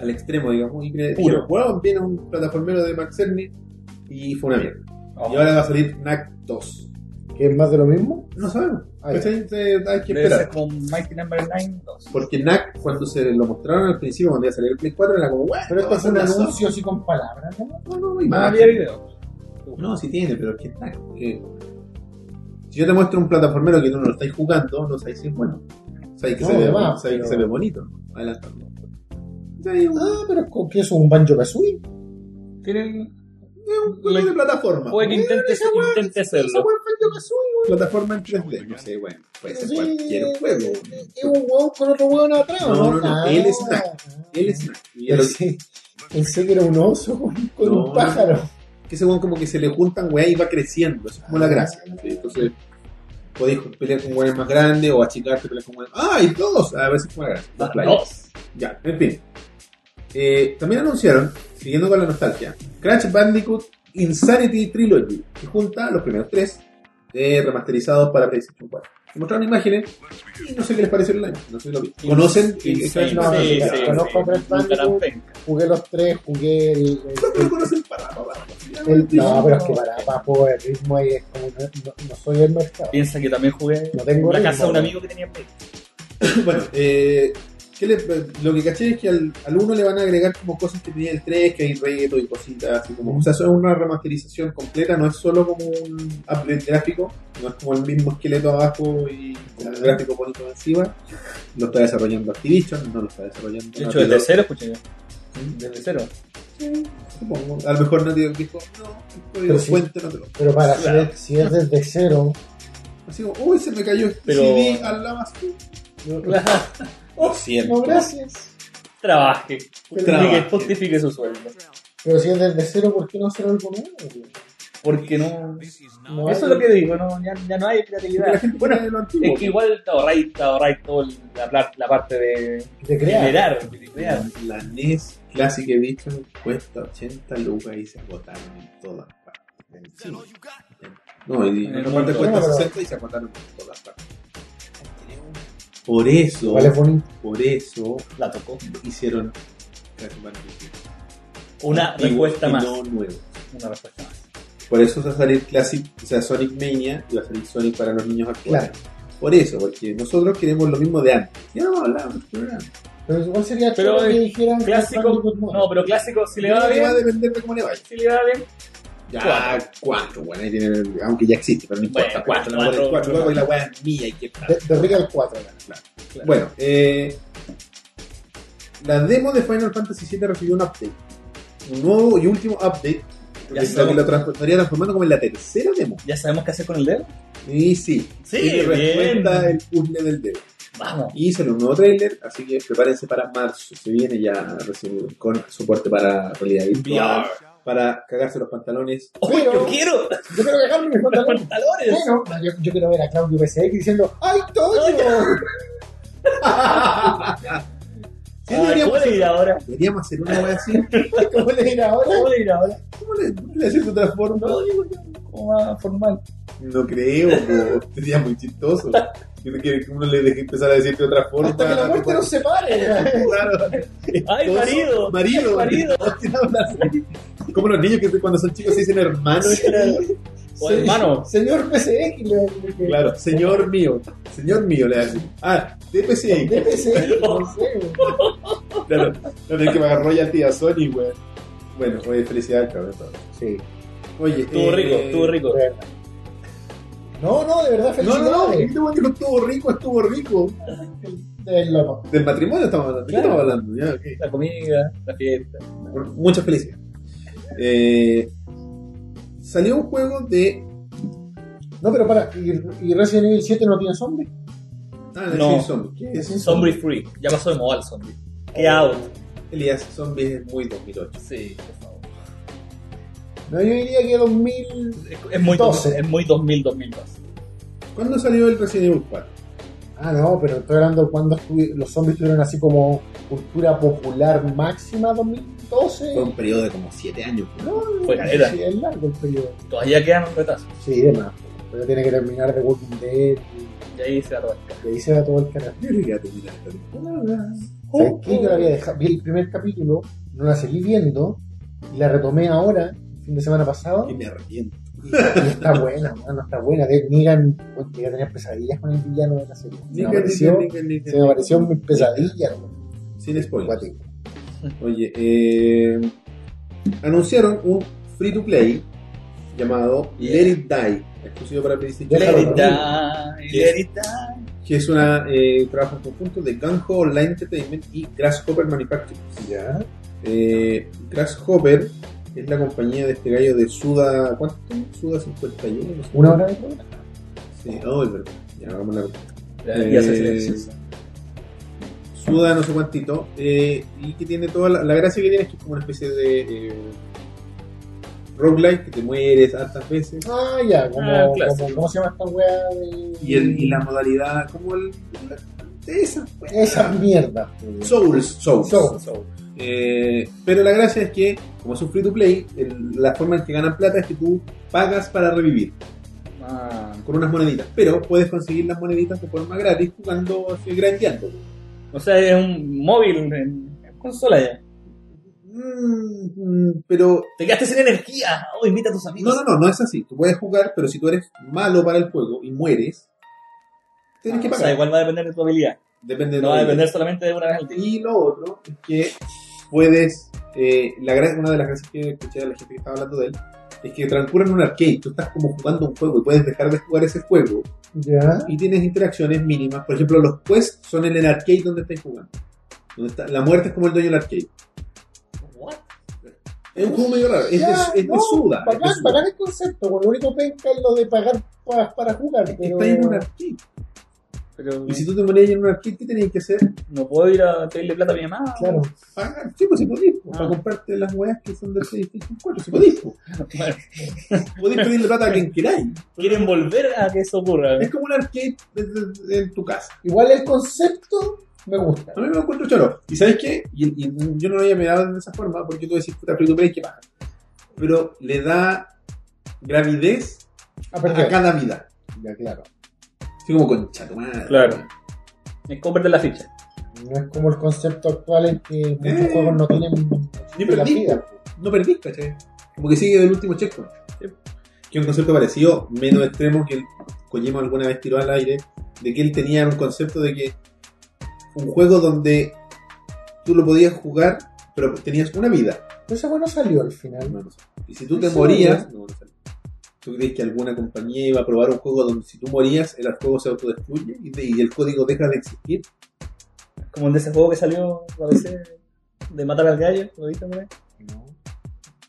al extremo, digamos, y que Puro. jugaban bien a un plataformero de Mark Cerny y fue una mierda. Oh. Y ahora va a salir Knack 2. ¿Que es más de lo mismo? No sabemos. Ah, ya. ¿Cachai? Eh, Hay que Debe esperar. ser como Mighty Number 9 2. Porque NAC, cuando se lo mostraron al principio, cuando iba a salir el Play 4, era como, bueno, Pero este es un una anuncio así con palabras, ¿no? No, no, Ah, imagen. había video. No, sí tiene, pero es que es NAC. porque Si yo te muestro un plataformero que tú no lo estáis jugando, no sabéis si es bueno. Sabéis que, No, se, ve, además, sabéis que pero- se ve bonito. Adelantando. Ah, pero es como que es un banjo kazooie. Tiene el. Juego de plataforma. Puede que intente, esa weá- intente hacerlo. banjo kazooie, Plataforma en 3D. No sé, bueno. Puede ser cualquier juego. Es un hueón con otro hueón atrás, Ah, No, no, no, él es Knack. Él es NAC. Y ya lo- Pensé, pensé que era un oso con, con No, un pájaro. que ese weón como que se le juntan weá y va creciendo, eso es como la gracia. ¿sí? Entonces, podéis pelear con weones más grandes o achicarte, pelear con weones. ¡Ah, y dos! A veces es como la gracia. Dos playas. Ya, en fin. Eh, también anunciaron, siguiendo con la nostalgia, Crash Bandicoot Insanity Trilogy, que junta los primeros tres eh, remasterizados para PlayStation 4. Y mostraron imágenes y no sé qué les pareció el año, no sé si lo vi. ¿Conocen? Sí, sí, Crash sí, no, Bandicoot? sí, no, sí, conozco sí. a Crash Nunca la Bandicoot. penca. Jugué los tres, jugué el. el- No, pero el- lo conocen para para- para- el- no, pero es que para, para jugar el ritmo ahí es como. No, no- no soy el mercado. Piensa que también jugué No tengo en ritmo, la casa de un weón. amigo que tenía Play. Bueno, eh, ¿qué le- lo que caché es que al, al 1 le van a agregar como cosas que tenía el 3, que hay reto y cositas, así como, o sea, eso es una remasterización completa, no es solo como un upgrade gráfico, no es como el mismo esqueleto abajo y el gráfico bonito encima, lo está desarrollando Activision, no lo está desarrollando De Naughty hecho, desde Dog. cero, escuché yo. Desde cero. Supongo, a lo mejor Naughty Dog dijo, no, el Pero código sí. fuente no te lo Pero para Claro. hacer- si es desde cero. Así como, uy, se me cayó este Pero- CD al la basura. Oh, No, siento. gracias. Trabaje. Justifique, Trabaje. justifique su sueldo. Pero si es desde cero, ¿por qué no hacer algo nuevo? güey? Porque No no. Eso es hay- lo que digo, no, ya, ya no hay Porque la creatividad. gente quiere lo antiguo. Es que igual te ahorráis, te ahorráis toda la, pla- la parte de De crear. generar, de crear. La NES clásica Edition cuesta 80 lucas y se agotaron en todas partes. Encima. No, y en En el otra parte mundo. cuesta No, pero- 60 y se agotaron en todas partes. Por eso, Igual es bonito. por eso La tocó. hicieron Crash Bandicoot. Una Antiguo respuesta y más. No nuevo. Una respuesta más. Por eso va a salir Classic, o sea, Sonic Mania y va a salir Sonic para los niños actuales. Claro. Por eso, porque nosotros queremos lo mismo de antes. Ya no hablamos, pero era- Pero igual sería Pero chulo que es dijeran Crash Clásico, Bandicoot nuevo. no, pero clásico, si le va va a bien, depender de cómo le vaya. si le va bien, Ya, Cuatro. cuatro, bueno, ahí tiene, aunque ya existe, pero no importa, Bueno, cuatro, cuatro, la cuatro, cuatro. luego y la weá es mía y que De, de Real 4. Bueno, eh, la demo de Final Fantasy VII recibió un update, un nuevo y último update, Ya que sé. lo transform- estaría transformando como en la tercera demo. ya sabemos qué hacer con el dedo. Y sí, Sí, tiene respuesta bien. el puzzle del dedo. Vamos. Y salió un nuevo trailer, así que prepárense para marzo, se viene ya recién con soporte para realidad virtual, para cagarse los pantalones. ¡Uy, yo quiero! Yo quiero dejarme mis pantalones. ¡Valores! Bueno, yo, yo quiero ver a Claudio PSX diciendo ¡Ay, Toño! Sí, Ay, ¿Cómo deberíamos, le ir ahora? deberíamos hacer una weá así. ¿Cómo le dirá ahora? ¿Cómo le ir ahora? ¿Cómo le, cómo le haces tu transforma? No, digo yo, como más formal. No creo, po. sería muy chistoso. Yo no quiero que uno le deje empezar a decir de otra forma. Hasta que la muerte nos separe. Claro. ¡Ay, marido! Marido. Marido. Como los niños que cuando son chicos se dicen hermano. O hermano. Señor PSX, le le- Claro, señor mío. Señor mío le hacen. Ah, DPCI. de PSX, no sé. Claro, no tenés que pagar royalty a Sony, güey. Bueno, oye, felicidades, cabrón. Sí, Oye, Estuvo eh, rico, estuvo rico. verdad. No, no, de verdad, No, no, no, felicidades. este güey dijo estuvo rico, estuvo rico. Del loco. Del matrimonio estamos hablando. ¿De qué Claro. estamos hablando? Ya, ok. La comida, la fiesta. Por- Mucha felicidad. Eh, salió un juego de. No, pero para, ¿y, y Resident Evil 7 no tiene zombies? Ah, de No. Zombie. ¿Qué es eso? Zombie Free. Ya pasó de moda el zombie. Qué out. Elías Zombies es muy 2008. Sí, por favor. No, yo diría que 2000. Es, es muy, 12. es muy 2000, 2002. ¿Cuándo salió el Resident Evil 4? Ah, no, pero estoy hablando de cuando estuvi- los zombies tuvieron así como cultura popular máxima 2012. Fue un periodo de como 7 años. ¿no? No, Fue no, caleta. sí, es largo el periodo. Todavía quedan retazos. Sí, demás. Pero tiene que terminar The Walking Dead Y ahí se va a robar. y ahí se va todo el canal. Yo creo que va a terminar esta temporada. Oh, ¿Sabes qué? Yo la había dejado. Vi el primer capítulo, no la seguí viendo, y la retomé ahora, el fin de semana pasado, Y me arrepiento. y, y está buena, mano, está buena. De Negan, bueno, que ya tenía pesadillas con el villano de la serie. Se me Nica, apareció, nica, nica, nica, se me nica. apareció mi pesadilla, hermano. Sin spoilers. Cuático. Oye, eh, anunciaron un free to play llamado Yeah. Let It Die, exclusivo para PlayStation. Let Let Déjalo it die, Sí. let it die. Que es una eh, trabajo en conjunto de Ganjo Online Entertainment y Grasshopper Manufacturing. Ya. Eh, Grasshopper es la compañía de este gallo de Suda. ¿Cuánto? Suda 51. no sé. Una hora de programa. Sí, no, es verdad. Ya, vamos a la Y hace silencio. Suda no sé cuántito. eh, y que tiene toda la, la gracia que tiene es que es como una especie de eh, roguelike que te mueres hartas veces. Ah, ya, como, Ah, clásico. como, ¿cómo se llama esta weá de. Y, el, y la modalidad, como el. la- de esa, pues. Esa mierda. Souls, Souls. Souls. So, Eh, pero la gracia es que, como es un free to play, el- la forma en que ganan plata es que tú pagas para revivir ah, con unas moneditas. Pero puedes conseguir las moneditas de forma gratis jugando, así, grandeando. O sea, es un móvil en, en consola ya. Mm, mm, pero Te quedaste sin energía. Oh, invita a tus No, amigos. no, no, no es así. Tú puedes jugar, pero si tú eres malo para el juego y mueres, tienes que Ah, o pagar. sea, igual va a depender de tu habilidad. Depende de No lo va a que- depender solamente de una vez al día. Y lo otro es que puedes. eh, la gra- una de las gracias que escuché de la gente que estaba hablando de él es que transcurre en un arcade. Tú estás como jugando un juego y puedes dejar de jugar ese juego Ya. y tienes interacciones mínimas. Por ejemplo, los quests son en el arcade donde estáis jugando. Donde está- la muerte es como el dueño del arcade. What? Es un juego medio raro. Es, Ya, de, es de no, Suda. es de Bacán, Suda. bacán el concepto, bueno, lo único penca es lo de pagar pa- para jugar, pero... Está en un arcade. Pero Y si tú te morías en un arcade, ¿qué tenías que hacer? no puedo ir a pedirle plata a mi mamá. Claro, pagar, sí, pues si podís, pues, Ah. para comprarte las weas que son del PlayStation 4, si podís, pues. podís pedirle plata a quien queráis. Quieren volver a que eso ocurra. Es como un arcade de- de- de- en tu casa. igual el concepto me gusta. A mí me lo encuentro choro. ¿Y sabes qué? Y, y yo no lo había mirado de esa forma porque tú decís, puta, free to play, que paga. Pero le da gravidez Ah, a perdón. cada vida. Ya, claro. Así como concha tu madre. Claro. Es comprarte la ficha. No es como el concepto actual en que muchos Eh. juegos no tienen Ni la perdí. vida. No perdís, ¿cachai? Como que sigue del último checkpoint. Sí. Que es un concepto parecido, menos extremo, que el Kojima alguna vez tiró al aire, de que él tenía un concepto de que un juego donde tú lo podías jugar, pero tenías una vida. Pero ese bueno salió al final. No, no sé. Y si tú te Sí, morías, no, no sé. ¿tú crees que alguna compañía iba a probar un juego donde si tú morías, el juego se autodestruye y, de- y el código deja de existir? Como el de ese juego que salió a veces de matar al gallo. ¿Lo viste, hombre?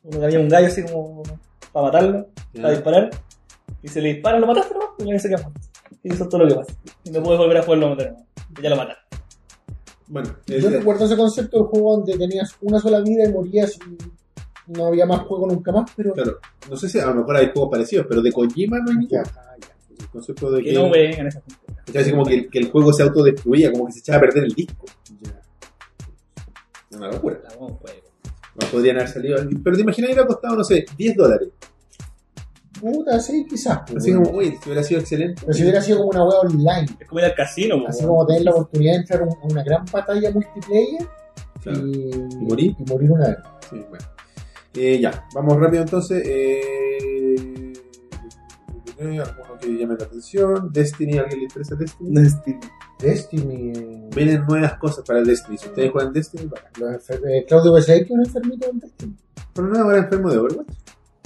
Uno que había un gallo así como para matarlo, para disparar. Y se le dispara, lo mataste, ¿no? Y el gallo se queda muerto. Y eso es todo lo que pasa. Y no puedes volver a jugarlo a matar. ¿no? Y ya lo mataste. Bueno, Yo es- recuerdo ese concepto de juego donde tenías una sola vida y morías y no había más juego nunca más, pero... claro, no sé si a lo mejor hay juegos parecidos, pero de Kojima no hay Ya, ninguno. ah, ya. El concepto de Que no jueguen a esa gente. ¿Cachai? Así como que, que el juego se autodestruía, como que se echaba a perder el disco. Una locura. La bomba, juego. No podrían haber salido. Pero te imaginas que hubiera costado, no sé, 10 dólares. Puta, sí, quizás. pues, Así bueno. como, uy, si hubiera sido excelente. Pero si hubiera sido como una web online. Es como ir al casino, po, Así weón. como tener la oportunidad de entrar a una gran batalla multiplayer Claro. y, ¿Y morir? y morir una vez. Sí, bueno. Eh, ya, vamos rápido entonces. Eh... Alguno que llame la atención. Destiny, ¿a alguien le interesa Destiny? Destiny. eh, Vienen nuevas cosas para el Destiny. Si ustedes juegan Destiny, bacán. los enfer- eh, Claudio Besey, que es un enfermito del Destiny. Pero no ahora enfermo de Overwatch.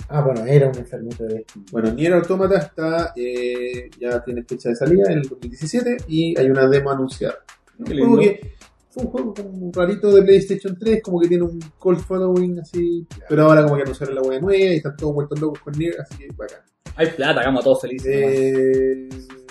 Ah, bueno, era un enfermito de Destiny. Bueno, Nier Automata está, eh, ya tiene fecha de salida en el 2017 y hay una demo anunciada. Qué Un lindo. juego que fue un juego como rarito de PlayStation 3, como que tiene un cold following así, pero ahora como que anunciaron la wea nueva y están todos vueltos locos con Nier, así que bacán. Este, Este, Hay plata, hagamos a todos felices. nomás. Eh,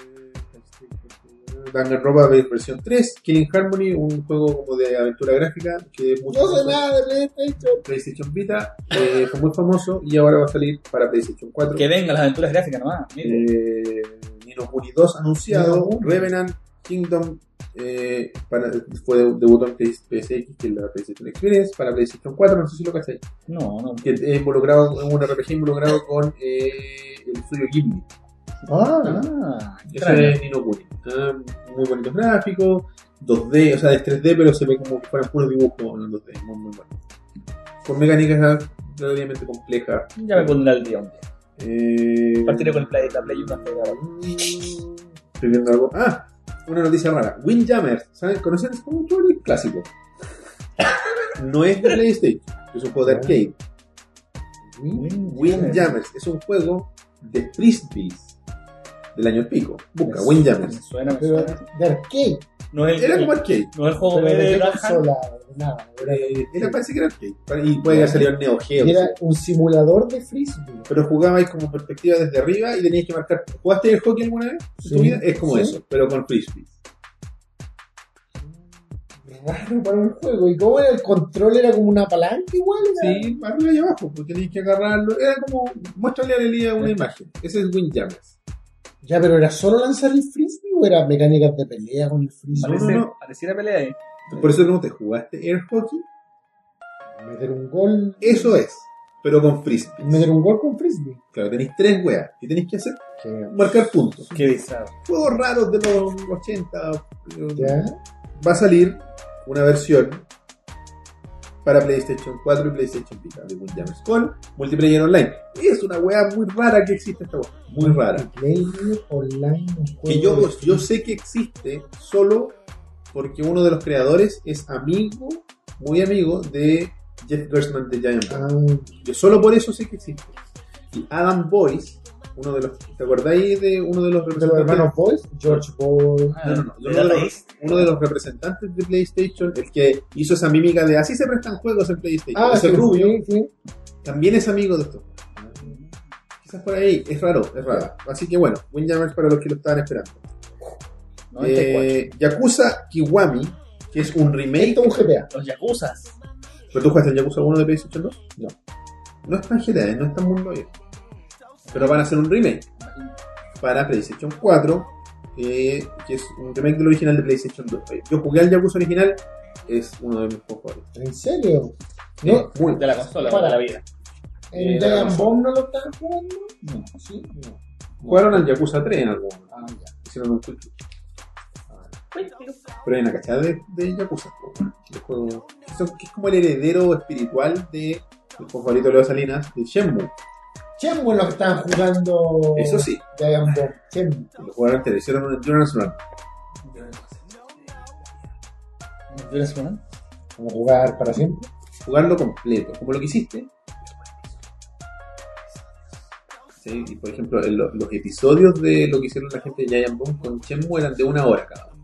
Danganronpa versión 3, Killing Harmony, un juego como de aventura gráfica que es muy No sé famoso. nada de PlayStation. PlayStation Vita, eh, fue muy famoso y ahora va a salir para PlayStation 4. Que vengan las aventuras gráficas nomás. amigo. Eh, Nino Kuni 2 anunciado, Ni no Kuni. Revenant, Kingdom, eh, para, fue debutó en PS- PSX, que es la PlayStation Experience, para PlayStation 4, no sé si lo cacháis, No, no. que es involucrado, es un RPG involucrado con eh, el estudio Ghibli. Ah, Ah, Eso es Nino Kuni. Ah, muy bonitos gráficos, 2D, o sea, es 3D, pero se ve como que fueran puros dibujos en 2D, muy, muy bueno. Con mecánicas relativamente complejas. ya me pondré al día un día. Eh, Partiré con el Play, la Play 1 hasta llegar ahora. Estoy viendo algo. Ah, una noticia rara. Windjammer. ¿Saben? ¿Conocen? Es como un juego clásico. No es de PlayStation. Es un juego de arcade. Windjammers es un juego de frisbees del año pico. Busca Me- Me Windjammers. suena, me pero suena. de arcade. No es el, Era como arcade. no es el juego Pero B de de qué Drahan. consola, de nada. Era, Eh, Era, parece que era arcade. Y puede haber salido en Neo Geo. era un simulador de frisbee. Pero jugabais como perspectiva desde arriba y teníais que marcar. ¿Jugaste el hockey alguna vez? en tu Sí. vida? Es como Sí. eso, pero con frisbees. Raro para un juego. ¿Y cómo era el control? ¿Era como una palanca igual? Era- Sí, arriba y abajo, pues tenéis que agarrarlo. Era como, muéstrale a la Liga una imagen. Ese es Windjammers. Ya, pero ¿era solo lanzar el frisbee o era mecánicas de pelea con el frisbee? Vale. Parece, no, no. pareciera pelea ahí. Por eso no te jugaste air hockey. Meter un gol. Eso es, pero con frisbee. Meter un gol con frisbee. Claro, tenéis tres weas y tenéis que hacer, Que- marcar puntos. Qué bizarro. Juegos raros de los 80. eh, Ya. Va a salir una versión para PlayStation 4 y PlayStation Vita de Windjammers con multiplayer online. Es una wea muy rara que existe esta wea. Muy rara. Multiplayer online. un que juego yo, de- yo sé que existe solo porque uno de los creadores es amigo, muy amigo de Jeff Gerstmann de Giant Bomb. Ah, Yo solo por eso sé que existe. Y Adam Boyce, uno de los, ¿te acordáis de uno de los de los representantes? hermanos Boys, George Boy. no, no, yo ¿De no lo- Dataist? uno de los representantes de PlayStation, el que hizo esa mímica de así se prestan juegos en PlayStation. Ah, Ese sí, rubio sí, sí. también es amigo de estos. Quizás por ahí, es raro, es raro. Así que bueno, Windjammers para los que lo estaban esperando. 94. Eh, Yakuza Kiwami, que es un remake. Esto es un GTA. Los Yakuzas. ¿Pero tú jugaste el Yakuza 1 de PlayStation 2? No. No es tan GTA, eh, no es tan mundo abierto. Pero van a hacer un remake para PlayStation 4, eh, que es un remake del original de PlayStation 2. Eh, Yo jugué al Yakuza original, es uno de mis juegos favoritos. ¿En serio? No, Muy De la consola, para la vida. Eh, ¿En la Dragon razón. Ball no lo estaban jugando? Sí, no. Jugaron al Yakuza 3 en algún momento. Ah, ya. Hicieron un quick look. Pero hay una cachada de, de Yakuza. po, de juego- que son- que es como el heredero espiritual de mi juego favorito de Leo Salinas, de Shenmue. Oh. Chen, bueno, que estaban jugando. Eso sí, Dragon Ball. Chen. lo jugaron antes, hicieron un Endurance Run. ¿Eres Juan? Como jugar para siempre. jugarlo completo, como lo que hiciste. Sí, y por ejemplo, el- los episodios de lo que hicieron la gente de Giant Bomb con Shenmue eran de una hora cada uno.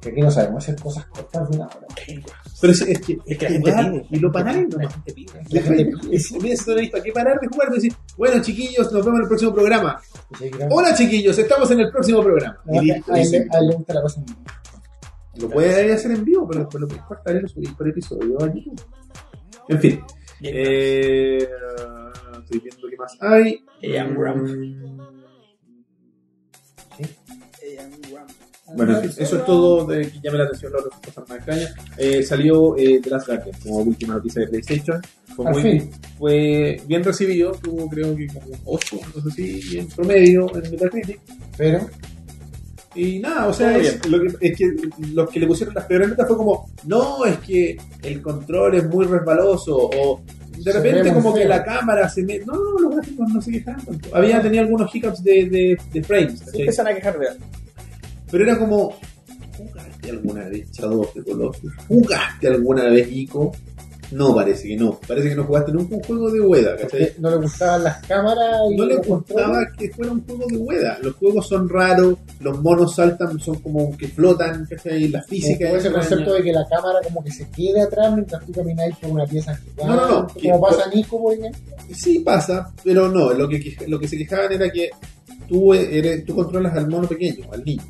Que aquí no sabemos hacer cosas cortas de una hora. Pero es, es que, es que la gente va, pide. y lo pararon. La nomás. gente pide. La gente comienza una lista, que parar de jugar y decir, bueno chiquillos, nos vemos en el próximo programa. Hola chiquillos, estamos en el próximo programa. No, a, Y él, listo, y sí. le- a él le gusta la cosa. lo puedes hacer en vivo, pero después lo puedes cortar y lo subís por episodio a YouTube. En fin, Eh, estoy viendo qué más hay. Eh, Mm, Bueno, Bueno, Ah, en fin, eso es todo de que llame la atención las otras cosas más extrañas. Eh, salió eh, The Last Guardian como última noticia de PlayStation. Fue, Al muy- fin. fue bien recibido, tuvo creo que como 8, no sé si, en promedio en Metacritic. Pero, Y nada, o sea, Muy es, lo que, es que los que le pusieron las peores notas fue como, no, es que el control es muy resbaloso, o de Se ve repente muy como que feo. la cámara se me... No, no, los gráficos no se quejaban tanto. Había tenido algunos hiccups de, de, de frames, Se ¿cachai? empiezan a quejar de algo. pero era como, ¿jugaste alguna vez Shadow of the Colossus? ¿Jugaste alguna vez Ico? No, parece que no. Parece que no jugaste nunca un juego de Ueda, ¿cachai? porque no le gustaban las cámaras y Este, no le los controles. gustaba que fuera un juego de hueda. Los juegos son raros, los monos saltan, son como que flotan, ¿cachai? La Como física. es ese extraña. concepto de que la cámara como que se quede atrás mientras tú camináis por una pieza gigante. No, no, no, que- Como pasa Nico, por ejemplo. Sí pasa, pero no, lo que, quej- lo que se quejaban era que tú, eres, tú controlas al mono pequeño, al niño.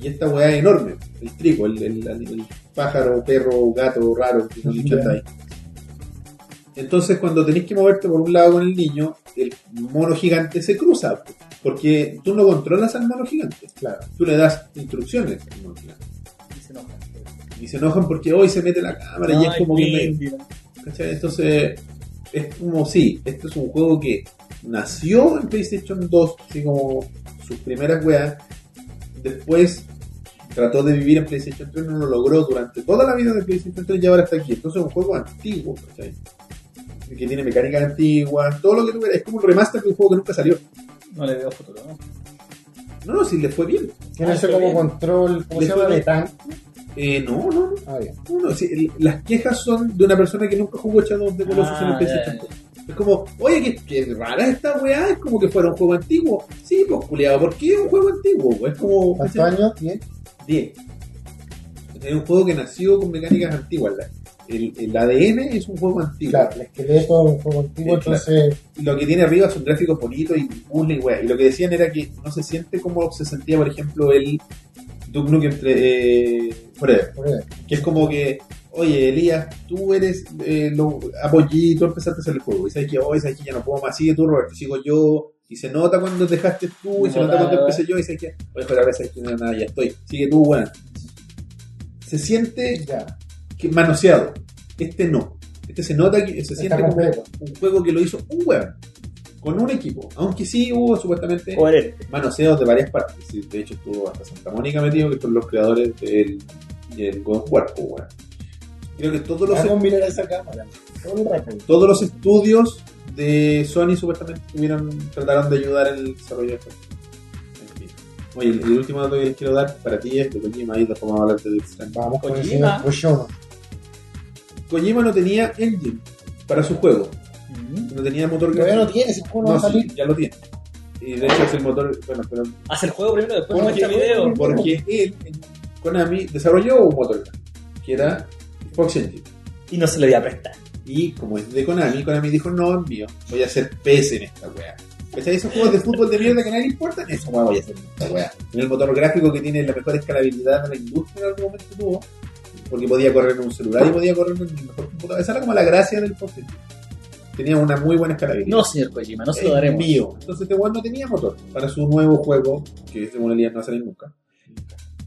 Y esta weá es enorme, el trigo, el, el- el- el pájaro, perro, gato raro que no le chanta ahí. Entonces cuando tenés que moverte por un lado con el niño, el mono gigante se cruza, porque tú no controlas al mono gigante, claro. Tú le das instrucciones al mono gigante. Y se enoja. Y se enojan porque hoy se mete la cámara y es Ay, como que... me- Windy, la- ¿Cachai? Entonces, es como sí, este es un juego que nació en PlayStation 2, así como sus primeras weas. Después trató de vivir en PlayStation 3, no lo logró durante toda la vida de PlayStation 3 y ahora está aquí. Entonces es un juego antiguo, ¿cachai? Que tiene mecánicas antiguas, todo lo que tú quieras. Es como un remaster de un juego que nunca salió. No le veo futuro, ¿no? No, no, si le fue bien. Tiene Ah, eso qué como bien. control, ¿cómo se llama? Disculpe. De tan. Eh, no, no, no. Ah, bien. no, no, si el- las quejas son de una persona que nunca jugó Shadow of the Colossus en el Ah, PlayStation ya, 3. Es como, oye, qué, qué rara esta weá, es como que fuera un juego antiguo. Sí, pues culiado, ¿por qué es un juego antiguo? Es como ¿Cuántos años? Bien. 10. Es un juego que nació con mecánicas antiguas. La- El, el ADN es un juego antiguo. Claro, el esqueleto es un juego antiguo, Sí, claro. entonces. Y Lo que tiene arriba son gráficos bonitos y puzzles y weá. Y lo que decían era que no se siente como se sentía, por ejemplo, el Duke Nukem entre, eh, Forever. por ahí. Que es como que, oye, Elías, tú eres eh, lo, apoyí, tú empezaste a hacer el juego. Y sabes que, hoy sabes que ya no puedo más, sigue tú, Roberto, sigo yo. Y se nota cuando dejaste tú, y se Hola, nota cuando hola. empecé yo, y sabes que, oye, pero ahora sabes que no, nada, ya estoy. Sigue tú, bueno. Se siente Ya, que manoseado. Este no. Este se nota que se siente está como completo. un juego que lo hizo un weón. Con un equipo. Aunque sí hubo supuestamente Coherente. manoseos de varias partes. Sí, De hecho, estuvo hasta Santa Mónica metido, que son los creadores del, del God of War, pues, weón. Creo que todos los, Vamos a mirar esa cámara. Todo el rato. todos los estudios de Sony supuestamente tuvieron, trataron de ayudar en el desarrollo de este juego. En fin. Oye, el, el último dato que les quiero dar para ti es de Kojima, ahí después vamos a hablar de Death Stranding. Vamos con el Kojima. señor Kojima. Kojima no tenía engine para su juego, no tenía motor Todavía no tiene, ese juego no va a No, sí, salir. ya lo tiene. Y de hecho es el motor, bueno, pero Hace el juego primero, después Porque- muestra video. Porque él, en Konami, desarrolló un motor que era Fox Engine. Y no se le voy a prestar. Y como es de Konami, Konami dijo: No, es mío, voy a hacer PS en esta weá. ¿Cachai? Esos juegos de fútbol de mierda que nadie le importan, esa weá voy a hacer en esta weá. En el motor gráfico que tiene la mejor escalabilidad de la industria en algún momento tuvo, porque podía correr en un celular y podía correr en el mejor computador. Esa era como la gracia del Fox Engine. Tenía una muy buena escalabilidad No, señor Kojima, no se lo es daremos. mío. Entonces este weón no tenía motor para su nuevo juego, que según Elías no va a salir nunca.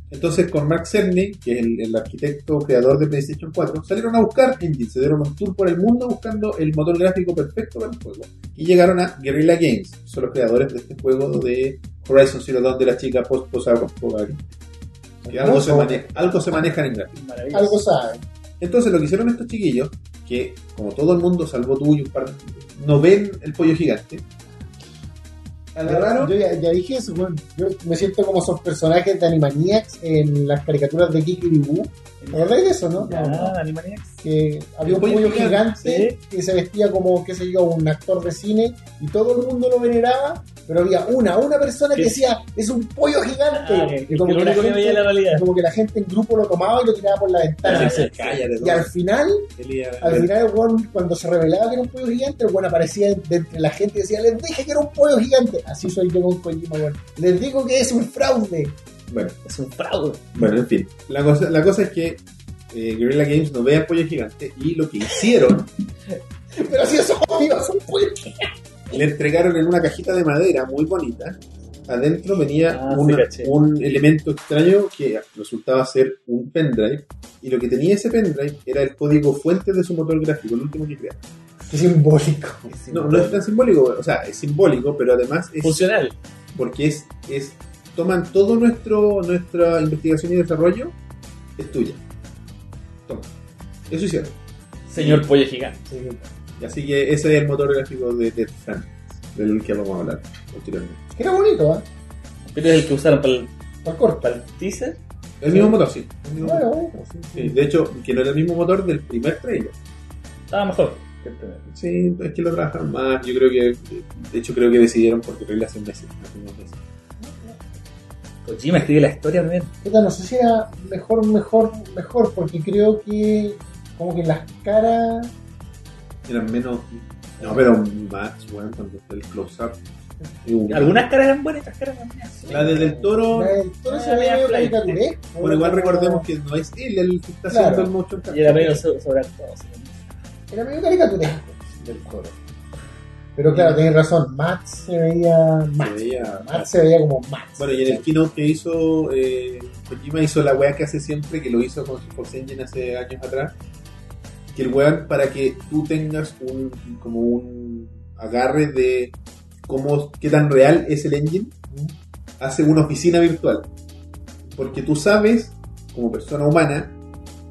Entonces con Mark Cerny, que es el, el arquitecto creador de PlayStation 4, salieron a buscar engines, se dieron un tour por el mundo buscando el motor gráfico perfecto para el juego. Y llegaron a Guerrilla Games, que son los creadores de este juego de Horizon Zero Dawn de la chica post que algo se, maneja, algo se maneja en gráfico. Maravilloso. Algo sabe. Entonces lo que hicieron estos chiquillos, que como todo el mundo, salvo tú y un par de no ven el pollo gigante, agarraron Yo ya, ya dije eso, weón. Yo me siento como esos personajes de Animaniacs en las caricaturas de Kikiribú. ¿Te acordáis de eso, no? Ya, No, no. Ah, Animaniacs. Que había un pollo pollo gigante, gigante que se vestía como, qué sé yo, un actor de cine y todo el mundo lo veneraba, pero había una, una persona que Sí. decía, es un pollo gigante. Ah, que- que y lo como que, la único que veía era gente, la realidad. como que la gente en grupo lo tomaba y lo tiraba por la ventana. Ah, Sí, sí. cállate, Y al final, Elías. al final el weón, cuando se revelaba que era un pollo gigante, el weón aparecía de entre la gente y decía, les dije que era un pollo gigante. Así soy yo con Kojima, weón. Les digo que es un fraude. Bueno, Es un fraude. bueno, en fin. La cosa, la cosa es que eh, Guerrilla Games no ve al pollo gigante y lo que hicieron, Pero si eso obvio, es un pollo gigante. le entregaron en una cajita de madera muy bonita. Adentro venía Ah, sí, una- caché. un elemento extraño que resultaba ser un pendrive. Y lo que tenía ese pendrive era el código fuente de su motor gráfico, el último que crearon. Qué simbólico. No, no es tan simbólico, o sea, es simbólico, pero además es Funcional. porque es, es toman todo nuestro nuestra investigación y desarrollo es tuya. Toma. Eso hicieron. Señor pollo gigante. Y Así que ese es el motor gráfico de Death Stranding, del que vamos a hablar posteriormente. Que era bonito, ¿eh? Pero es el que usaron para el, Por corto. para el teaser. El mismo motor, sí. El mismo Bueno, motor. bueno, sí, sí. Sí, de hecho, que no era el mismo motor del primer trailer. Estaba mejor que el primero. Sí, es que lo trabajaron más. Yo creo que, de hecho, creo que decidieron porque trailer hace meses. hace unos meses. Kojima escribe la historia primero. Puta, no sé si era mejor, mejor, mejor, porque creo que como que las caras Eran menos. No, pero más, bueno, cuando fue el close-up. Y un- Algunas caras eran buenas, otras caras eran buenas. La de Del Toro, La del toro se Ah, ve medio la flight. caricaturesco. por igual recordemos que no es él el que está Claro. haciendo el motion capture. Y era medio so- sobreactuado. sí. Era medio caricaturesco del toro. Pero claro, tenés razón. Matt se veía. Se Matt, veía- Matt se veía como Matt. Bueno, y en el keynote que hizo eh, Kojima hizo la weá que hace siempre, que lo hizo con su Force Engine hace años atrás. Que el weón, para que tú tengas un como un agarre de cómo qué tan real es el engine, hace una oficina virtual. Porque tú sabes, como persona humana,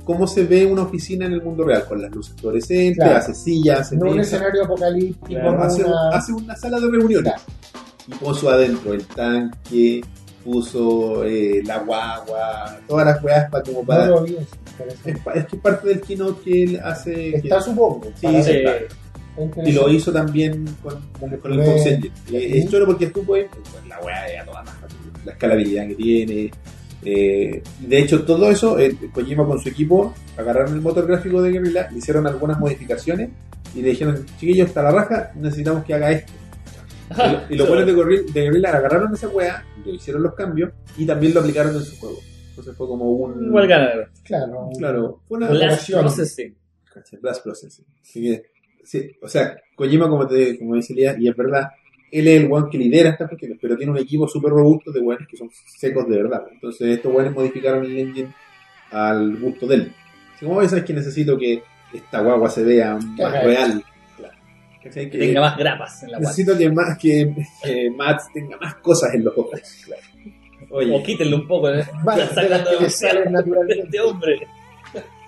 cómo se ve una oficina en el mundo real, con las luces fluorescentes, Claro. hace sillas, hace No un mesas. escenario apocalíptico. Claro, no hace, una- hace una sala de reuniones Claro. y puso adentro el tanque, puso eh, la guagua, todas las weas para como para. No lo vi, sí, pero sí. es, pa- es que parte del keynote que él hace. que- Está supongo. Sí, para- sí, Eh, claro. está interesante. y lo hizo también con, con- con el Eh, Fox Engine. Eh, es ujú. choro porque tú puedes. pues, La wea es a toda raja, la escalabilidad que tiene. eh, de hecho, todo eso, eh, Kojima con su equipo agarraron el motor gráfico de Guerrilla, le hicieron algunas modificaciones y le dijeron, chiquillos, está la raja, necesitamos que haga esto. Y lo- Y los buenos de Gorilla, de Guerrilla agarraron esa weá, le hicieron los cambios y también lo aplicaron en su juego. Entonces fue como un. Igual ganaron. Claro. Claro, fue una. Hola. Blast Relación. Processing. Cacha, Blast Processing. Así que, sí, o sea, Kojima, como, te, como dice Lía, y es verdad, él es el one que lidera estas cuestiones, pero tiene un equipo súper robusto de weones que son secos de verdad. Entonces, estos weones modificaron el engine al gusto de él. Así como "Oye, sabes que necesito que esta guagua se vea más Claro. real. Claro. ¿Cachai? Que Que- tenga más grapas en la guata. Necesito que más que, que Matt tenga más cosas en los ojos. O Oye, quítenle un poco. ¿eh? Más de las que le salen De naturalmente. este hombre.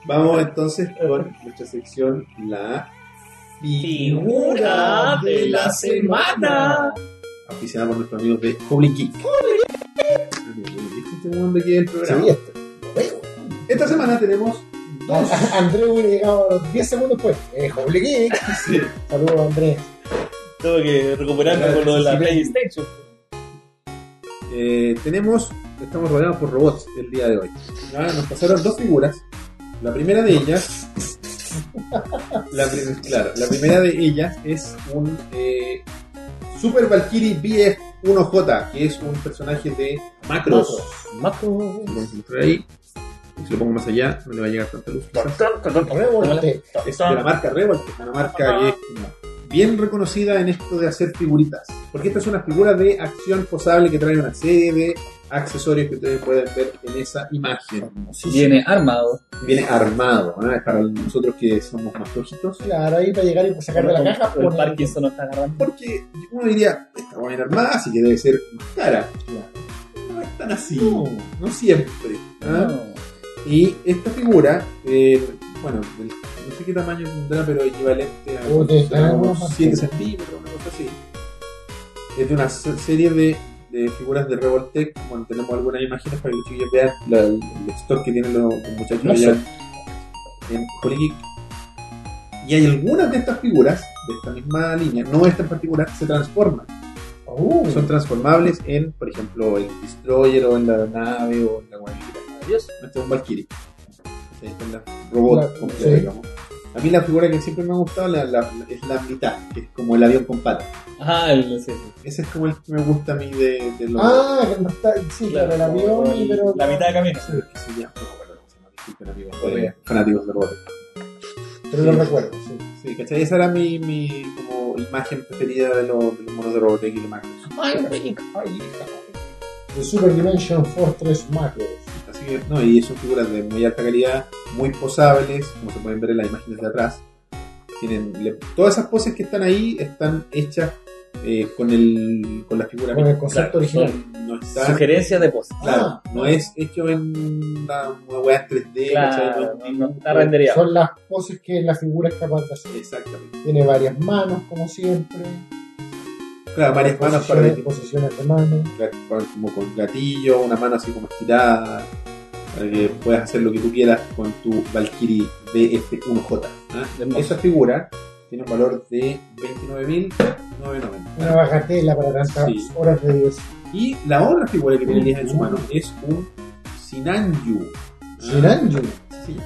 vamos entonces con nuestra sección la Figura de la semana. oficiada por nuestros amigos de Goblin Geek. Este weón de aquí del programa. Sí, este, esto. Lo veo. Esta semana tenemos dos. Andrés hubiera llegado a los 10 segundos después. Eh, Holy Geek. Sí. Saludos, Andrés. Tuve que recuperarme con lo de la PlayStation. Eh, tenemos, estamos rodeados por robots el día de hoy. Ah, Nos pasaron dos figuras. La primera de ellas, la, prim- claro, la primera de ellas es un eh, Super Valkyrie BF1J, que es un personaje de Macros. Maco. Lo vamos a mostrar ahí. Y Si lo pongo más allá, no le va a llegar tanta luz. quizás. Revolte. Es de la marca Revolt, que es una marca que es como bien reconocida en esto de hacer figuritas. Porque esta es una figura de acción posable que trae una serie de accesorios que ustedes pueden ver en esa imagen. Viene armado. Viene armado, ¿no? Es para nosotros que somos más flojitos. Claro, ahí para llegar y para sacar de la caja. pues, El pone- Parkinson no está agarrando. Porque uno diría, esta va a venir armada, así que debe ser más cara. No es tan así, no, siempre. ¿ah? Y esta figura, eh, bueno, del- no sé qué tamaño tendrá, pero equivalente a Uy, que está unos más 7 pequeña. centímetros, una cosa así. Es de una se- serie de, de figuras de Revoltech. Bueno, tenemos algunas imágenes para que los chiquillos vean la- el stock que tienen los, los muchachos No allá en Polygeek. Y hay algunas de estas figuras, de esta misma línea, no esta en particular, se transforman. Uh, Son transformables en, por ejemplo, el destroyer o en la nave o en la guardia. Dios. Este es un Valkyrie. Este es un robot Claro, completo, sí. digamos. A mí la figura que siempre me ha gustado la- la- es la mitad, que es como el avión con patas. Ah, el, sí, sí. Ese es como el que me gusta a mí de, de los... Ah, que no está, sí, claro, el como avión, el- pero. La mitad de camino. ¿Sabes qué se llama? No, bueno, no se llama, disculpen, amigos, eh, fanáticos de robots. Pero lo recuerdo, sí. Sí, ¿cachai? Esa era mi, mi como imagen preferida de los, de los monos de Robotech y de Macros. The Super Dimension Fortress Macros. Así que, no, y son figuras de muy alta calidad, muy posables, como se pueden ver en las imágenes de atrás. Tienen, le- todas esas poses que están ahí están hechas eh, con, el, con la figura Con misma. el concepto Claro, original. Ah. son No está, Sugerencias de pose. claro, no es hecho en una, una weá 3D, ¿cachai? No Claro, no, es- no está rendereado. Son las poses que la figura es capaz de hacer. Exactamente. Tiene varias manos, como siempre. Claro, varias manos para Posiciones- posiciones de manos. claro, con- como con gatillo, una mano así como estirada, para que puedas hacer lo que tú quieras con tu Valkyrie BF1J. ¿ah? Hermoso. Esa figura tiene un valor de 29.990. Una bagatela para tantas Sí. horas de diversión. Y la otra figura que tiene Elías en su mano es un Sinanju. ¿ah? Shinanju. Sí.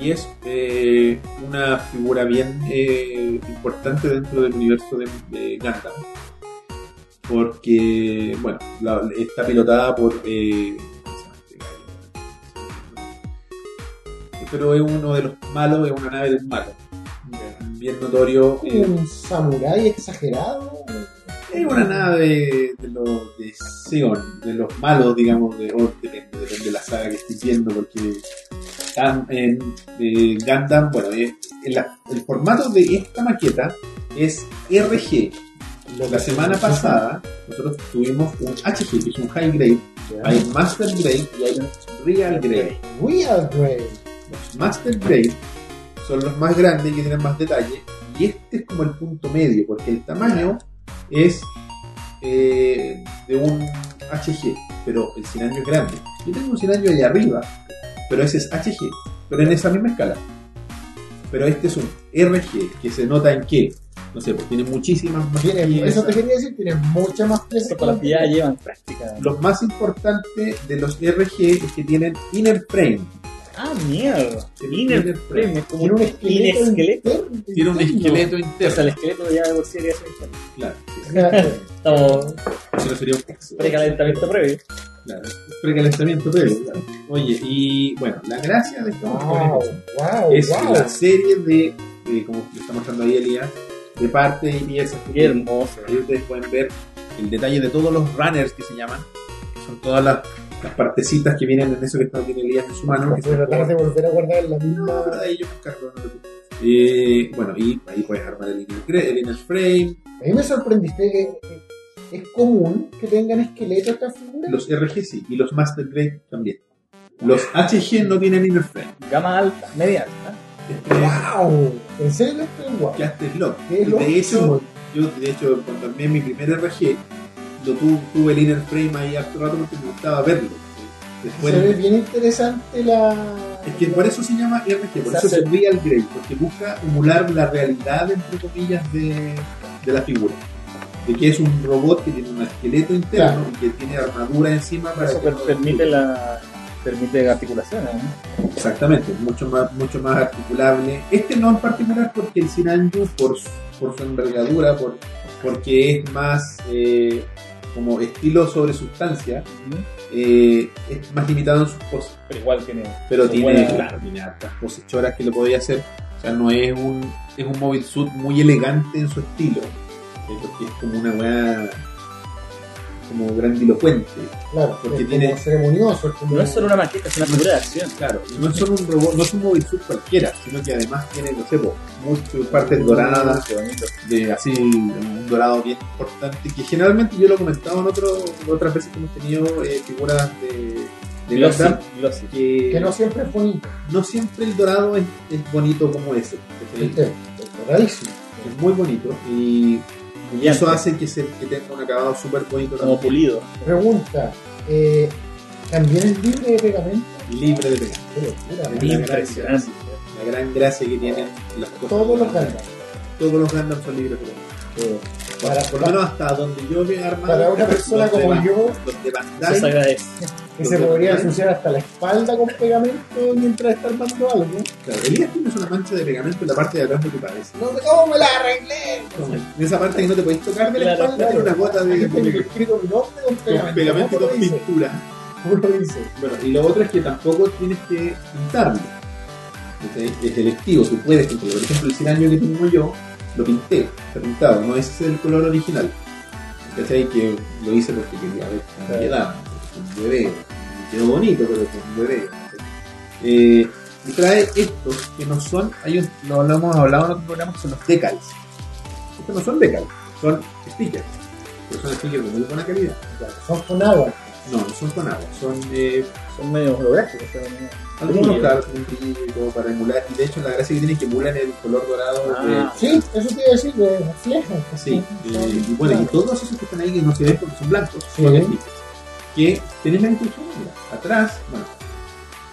Y es eh, una figura bien eh, importante dentro del universo de, de Gundam. porque, bueno, la- está pilotada por... eh, ¿cómo se llama este gallo? pero es uno de los malos, es una nave de un malo. Bien notorio. Como eh, un samurái exagerado. es una nave de los de Sion, de los malos, digamos, de, o depende, depende de la saga que estés viendo, porque Gand- en, eh, Gundam, bueno, es- en la- el formato de esta maqueta es RG. Lo La que- semana pasada nosotros tuvimos un HG, que es un High Grade, hay un Master Grade y hay un Real Grade. Real Grey. Los Master Grade son los más grandes y que tienen más detalle. Y este es como el punto medio, porque el tamaño es eh, de un HG, pero el 100 años es grande. Yo tengo un 100 años ahí arriba, pero ese es HG, pero en esa misma escala. Pero este es un RG, que se nota en que, no sé, pues tiene muchísimas más Tiene- eso piezas. te quería decir, tiene muchas más piezas. Porque las que- ya llevan práctica. Lo más importante de los RG es que tienen inner frame. Ah, mierda. Inner Frame es como Tiene un esqueleto. esqueleto. interno. Tiene un interno. esqueleto O sea, interno. el esqueleto ya de por sí debería ser interno. Claro, sí, Claro. Estamos si no sería un exo. precalentamiento previo. Claro, precalentamiento previo. claro. Oye, y bueno, la gracia de estos Wow, japoneses wow, es Ah, oh, wow. la serie de, de, como le está mostrando ahí Elías, de partes y piezas. que Qué hermoso. Ahí ustedes pueden ver el detalle de todos los runners que se llaman, que son todas las, las partecitas que vienen en eso que está viendo Elías en su mano. que Voy a son tratar de volver a guardar la no, pero misma. de ahí yo me encargo, no te preocupes. Eh, bueno, y ahí puedes armar el inner, cre- el inner frame. A mí me sorprendiste que que es común que tengan esqueleto estas figuras. Los RG sí, y los Master Grade también. Los HG no tienen inner frame. Gama alta, media alta. Este es ¡Wow! ¿En serio esto es guau? Just a Slot. Qué De hecho, loquísimo. yo de hecho cuando armé mi primer RG, lo tu- tuve el inner frame ahí harto rato porque me gustaba verlo. Después Se ve bien interesante la. es que por eso se llama RG, por Se eso hace- es Real Grade, porque busca emular la realidad, entre comillas, de, de la figura. De que es un robot que tiene un esqueleto interno y que tiene armadura encima para Eso que no- per- permite la permite articulaciones. ¿no? Exactamente, es mucho más, mucho más articulable. Este no en particular porque el Sinanju, por, su- por su envergadura, por, porque es más eh, como estilo sobre sustancia, eh, es más limitado en sus cosas. Pero igual tiene. Pero su tiene, buena- claro, tiene hartas cosechoras que lo podía hacer. O sea, no es un, es un móvil suit muy elegante en su estilo, eh, porque es como una weá como grandilocuente. Claro, porque porque es tiene- como ceremonioso. es como- No es solo una maqueta, es una figura de acción. Claro, y no es solo un robot, no es un móvil suit cualquiera, sino que además tiene, no sé, po, muchas partes doradas, Qué bonito. de así, un dorado bien importante, que generalmente yo lo he comentado en otro, otras veces que hemos tenido eh, figuras de, de Glossy, Gundam, glossy. que, Que no siempre es bonito. no siempre el dorado es, es bonito como ese, ¿cachai? ¿Viste? Doradísimo. es muy bonito y Brillante, eso hace que, se, que tenga un acabado súper bonito, como también, pulido. Pregunta: eh, ¿también es libre de pegamento? libre de pegar. Qué locura. Sí. ¿no? Impresionante. La gran gracia que tienen las cosas. Todos los ganan. Todos los Gundam son libres de pegar. Para, por lo menos hasta donde yo me armado para una persona los como de- yo, los de Eso se Bandai agradece. que se Los podría demás. ensuciar hasta la espalda con pegamento mientras está armando algo. claro, Elías tienes una mancha de pegamento en la parte de atrás de tu cabeza No, ¿Cómo me la arreglé? en esa parte que no te podéis tocar de la Claro, espalda tiene una gota de, Aquí de- tengo de- escrito mi nombre con con pegamento. pegamento y ¿Cómo con lo hice? pintura ¿Cómo lo hice? bueno y lo otro es que tampoco tienes que pintarlo ¿Cachai? es electivo tú puedes pintarlo por ejemplo el sinaño que tengo yo lo pinté está pintado no ese es el color original ¿Cachai? que lo hice porque quería ver cómo Claro. quedaba un bebé quedó bonito pero es un bebé Eh, y trae estos que no son, hay un- lo, lo hemos hablado en otros programas, que son los decals. Estos no son decals, son stickers. Pero son stickers de muy buena calidad. Claro, Son con agua. No, no son con agua, son eh, Son medio holográficos. pero no. algunos Brillo. claro, con brillo y todo para emular. Y de hecho la gracia que tienen es que emulan el color dorado eh, Ah. Sí, eso te iba a decir, de reflejo. de- sí. eh, y bueno, y todos esos que están ahí que no se ven porque son blancos, son Sí. stickers. Que tenés las instrucciones, mira, atrás, bueno,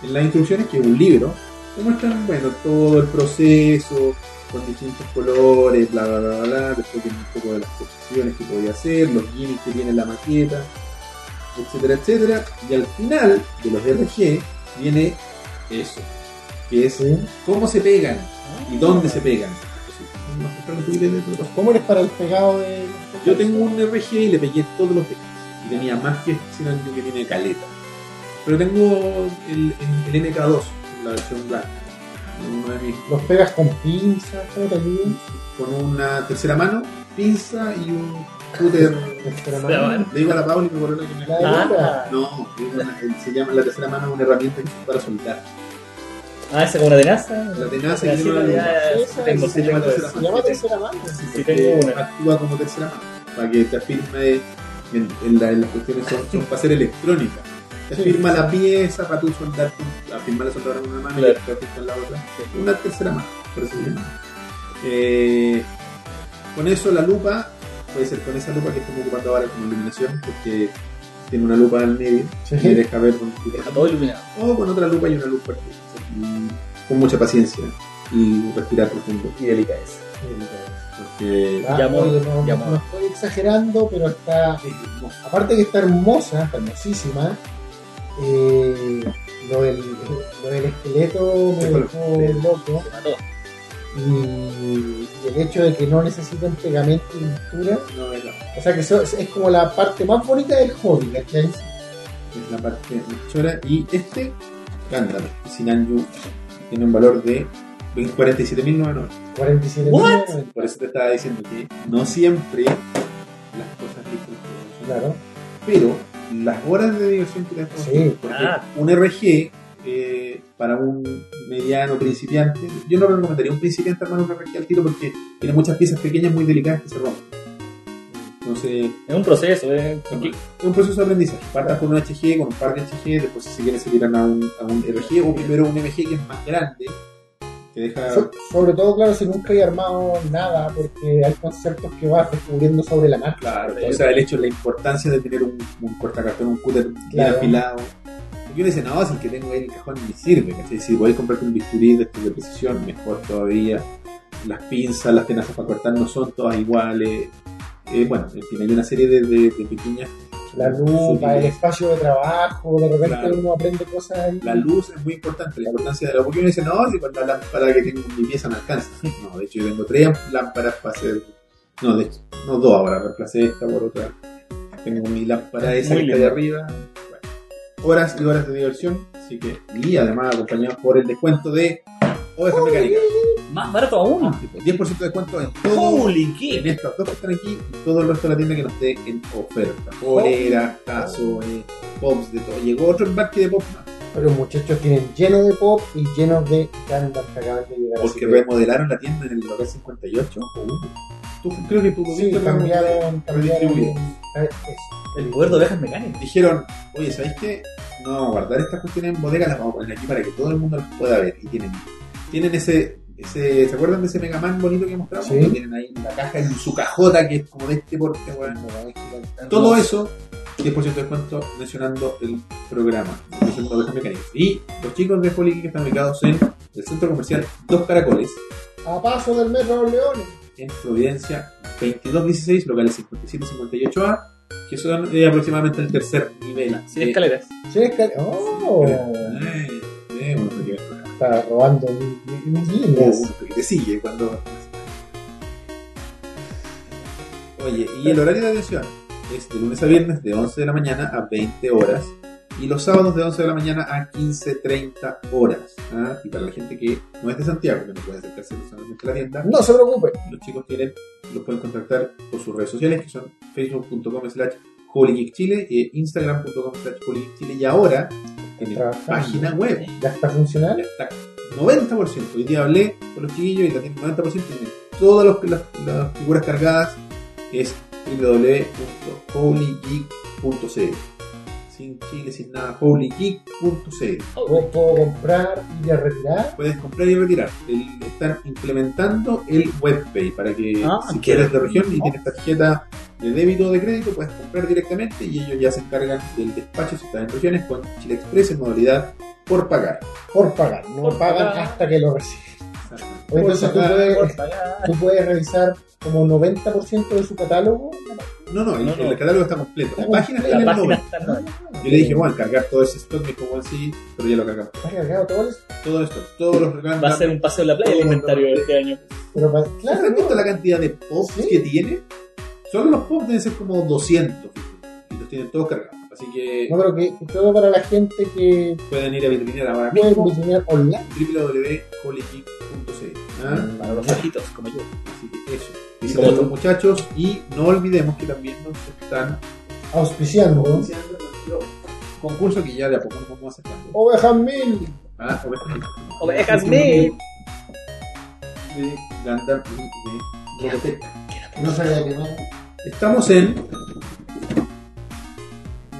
en las instrucciones que es un libro, te muestran, bueno, todo el proceso, con distintos colores, bla, bla, bla, bla, después tiene un poco de las posiciones que podía hacer, los gimmicks que tiene la maqueta, etcétera, etcétera. Y al final de los RG viene eso, que es Sí. cómo se pegan y dónde se pegan. Vamos a mostrar un poquito de todo. ¿Cómo eres para el pegado de Yo tengo un RG y le pegué todos los teclados. Y tenía más que Sinan que tiene caleta. Pero tengo el, el- el MK2, la versión blanca. Uno de mis- Los pegas con pinzas, ¿cómo te ayudan? con una tercera mano, pinza y un cúter. Nuestra Ya, mano. bueno. Le digo a la Pauli, me acuerdo que me Ah, La la... derecha. No, es una- se llama, la tercera mano es una herramienta que es para soltar. Ah, esa como una tenaza. La tenaza La y tiene una ya, Sí, sí, esa tengo, es- se sí, tengo esa. llama Se llama tercera mano. Sí, porque tengo una. Eh, actúa como tercera mano, para que te afirme en, en la- en las cuestiones son, son para ser electrónica. Te Sí. afirma la pieza para tú soldar, tu- afirmar la soldadora con una mano y Claro. la otra con la otra. Una tercera mano, por eso se llama. Eh, con eso la lupa, puede ser con esa lupa que estamos ocupando ahora como iluminación, porque tiene una lupa al medio Sí. que deja ver dónde tú Está todo iluminado. o con otra lupa y una luz fuerte. Y Con mucha paciencia y respirar profundo. Y delicadeza. Porque Ah, Llamó, oye, no, llamó. no estoy exagerando, pero está. es hermoso. Aparte que está hermosa, está hermosísima. eh, lo, del, lo del esqueleto me Sí, bueno, dejó sí. loco. Se mató. Y, y el hecho de que no necesiten pegamento y pintura. No, es, la, O sea que eso es, es como la parte más bonita del hobby, ¿cachai? es la parte chora. Y este, Gandalf, Sinanju, tiene un valor de 47.990. 47 What? Por eso te estaba diciendo que no siempre las cosas que son Claro, pero las horas de diversión que le estamos Sí. haciendo, porque Ah. un RG eh, para un mediano principiante, yo no recomendaría un principiante armar un RG al tiro porque tiene muchas piezas pequeñas muy delicadas que se rompen. Entonces, Es un proceso, ¿eh? es un proceso de aprendizaje. Partas con un HG, con un par de HG, después si quieren se tiran a un, a un RG o primero un MG que es más grande, que deja... So- sobre todo, claro, si nunca he armado nada, porque hay conceptos que vas descubriendo sobre la marcha. Claro, o sea, el hecho, la importancia de tener un, un cortacartón, un cúter bien Claro. afilado. Porque uno dice, no, si el que tengo ahí en el cajón me sirve, ¿cachai? Si podéis comprarte un bisturí de estos de precisión, mejor todavía. Las pinzas, las tenazas para cortar no son todas iguales. Eh, bueno, en fin, hay una serie de, de- de pequeñas. La lupa, el sutiles. espacio de trabajo, de repente Claro. uno aprende cosas ahí. La luz es muy importante, la importancia de la porque uno dice, no, si con la lámpara que tengo en mi pieza me alcanza. No, de hecho yo tengo tres lámparas para hacer, no, de hecho, no dos ahora, reemplacé esta por otra. Tengo mi lámpara esa Muy que está de lindo. arriba. Bueno, horas y horas de diversión, así que, y además acompañados por el descuento de Ovejas Mecánicas. Más barato aún. 10% de descuento en todo, Holy en kid. estas dos que están aquí, y todo el resto de la tienda que nos esté en oferta. Poleras, tazos, eh, pops, de todo. Llegó otro embarque de pops más. Pero los muchachos tienen lleno de pop y llenos de Gandalf que acaban de llegar. así Porque que- remodelaron la tienda en el local 58. Tú creo que tú Sí, viste cómo cambiaron, cambiaron. redistribuyen. eh, eso. El poder de ovejas mecánicas. Dijeron, oye, ¿sabéis qué? No vamos a guardar estas cuestiones en bodega, las vamos a poner aquí para que todo el mundo las pueda ver. Y tienen, tienen ese, ese, ¿se acuerdan de ese Mega Man bonito que mostramos? Sí. Lo tienen ahí en la caja, en su cajota, que es como de este porte, weón. No, es gigante. Todo eso, 10% de descuento mencionando el programa, mencionando Ovejas Mecánicas. Y los chicos de Poli que están ubicados en el centro comercial Dos Caracoles, A paso del metro Los Leones. en Providencia 2216, locales 57-58A, que son eh, aproximadamente el tercer nivel. Sin escaleras. Sí, es que- ¡Oh! Eh, eh, bueno, porque- Está robando mi- mi- mis líneas. Oh, porque te sigue cuando. Oye, y el horario de atención es de lunes a viernes de 11 de la mañana a 20 horas y los sábados de 11 de la mañana a 15.30 horas. ¿ah? Y para la gente que no es de Santiago, que no puede acercarse personalmente a la tienda, No se preocupen. los chicos tienen, los pueden contactar por sus redes sociales que son facebook.com slash holygeekchile e instagram.com slash holygeekchile y ahora tienen Trabajando. página web Ya está ya funcional. está 90% hoy día hablé con los chiquillos y la tienen 90% tienen todas los- las, las figuras cargadas es www.holygeek.cl sin chile, sin nada, holygeek.cl Puedo, puedo comprar y ya retirar. puedes comprar y retirar. El- están implementando el WebPay para que Ah, si qué quieres de región y bueno. tienes tarjeta de débito o de crédito, puedes comprar directamente y ellos ya se encargan del despacho si estás en regiones con Chile Express en modalidad por pagar. Por pagar. No Por pagan pagar. hasta que lo reciben. Por Entonces tú pagar. puedes, tú puedes revisar como 90% de su catálogo. No, no, el, No, no. el catálogo está completo. La Está página está en La el página 90. está eh, en la- Yo le dije, bueno, cargar todo ese stock, me dijo, bueno, sí, pero ya lo cargamos. Está cargado todo eso. Todo esto, todos los regalos. Va a ser un paseo en la playa el inventario de este año. Pero pa- ¿Has claro, visto no. la cantidad de posts Sí. que tiene? Solo los pop deben ser como 200. Y los tienen todos cargados. Así que No, pero que que todo para la gente que pueden ir a Vitrinera ahora quiere mismo. diseñar online. www.holygeek.cl ¿Ah? Para los bajitos, como yo. Así que eso. Y Y como los tú. muchachos. Y no olvidemos que también nos están Auspiciando. ¿no? anunciando nuestro concurso que ya de a poco nos vamos acercando. Ovejas mil. Ah, ovejas Este mil. Ovejas mil. mil. de Gandalf y de Roboteca. No sabía que no. Estamos en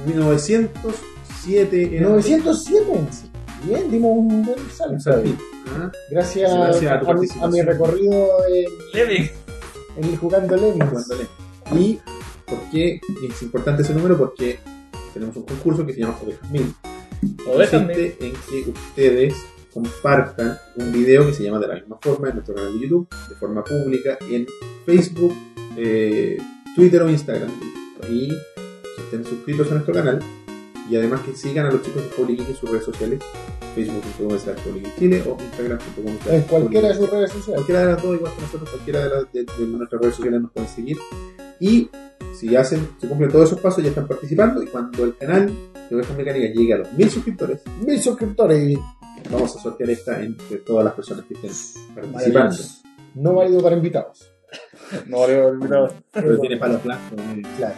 1907. En en 907. Bien, dimos un buen Un salto. salpín, ¿ah? Gracias, Gracias a tu a, mi- a participación. mi recorrido en, Levi. en el jugando Lemmings. Jugándole. ¿Y por qué es importante ese número? Porque tenemos un concurso que se llama Ovejas Mil. que Ovejas consiste en que ustedes compartan un video que se llama de la misma forma en nuestro canal de YouTube, de forma pública, en Facebook, eh, Twitter o Instagram. Y que estén suscritos a nuestro canal y además que sigan a los chicos de Holy Geek en sus redes sociales, facebook.com slash Holy Geek Chile o instagram.com slash En cualquiera Holy de sus redes sociales. cualquiera de las dos, igual que nosotros, cualquiera de, las- de- de nuestras redes sociales nos pueden seguir. Y si hacen, si cumplen todos esos pasos, ya están participando. Y cuando el canal de Ovejas Mecánicas llegue a los mil suscriptores, Mil suscriptores. vamos a sortear esta entre todas las personas que estén participando. Maravilloso. No válido para invitados. No vale olvidado. Pero tiene palos blancos. ¿no? Claro.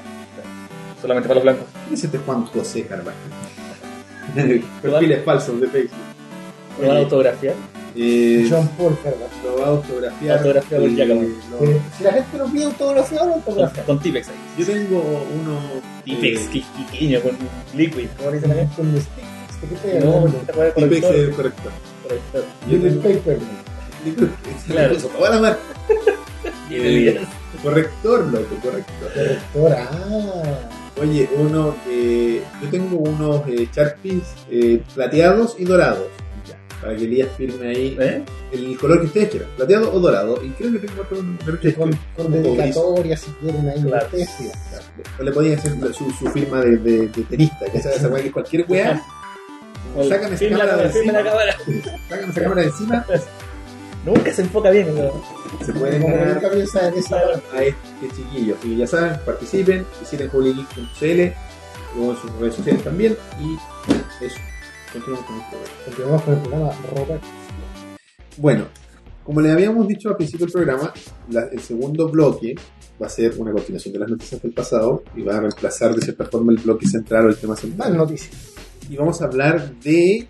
Solamente para los blancos. ¿Quién es este Juan José Carvajal? Perfiles falsos de Facebook. Lo van a autografiar. Eh, John Paul Herbert. lo va a autografiar. Autografiado por Eh, Giacomo. lo- Eh, Si la gente lo pide autografiado, lo Con, autografia. con Tipex ahí. Yo tengo uno. Tipex, eh, quiquiño, con liquid. Como dicen acá, con mis tics. ¿De qué te No, agarraron? no te acuerdas con Tipex el eh, corrector. corrector. Yo Little tengo- Paper. Claro. Toda la marca. Y el Elías. Corrector, loco, corrector. Correctora. Ah. Oye, uno, eh, yo tengo unos eh, Sharpies eh, plateados y dorados. Ya, para que Elías firme ahí ¿Eh? el color que ustedes quieran, plateado o dorado. Y creo que tengo otro pero que- Con, con gris. dedicatoria, si quieren, ahí. Claro. ustedes pidan. O le podían hacer la- su, su firma de, de- de tenista, que esa, esa weá que es cualquier weá. Sácame esa Firma la cámara de cámara, firma encima. la cámara. Sácame esa cámara de encima. Nunca se enfoca bien. ¿no? Se pueden Como ganar nunca piensa en esa. a este chiquillo. Así que ya saben, participen, visiten holygeek.cl o en sus redes sociales también. Y eso, continuamos con este el programa. Continuamos con el programa Robert. Bueno, como le habíamos dicho al principio del programa, la- el segundo bloque va a ser una continuación de las noticias del pasado y va a reemplazar de cierta forma el bloque central o el tema Más central. noticias. Y vamos a hablar de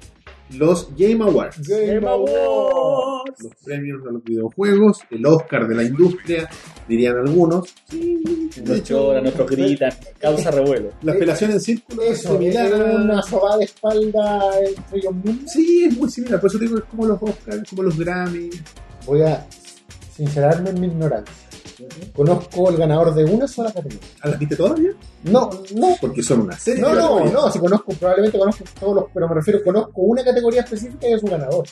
los Game Awards. Game Awards. los premios a los videojuegos, el Oscar de la industria, dirían algunos, Nos lloran, otros gritan. Causa revuelo. la apelación en círculo es Eso, similar era a- una sobada de espalda entre ellos mismos. Sí, es muy similar, por eso digo que es como los Oscars, como los Grammy. Voy a sincerarme en mi ignorancia. Conozco el ganador de una sola categoría. ¿Ah, ¿Las viste todavía? No, no. Porque son una serie. No, de no, categorías. no, si conozco, probablemente conozco todos los, pero me refiero, conozco una categoría específica y es un ganador.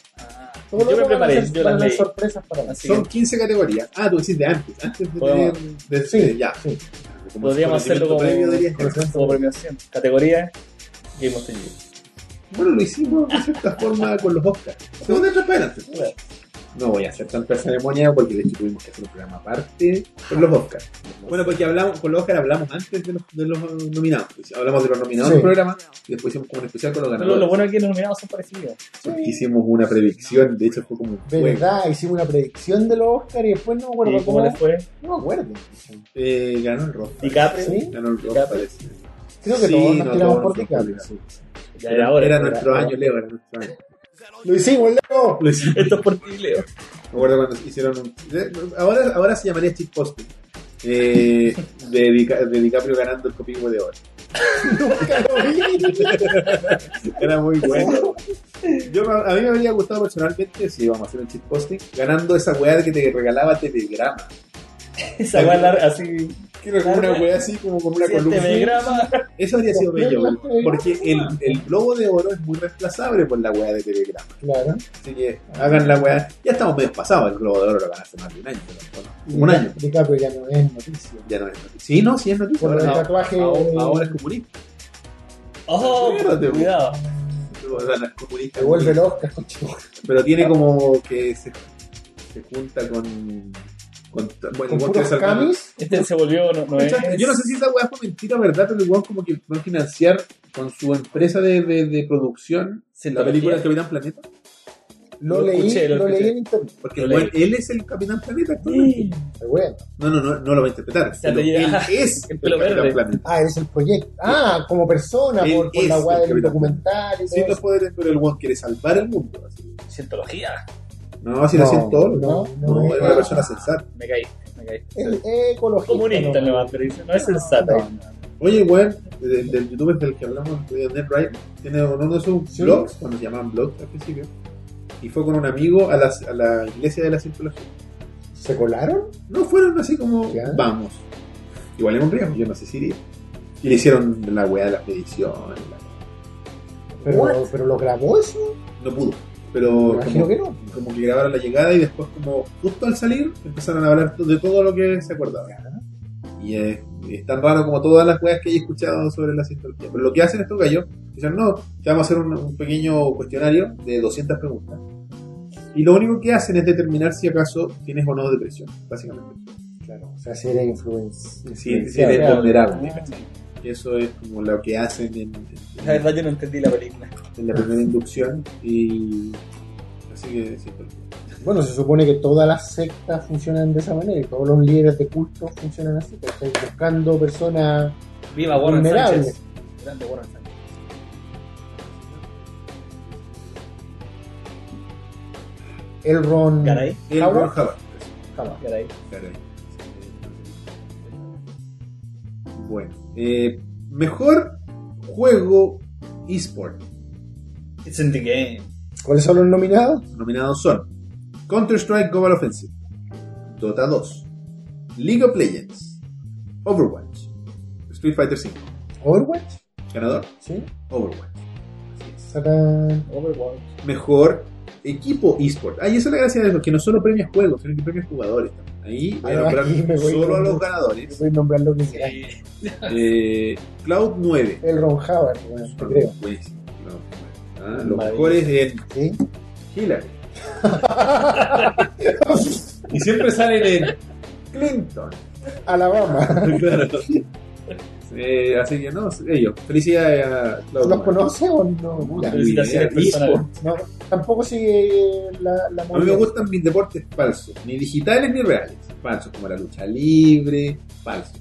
Todo lo Yo me demás van a preparé, ser- yo van a las ser leí. sorpresas para mí. Así Son que 15 categorías. Ah, tú decís de antes, antes de Podemos- tener- de- Sí, de- ya. sí. Como podríamos hacerlo como, conocimiento previo, dirías que- como premiación. Categoría Game of the Year. Bueno, lo hicimos de cierta forma con los Oscars. Según de transparente. No voy a hacer tanta ceremonia porque de hecho tuvimos que hacer un programa aparte con los Oscars. Bueno, porque hablamos, con los Oscars hablamos antes de los, de los nominados. Pues, Hablamos de los nominados Sí. del programa y después hicimos como un especial con los Lo, ganadores. lo bueno es que los nominados son parecidos. Hicimos una predicción, de hecho fue como un juego. ¿Verdad? Hicimos una predicción de los Oscar y después no me acuerdo ¿Y cómo cómo. les fue? No me acuerdo. Eh, ganó el rock. DiCaprio. ¿Sí? Ganó el rock, DiCaprio. parece. Creo que Sí, todos no, nos tiramos todos por nos DiCaprio. tiramos. sí. Ya era hora. Era nuestro era- año, Leo, era nuestro año. Lo hicimos, Leo. Lo hicimos. Esto es por ti, Leo. Me acuerdo cuando hicieron un- Ahora, ahora se llamaría cheat posting. Eh, de, Dica- de DiCaprio ganando el copingo de oro. Nunca lo vi. Era muy bueno. Yo, me- a mí me habría gustado personalmente, si vamos a hacer un cheat posting, ganando esa weá que te regalaba Telegrama. Esa va a dar así. Quiero como una weá así, como con una Siete columna. megagramas. Eso habría sido bello, Telegrama, porque el, el globo de oro es muy reemplazable por la weá de Telegrama. Claro. Así que hagan la weá. Ya estamos medio pasados, el globo de oro lo ganaste más de un año. pero bueno, un año. DiCaprio ya no es noticia. Ya no es noticia. Sí, no, sí es noticia. Por Ahora, el ahora- tatuaje. ahora- ahora es comunista. Oh, Acuérdate, po. cuidado. O sea, no es comunista. Te vuelve el Oscar, coche. Pero tiene como que se, se junta con, Con, bueno, con igual puros que salvando- camis. Este se volvió, no, no es. Cacha, Yo no sé si esa weá fue mentira o verdad, pero el weón como que fue a financiar con su empresa de, de, de producción la Cinematografía. película del Capitán Planeta. Lo, Lo leí, escuché, lo, lo leí escuché. en internet. Porque Lo el weón, él es el Capitán Planeta. actualmente. Sí. Pero bueno. No, no, no, no lo va a interpretar. Se pero él apellida- es el pelo verde. Planeta. Ah, eres el proyecto. Ah, como persona, Él por, por la es weá el del capitán. documental y todo Sin los eso. poderes, pero el weón quiere salvar el mundo. así. Cientología. No, si No, lo hacen todos. no, No, no, no, no. es una persona sensata. Me caí, me caí. El ecologista. Comunista ¿no? nomás, pero dice, no es sensato. No, Oye, weón, del, del youtuber del que hablamos, de Ned Wright, tiene uno de sus Sí. blogs, cuando se llamaban blogs al principio, y fue con un amigo a, las- a la iglesia de la cientología. ¿Se colaron? No fueron así como, Ya. vamos. Igual es un riesgo, yo no sé si iría. Y le hicieron la weá de las mediciones. la- Pero, pero lo grabó eso. No pudo. Pero Me imagino como que que, no. como que grabaron la llegada y después, como justo al salir, empezaron a hablar de todo lo que se acordaba. Y es, y es tan raro como todas las weas que he escuchado sobre la cientología. Pero lo que hacen estos gallos, dicen, no, te vamos a hacer un, un pequeño cuestionario de 200 preguntas. Y lo único que hacen es determinar si acaso tienes o no depresión, básicamente. Claro, o sea, si era influencia. si, si influenciado. eres claro. vulnerable, ¿cachai? Eso es como lo que hacen en, en- La verdad, yo no entendí la película. en la primera inducción y así que sí, pero- Bueno, se supone que todas las sectas funcionan de esa manera y todos los líderes de culto funcionan así, ¿cachai? Buscando personas. Viva Warren Vulnerable. Sánchez. Grande Warren Sánchez. Elron. Caray, el Howard. Ron Howard. Java. caray. Caray. Bueno, eh, mejor juego eSport. It's in the game. ¿Cuáles son los nominados? Nominados son Counter-Strike Global Offensive, Dota 2, League of Legends, Overwatch, Street Fighter V. Overwatch, Ganador, ¿sí? Overwatch. Así es. Sacan. Overwatch. mejor equipo eSport. Ah, y esa es la gracia de eso, que no solo premia juegos, sino que premia jugadores. también. Ahí voy a Ah, nombrar aquí me voy solo con- a los ganadores. Voy a nombrar lo que quieras. Eh, Eh, Cloud 9. Elron Howard, bueno, te creo. Pues, Cloud 9. Ah, los Maravilloso. mejores en ¿Sí? Hillary. y siempre salen en Clinton. Alabama. Claro. Eh, así que no, ellos. Felicidades a Cloud ¿Los 9. conoce o no? La Felicitaciones idea, eSport. personales. No, tampoco sigue la, la A mí me movida. gustan mis deportes falsos, ni digitales ni reales. Falsos, como la lucha libre, falsos.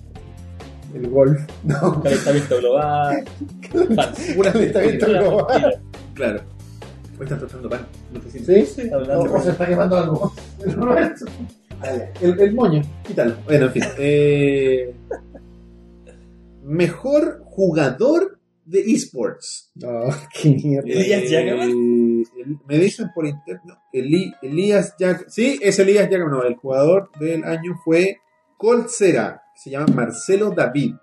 El golf. No, Calentamiento global. Fans. Una Calentamiento mentira, global. Claro. Hoy están tostando pan. No te sientes. ¿Sí? sí. Hablando se está quemando algo. El, el moño. Quítalo. Bueno, en fin. Eh, mejor jugador de esports. Eh, No, qué mierda. ¿Elías Jackman? el- me dicen por interno. Eli- Elías Jack. Sí, es Elías Jackman. No, el jugador del año fue Colcera. Se llama Marcelo David.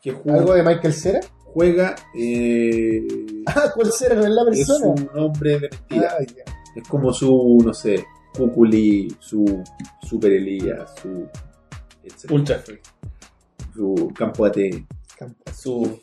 Que ¿Algo juega, de Michael Cera? juega, eh, Ah, ¿cuál Cera? No es la es persona. un nombre de mentira. Ah, ya. Es como su, no sé, Cuculi, su Super Elías, su, etcétera, Ultra Free. su Campo AT. Su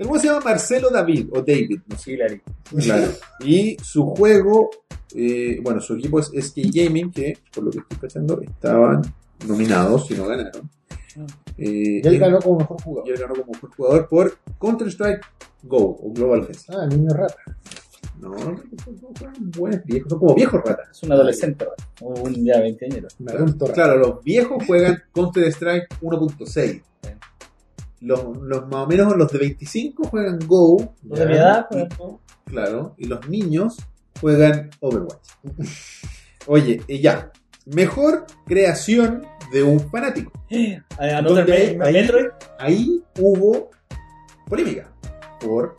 ¿Cómo se llama? Marcelo David o David, no sé. Hillary. Claro. Y su juego, eh, bueno, su equipo es SK Gaming, que por lo que estoy cachando estaban nominados y no ganaron. Eh, Ah. Y él ganó como mejor jugador. y él ganó como mejor jugador por Counter-Strike Go o Global Offensive. Ah, niño rata. No, son buenos viejos, son como viejos ratas. Es un adolescente, ¿verdad? un ya veinteañero. Un adulto rata. Claro, los viejos juegan Counter Strike 1.6. Los, los más o menos los de 25 juegan Go. Los de mi edad, pues. por ejemplo, Claro. Y los niños juegan Overwatch. Oye, y ya. Mejor creación de un fanático. eh, Another ¿Dónde? Met- Metroid, Ahí hubo polémica. Por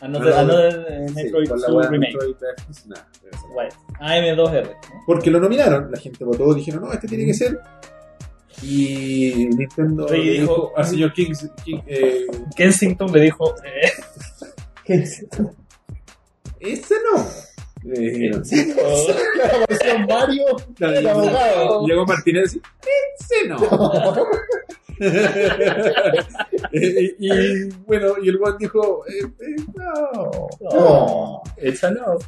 Another, Ah, no, another eh, sí, Metroid por la Soul weá de Remake. Metroid Prime, nada, debe ser. Guay. AM2R. ¿no? Porque lo nominaron, la gente votó, dijeron, no, este tiene que ser. Y Nintendo Rey le dijo- dijo al señor King, King, eh, Kensington le dijo, eh, ¿Qué es? Ese Este no. Este Le dijeron, sí. oh, Apareció Mario, Claro, el llegó, abogado. llegó Martínez y ese Este no. Eh, y, y, bueno, y el Juan dijo, eh, eh, no. oh, échalo.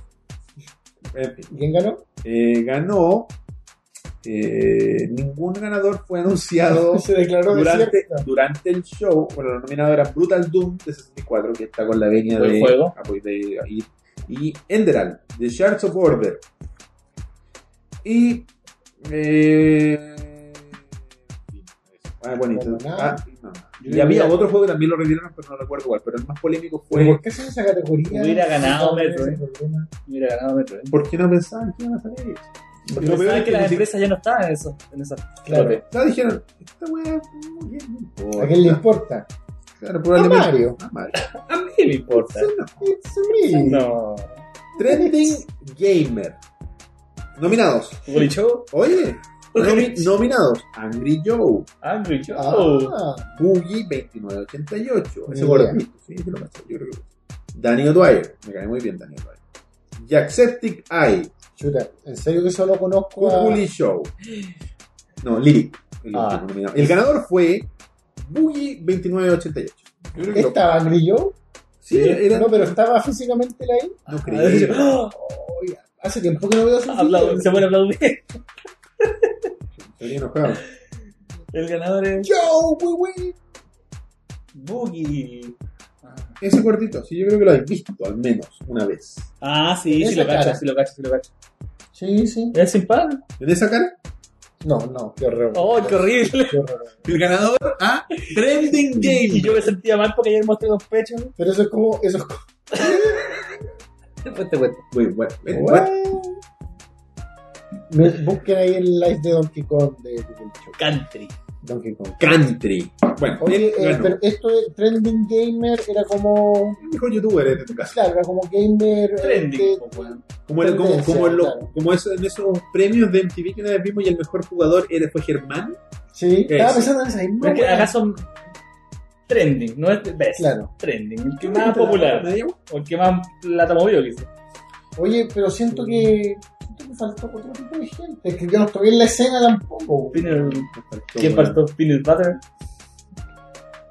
En fin, ¿Y quién ganó? eh, ganó eh, ningún ganador fue anunciado Se declaró durante, desierta. durante el show, bueno, los nominados eran Brutal Doom de 64, que está con la venia Buen de, juego. ah, pues, de- y, y Enderal, de Shards of Order. Y. eh, ah, bonito. Bueno, Ah, nada. no, no. Y Yo creo había que- otro juego que también lo retiraron, pero no recuerdo cuál. Pero el más polémico Pero fue. ¿Por qué hacen esa categoría? Hubiera ganado Ese Metro, eh. problema. Mira, ganado Metroid. ¿Por qué no pensaban que iban a salir? Porque Lo peor pensaba es que, que las ni si- empresas ya no estaban en, eso, en esas. Claro. Ya dijeron, esta weá. no, ¿qué le importa? ¿A quién le importa? Claro, probablemente- A Mario. A Mario. A mí me importa. Sí, no. It's a me. No. Trending Gamer. Nominados. Bully Show, Oye, nomi- nominados. Angry Joe, Angry Joe. Ah, Boogie 2988. Ese Mira. gordito. Sí, sí lo cacho, yo creo que lo Daniel Dwyer. Me cae muy bien Daniel Dwyer. Jackseptic Eye. chuta, en serio que solo conozco a... Coolly Show. No, Lyric. El, Ah. último nominado. El ganador fue Boogie 2988. Yo creo que lo- ¿Estaba Angry Joe? Sí, era. No, pero estaba físicamente él ahí. No A ver, creí. yo- Oiga, hace tiempo que no veo su Aplaudo, se pone a aplaudir. Estaría enojado. El ganador es Joe, we win. Boogie. Ese gordito, sí, yo creo que lo habéis visto al menos una vez. Ah, sí, sí Esa lo cacho, cara. sí lo cacho, sí lo cacho. Sí, sí. ¿Es sin pan? ¿En esa cara? No, no, qué horror. ¡Oh, qué horrible! Qué horror. El ganador a Trending Y yo me sentía mal porque ayer mostré dos pechos. Pero eso es como... Eso es como... Después te cuento. Wait, what? Wait, what? Bueno. Me- Busquen ahí el live de Donkey Kong de Google Show. Country. Donkey Kong. Country. Bueno, Oye, él eh, ganó. pero esto de Trending Gamer era como... El mejor youtuber en este caso. Claro, era como gamer... eh, Trending. de- po, weón. Como, era- como, Tendencia, como, en lo- claro. como eso, en esos premios de MTV que una vez vimos y el mejor jugador era, fue Germán. Sí, estaba Eso. pensando en esa misma. Pero es que weá. acá son trending, no es best. Claro. Trending, el que más popular. Nadie- O el que más plata movió, quizás. Oye, pero siento que... Siento que faltó otro tipo de gente. Es que yo no estoy en la escena tampoco. weón. Peanut- Bueno, ¿Quién faltó? Peanut Butter.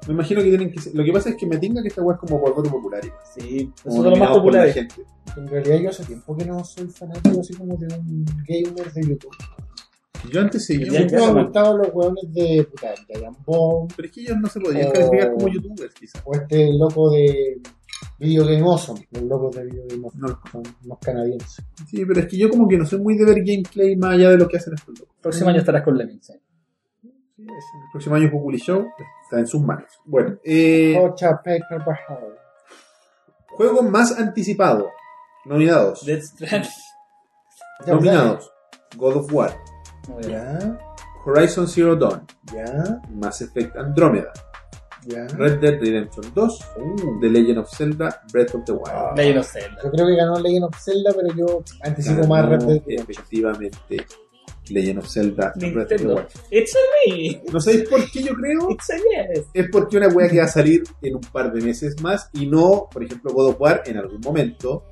Me imagino que tienen que ser- Lo que pasa es que me tinga que esta weá es como por voto popular. igual. Sí, esos Como son los más nominado por la populares. gente. En realidad yo hace tiempo que no soy fanático así como de un gamer de YouTube. Yo antes seguía. Ya, Siempre me ya, han bueno. gustado los hueones de puta, el Giant Bomb, Pero es que ellos no se podían Oh. calificar como youtubers, quizás. o este loco de Video Game Awesome, los locos de Video Game Awesome, No los son los canadienses. Sí, pero es que yo como que no soy muy de ver gameplay más allá de lo que hacen estos locos. Próximo año estarás con Lemmings. eh. Sí, es- El próximo año Google Show está en sus manos. Bueno, eh, Ocha Paper Bajado. juego más anticipado. Nominados. Death Stranding. Nominados. God of War. Muy bien. Ya, Horizon Zero Dawn. ya, Mass Effect Andromeda. ya. Red Dead Redemption 2. The Legend of Zelda. Breath of the Wild. Legend of Zelda. Yo creo que ganó Legend of Zelda, pero yo anticipo Ganó, eh, más Red Dead. Efectivamente. Legend of Zelda. Breath of the Nintendo. Wild. It's a me. No sabéis por qué yo creo. It's a yes. Es porque una wea que va a salir en un par de meses más y no, por ejemplo, God of War en algún momento.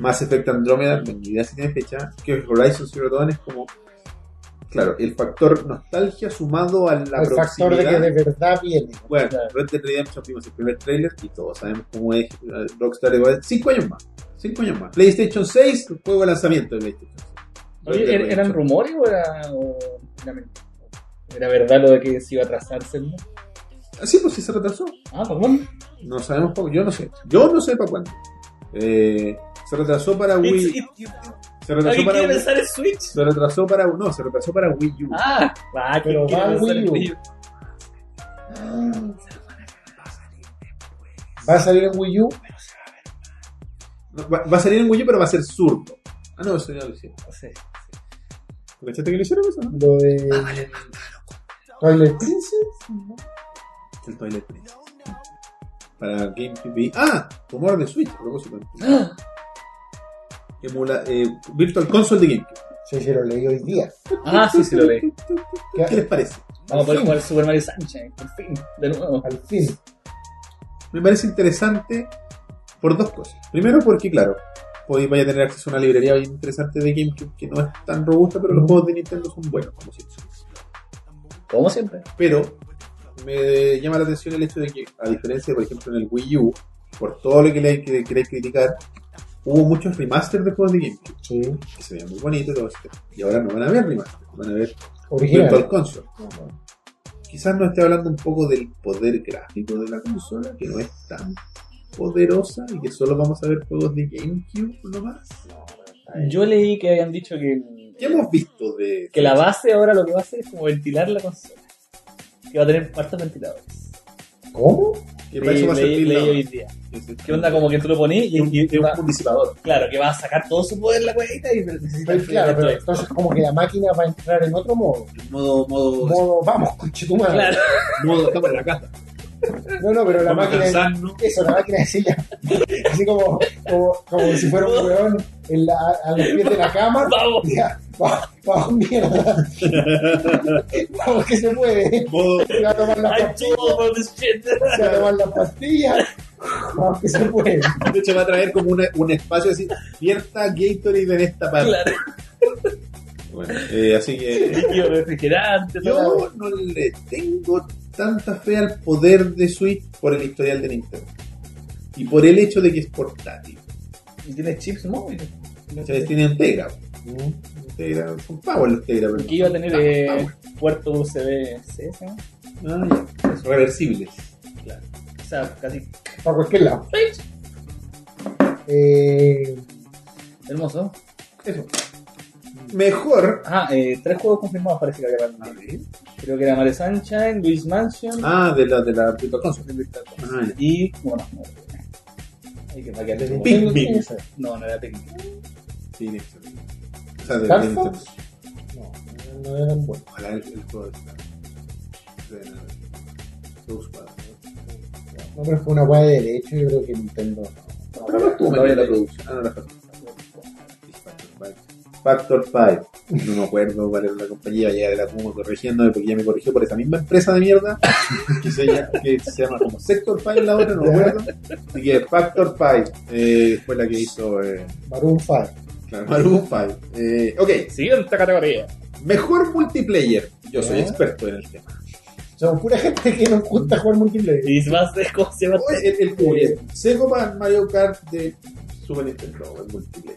Mass Effect Andromeda, no ni idea si tiene fecha. Que Horizon Zero Dawn es como. Claro, el factor nostalgia sumado a la El factor de que proximidad. de verdad viene. Bueno, Claro. Red Dead Redemption vimos el primer trailer y todos sabemos cómo es eh, Rockstar igual. Cinco años más. Cinco años más. PlayStation 6, juego de lanzamiento de PlayStation 6. Oye, Red Dead ¿er- ¿eran Redemption. rumores o era, o era mentira? ¿Era verdad lo de que se iba a atrasar Zelda? Ah, sí, pues sí se retrasó. Ah, perdón. No sabemos poco. Yo no sé. Yo no sé para cuándo. Eh, se retrasó para It's- Wii. it- it- Se retrasó ¿Alguien para quiere Wii. pensar en Switch? Se retrasó para no, se retrasó para Wii U. Ah, va, Pero ¿quién va Wii quiere pensar en U. Wii U? Ah. Va a salir en Wii U. No, va, va a salir en Wii U, pero va a ser zurdo. Ah, no, eso ya lo hicieron. No sé. ¿Cachaste que lo hicieron eso? No? Este Lo de. Twilight Princess. El Toilet Prince. Para GameCube. Ah, rumor de Switch, a propósito. Ah. Emula, eh, Virtual Console de GameCube. Sí, sí, lo leí hoy día. Ah, sí, sí lo leí. ¿Qué les parece? Vamos a Al poder fin. jugar Super Mario Sunshine, por fin, de nuevo. Al fin. Me parece interesante por dos cosas. Primero, porque, claro, hoy vaya a tener acceso a una librería bien interesante de GameCube que no es tan robusta, pero los juegos de Nintendo son buenos, como siempre. Como siempre. pero me llama la atención el hecho de que, a diferencia, por ejemplo, en el Wii U, por todo lo que le que le queréis criticar, hubo muchos remasters de juegos de GameCube Sí. que se veían muy bonitos y todo esto. Y ahora no van a haber remasters. Van a ver Virtual Original. Console. Quizás no esté hablando un poco del poder gráfico de la consola, que no es tan poderosa y que solo vamos a ver juegos de GameCube nomás. Yo leí que habían dicho que, ¿Qué hemos visto de que la base ahora lo que va a hacer es como ventilar la consola. Que va a tener hartos ventiladores. ¿Cómo? que para eso va a leí, servir la- leí hoy día. ¿Qué onda? Como que tú lo ponés y, un, y- y un va- disipador. claro, que va a sacar todo su poder la cuevita y necesita Pero, claro, pero Pues Claro, entonces como que la máquina va a entrar en otro modo. En modo, modo, Modo, vamos, conchetumare. claro. modo, estamos en la casa. No, no, pero la Vamos a máquina. cansarnos. Eso, la máquina de silla. Así como, como, como si fuera un weón en la, a los pies de la cama. Vamos. Ya, va- vamos, mierda. Vamos, que se puede. Modo, Se va a tomar las I'm too pastillas. old for this shit. Se va a tomar las pastillas. Vamos, que se puede. de hecho, va a traer como una- un espacio así, cierta Gatorade en esta parte. Claro, Bueno, eh, así que líquido refrigerante, todo. yo no le tengo tanta fe al poder de Switch por el historial de Nintendo. Y por el hecho de que es portátil. Y tiene chips móviles. Ustedes tienen Tegra. Tegra, son pavos los Tegra. pero Porque iba a son tener tan eh, pavos. puerto USB-C, ¿sí? Ah, ya. Son reversibles. O sea, casi Para cualquier lado. Eh, hermoso. Mejor. Ajá, eh, tres juegos confirmados parece que había para A el ver. Creo que era Mario Sunshine, Luis Mansion Ah, de la, de la Virtual Console. del Virtual Console. Ah, ya. y... bueno, no. Ay, que va a quedar como- Pink. Nintendo tiene eso. No, no era Pikmin. Sí, Nintendo. O sea, de ¿Star Nintendo. Fox? No, no eran buenos. Ojalá el, el juego de Star. de la- Souls Squad, ¿no? No, pero fue una guay de derecho. Yo creo que Nintendo. no. Pero no estuvo mal en la producción. Ah, no, la Factor 5. No me acuerdo cuál era la compañía, ya la como corrigiéndome porque ya me corrigió por esa misma empresa de mierda que se, llama- que se llama como Sector 5 la otra, no me acuerdo. Así que Factor 5 eh, fue la que hizo eh, Maroon 5. claro, Maroon 5. Eh, ok, Siguiente categoría. mejor multiplayer. Yo soy Ya. experto en el tema. Son pura gente que nos gusta jugar multiplayer. Y más de cómo se llama. Oye, el, el Juliet. Sego para Mario Kart de Super Nintendo, el multiplayer.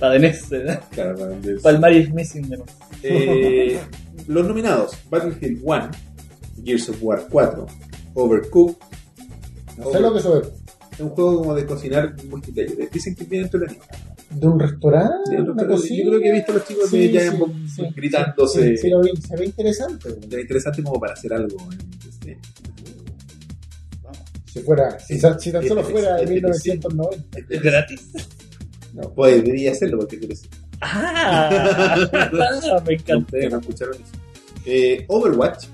La de E NES, ¿verdad? Claro, para el de- Palmario is ¿eh? missing de NES. Eh, los nominados: Battlefield 1, Gears of War 4, Overcooked. No sé lo que sobre. Es un juego como de cocinar multiplayer. Dicen que viene entretenido. ¿De un restaurante? Yo ¿Una creo que- cocina? yo creo que he visto a los chicos de Sí, Giant sí, Bomb sí. gritándose. Sí, sí lo vi. Se ve interesante. Ya interesante como para hacer algo. en- este en- Si fuera, si, tan- si tan Sí, solo sí, fuera sí, de sí. 1990. ¿Es gratis? No, podría hacerlo porque es interesante. ¡Ah! Me No, encanta. ustedes no escucharon eso. Eh, Overwatch,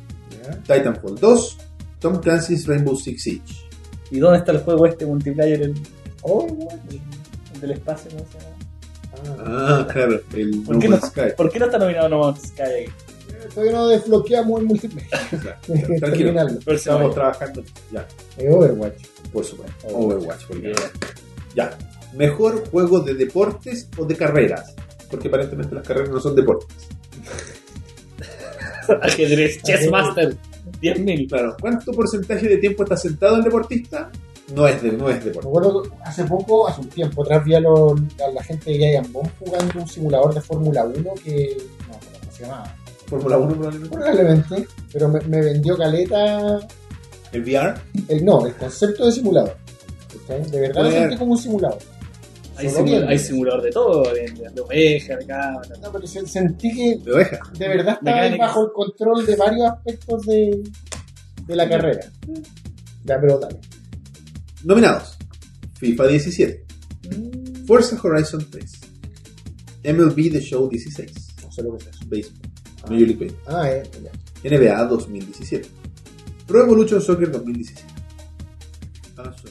¿ya? Titanfall 2, Tom Clancy's Rainbow Six Siege. ¿Y dónde está el juego este multiplayer? El, Oh, bueno. el del espacio, ¿cómo se llama? Ah, Ah, claro, el No ¿Por qué Man's Sky. ¿Por qué no está nominado No Man's Sky ahí? todavía no desbloqueamos el multiplayer. Tranquilo, Terminarlo. Próximo estamos año. trabajando. Ya, Es Overwatch. por supuesto. Overwatch. Overwatch, porque- Ya. Mejor juego de deportes o de carreras. Porque aparentemente las carreras no son deportes. Ajedrez, Chess Master, 10.000. Claro, ¿cuánto porcentaje de tiempo está sentado el deportista? No es, de, no es Me deporte. acuerdo que hace poco, hace un tiempo atrás, vi a, los- a la gente de Giant Bomb jugando un simulador de Fórmula 1 que. No, ¿cómo se llamaba? Fórmula 1 probablemente. Probablemente, pero me, me vendió caleta. El VR. El, no, el concepto de simulador. ¿cachai? De verdad lo Puede sentí haber. como un simulador. Hay, Solo simu- bien. hay simulador de todo, de, de oveja, de cabra. No, pero se- sentí que De oveja. de verdad estaba Mecánica. bajo el control de varios aspectos de, de la carrera. Ya, pero dale. Nominados. FIFA 17. Mm. Forza Horizon 3. MLB The Show 16. No sé lo que es eso. Baseball. Major League Baseball. Ah, eh, ya. NBA 2017. Pro Evolution Soccer 2017. Ah, sí.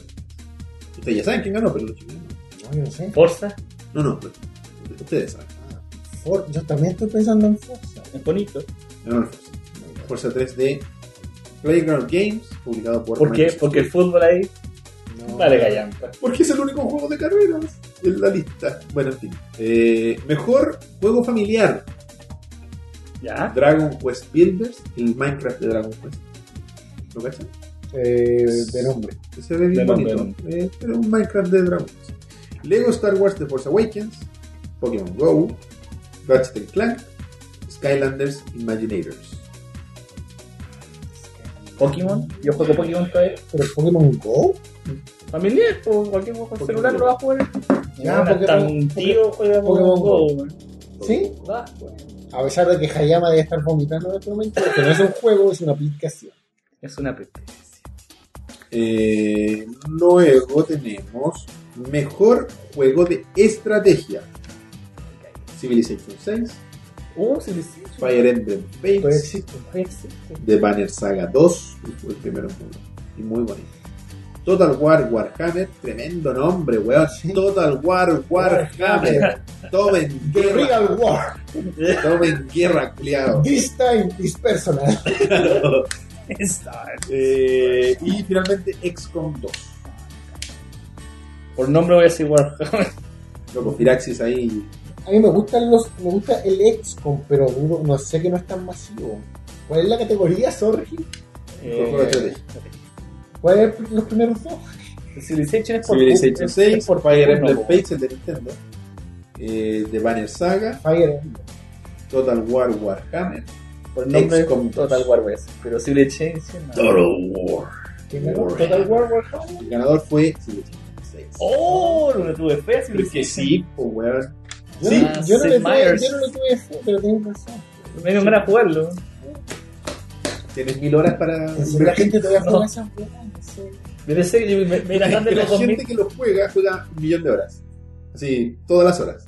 Ustedes ya saben quién ganó, pero los chicos no. No, yo no sé. Forza, No, no, pues, ustedes saben. For- yo también estoy pensando en Forza. es bonito. Ganó el Forza. Forza 3 de Playground Games, publicado por. ¿Por qué? Microsoft. Porque el fútbol ahí, No. vale gallampa. Porque es el único juego de carreras en la lista. Bueno, en fin. Eh, mejor juego familiar: ¿Ya? Dragon Quest Builders, el Minecraft de Dragon Quest. ¿Lo cachan? Eh, de nombre. Que Se ve bien De bonito. Eh, pero un Minecraft de Dragon Quest. Lego Star Wars The Force Awakens, Pokémon Go, Ratchet and Clank, Skylanders Imaginators. Pokémon. Yo juego Pokémon todavía. Pero el Pokémon Go. Familiar, o cualquier juego con Pokémon celular Go. lo va a jugar. Ya, Ahora hasta Pokémon- un tío juega Pokémon pues, Pokémon Go. weón. ¿Sí? Va, pues. weón. A pesar de que Hayama debe estar vomitando en este momento, que no es un juego, es una aplicación. Es una app. Eh, luego tenemos mejor juego de estrategia. Civilization 6, Uh, sí, sí. Fire Emblem Todavía Fates, existe. The Banner Saga 2, y fue el primero que jugué, y muy bonito. Total War Warhammer, tremendo nombre, weón. Sí. Total War Warhammer. Tomen The guerra, Real War. tomen guerra, culiao. This time is personal. Eh, y finalmente XCOM 2. Por nombre voy a decir Warhammer. Loco, Firaxis ahí A mí me gustan los, me gusta el XCOM, pero no, no sé que no es tan masivo. ¿Cuál es la categoría, Sorgi? juego de Eh, estrategia. ¿Cuál es los primeros dos? Civilization es por Civilization es- 6, es por Fire turno, Emblem weón. Fates, el de Nintendo. Eh, The Banner Saga, Fire Emblem. Total War Warhammer, Por nombre XCOM Total War, weón. Pero Civilization. no. War. Primero, War. Total War Warhammer. El ganador fue Civilization 6. Oh, no le tuve fe a Pero que Civilization. sí, pues weón. Yo, Sí, no- yo, no Sid le tuve, Meier's. yo no le tuve fe, pero tienen razón. Me dio ganas de jugarlo. Tienes mil horas para. En serio, La gente todavía No. juega esas weas, no sé. Debe ser, yo me, me era grande que en la los 2000. gente que lo juega, juega un millón de horas. Así, todas las horas.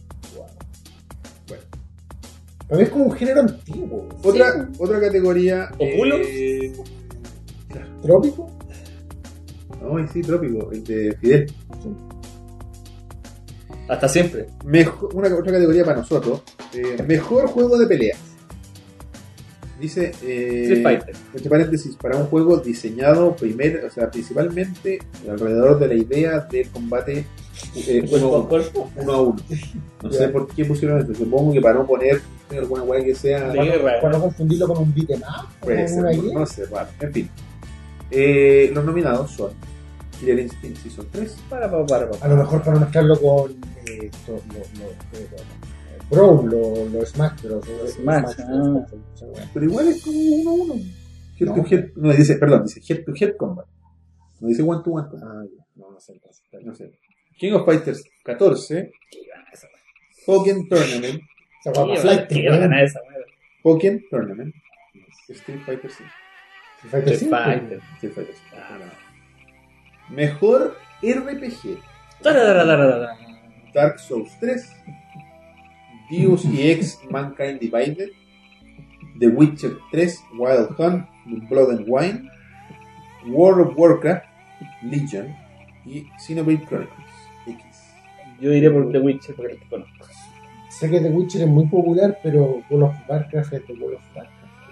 Para mí es como un género antiguo. Otra, otra categoría. ¿Oculus? eh, ¿Trópico? Ay, sí, trópico, el de Fidel. Hasta siempre. Mejor- una otra categoría para nosotros. eh, mejor juego de peleas. Dice. eh, Street Fighter. entre paréntesis, para un juego diseñado primer, o sea, principalmente alrededor de la idea del combate eh, Cuerpo uno, a cuerpo. uno a uno. No Ya. sé por qué pusieron esto. Supongo que para no poner alguna weá que sea. De guerra. Para no confundirlo con un beat'em up. Puede con ser, una no, guía. no sé, raro. En fin. Eh, los nominados son Killer Instinct Season 3, Para, para, para. para. A lo mejor para mezclarlo con eh, esto, lo, lo, eh, Bro, lo, lo Smash Bros. lo- lo Smash, Bros. ah. pero igual es como uno a uno. Head No. to head, no dice, perdón, dice head to head combat. No dice one to one. Ah, ya. No, no sé. no sé, no No sé. sé. King of Fighters 14, Pokémon Tournament, Se Quiero- llama Flight. quiero ganar esa, weón. Pokémon Tournament, Street Fighter 5. Street Street Fighter. Fighter. Street Fighter cinco. Mejor RPG, Tarararararara. Dark Souls 3, Deus Ex Mankind Divided, The Witcher 3, Wild Hunt, Blood and Wine, World of Warcraft, Legion y Xenoblade Chronicles X. Yo diré por The Witcher porque lo conozco. Sé que The Witcher es muy popular, pero World of Warcraft es de World of Warcraft.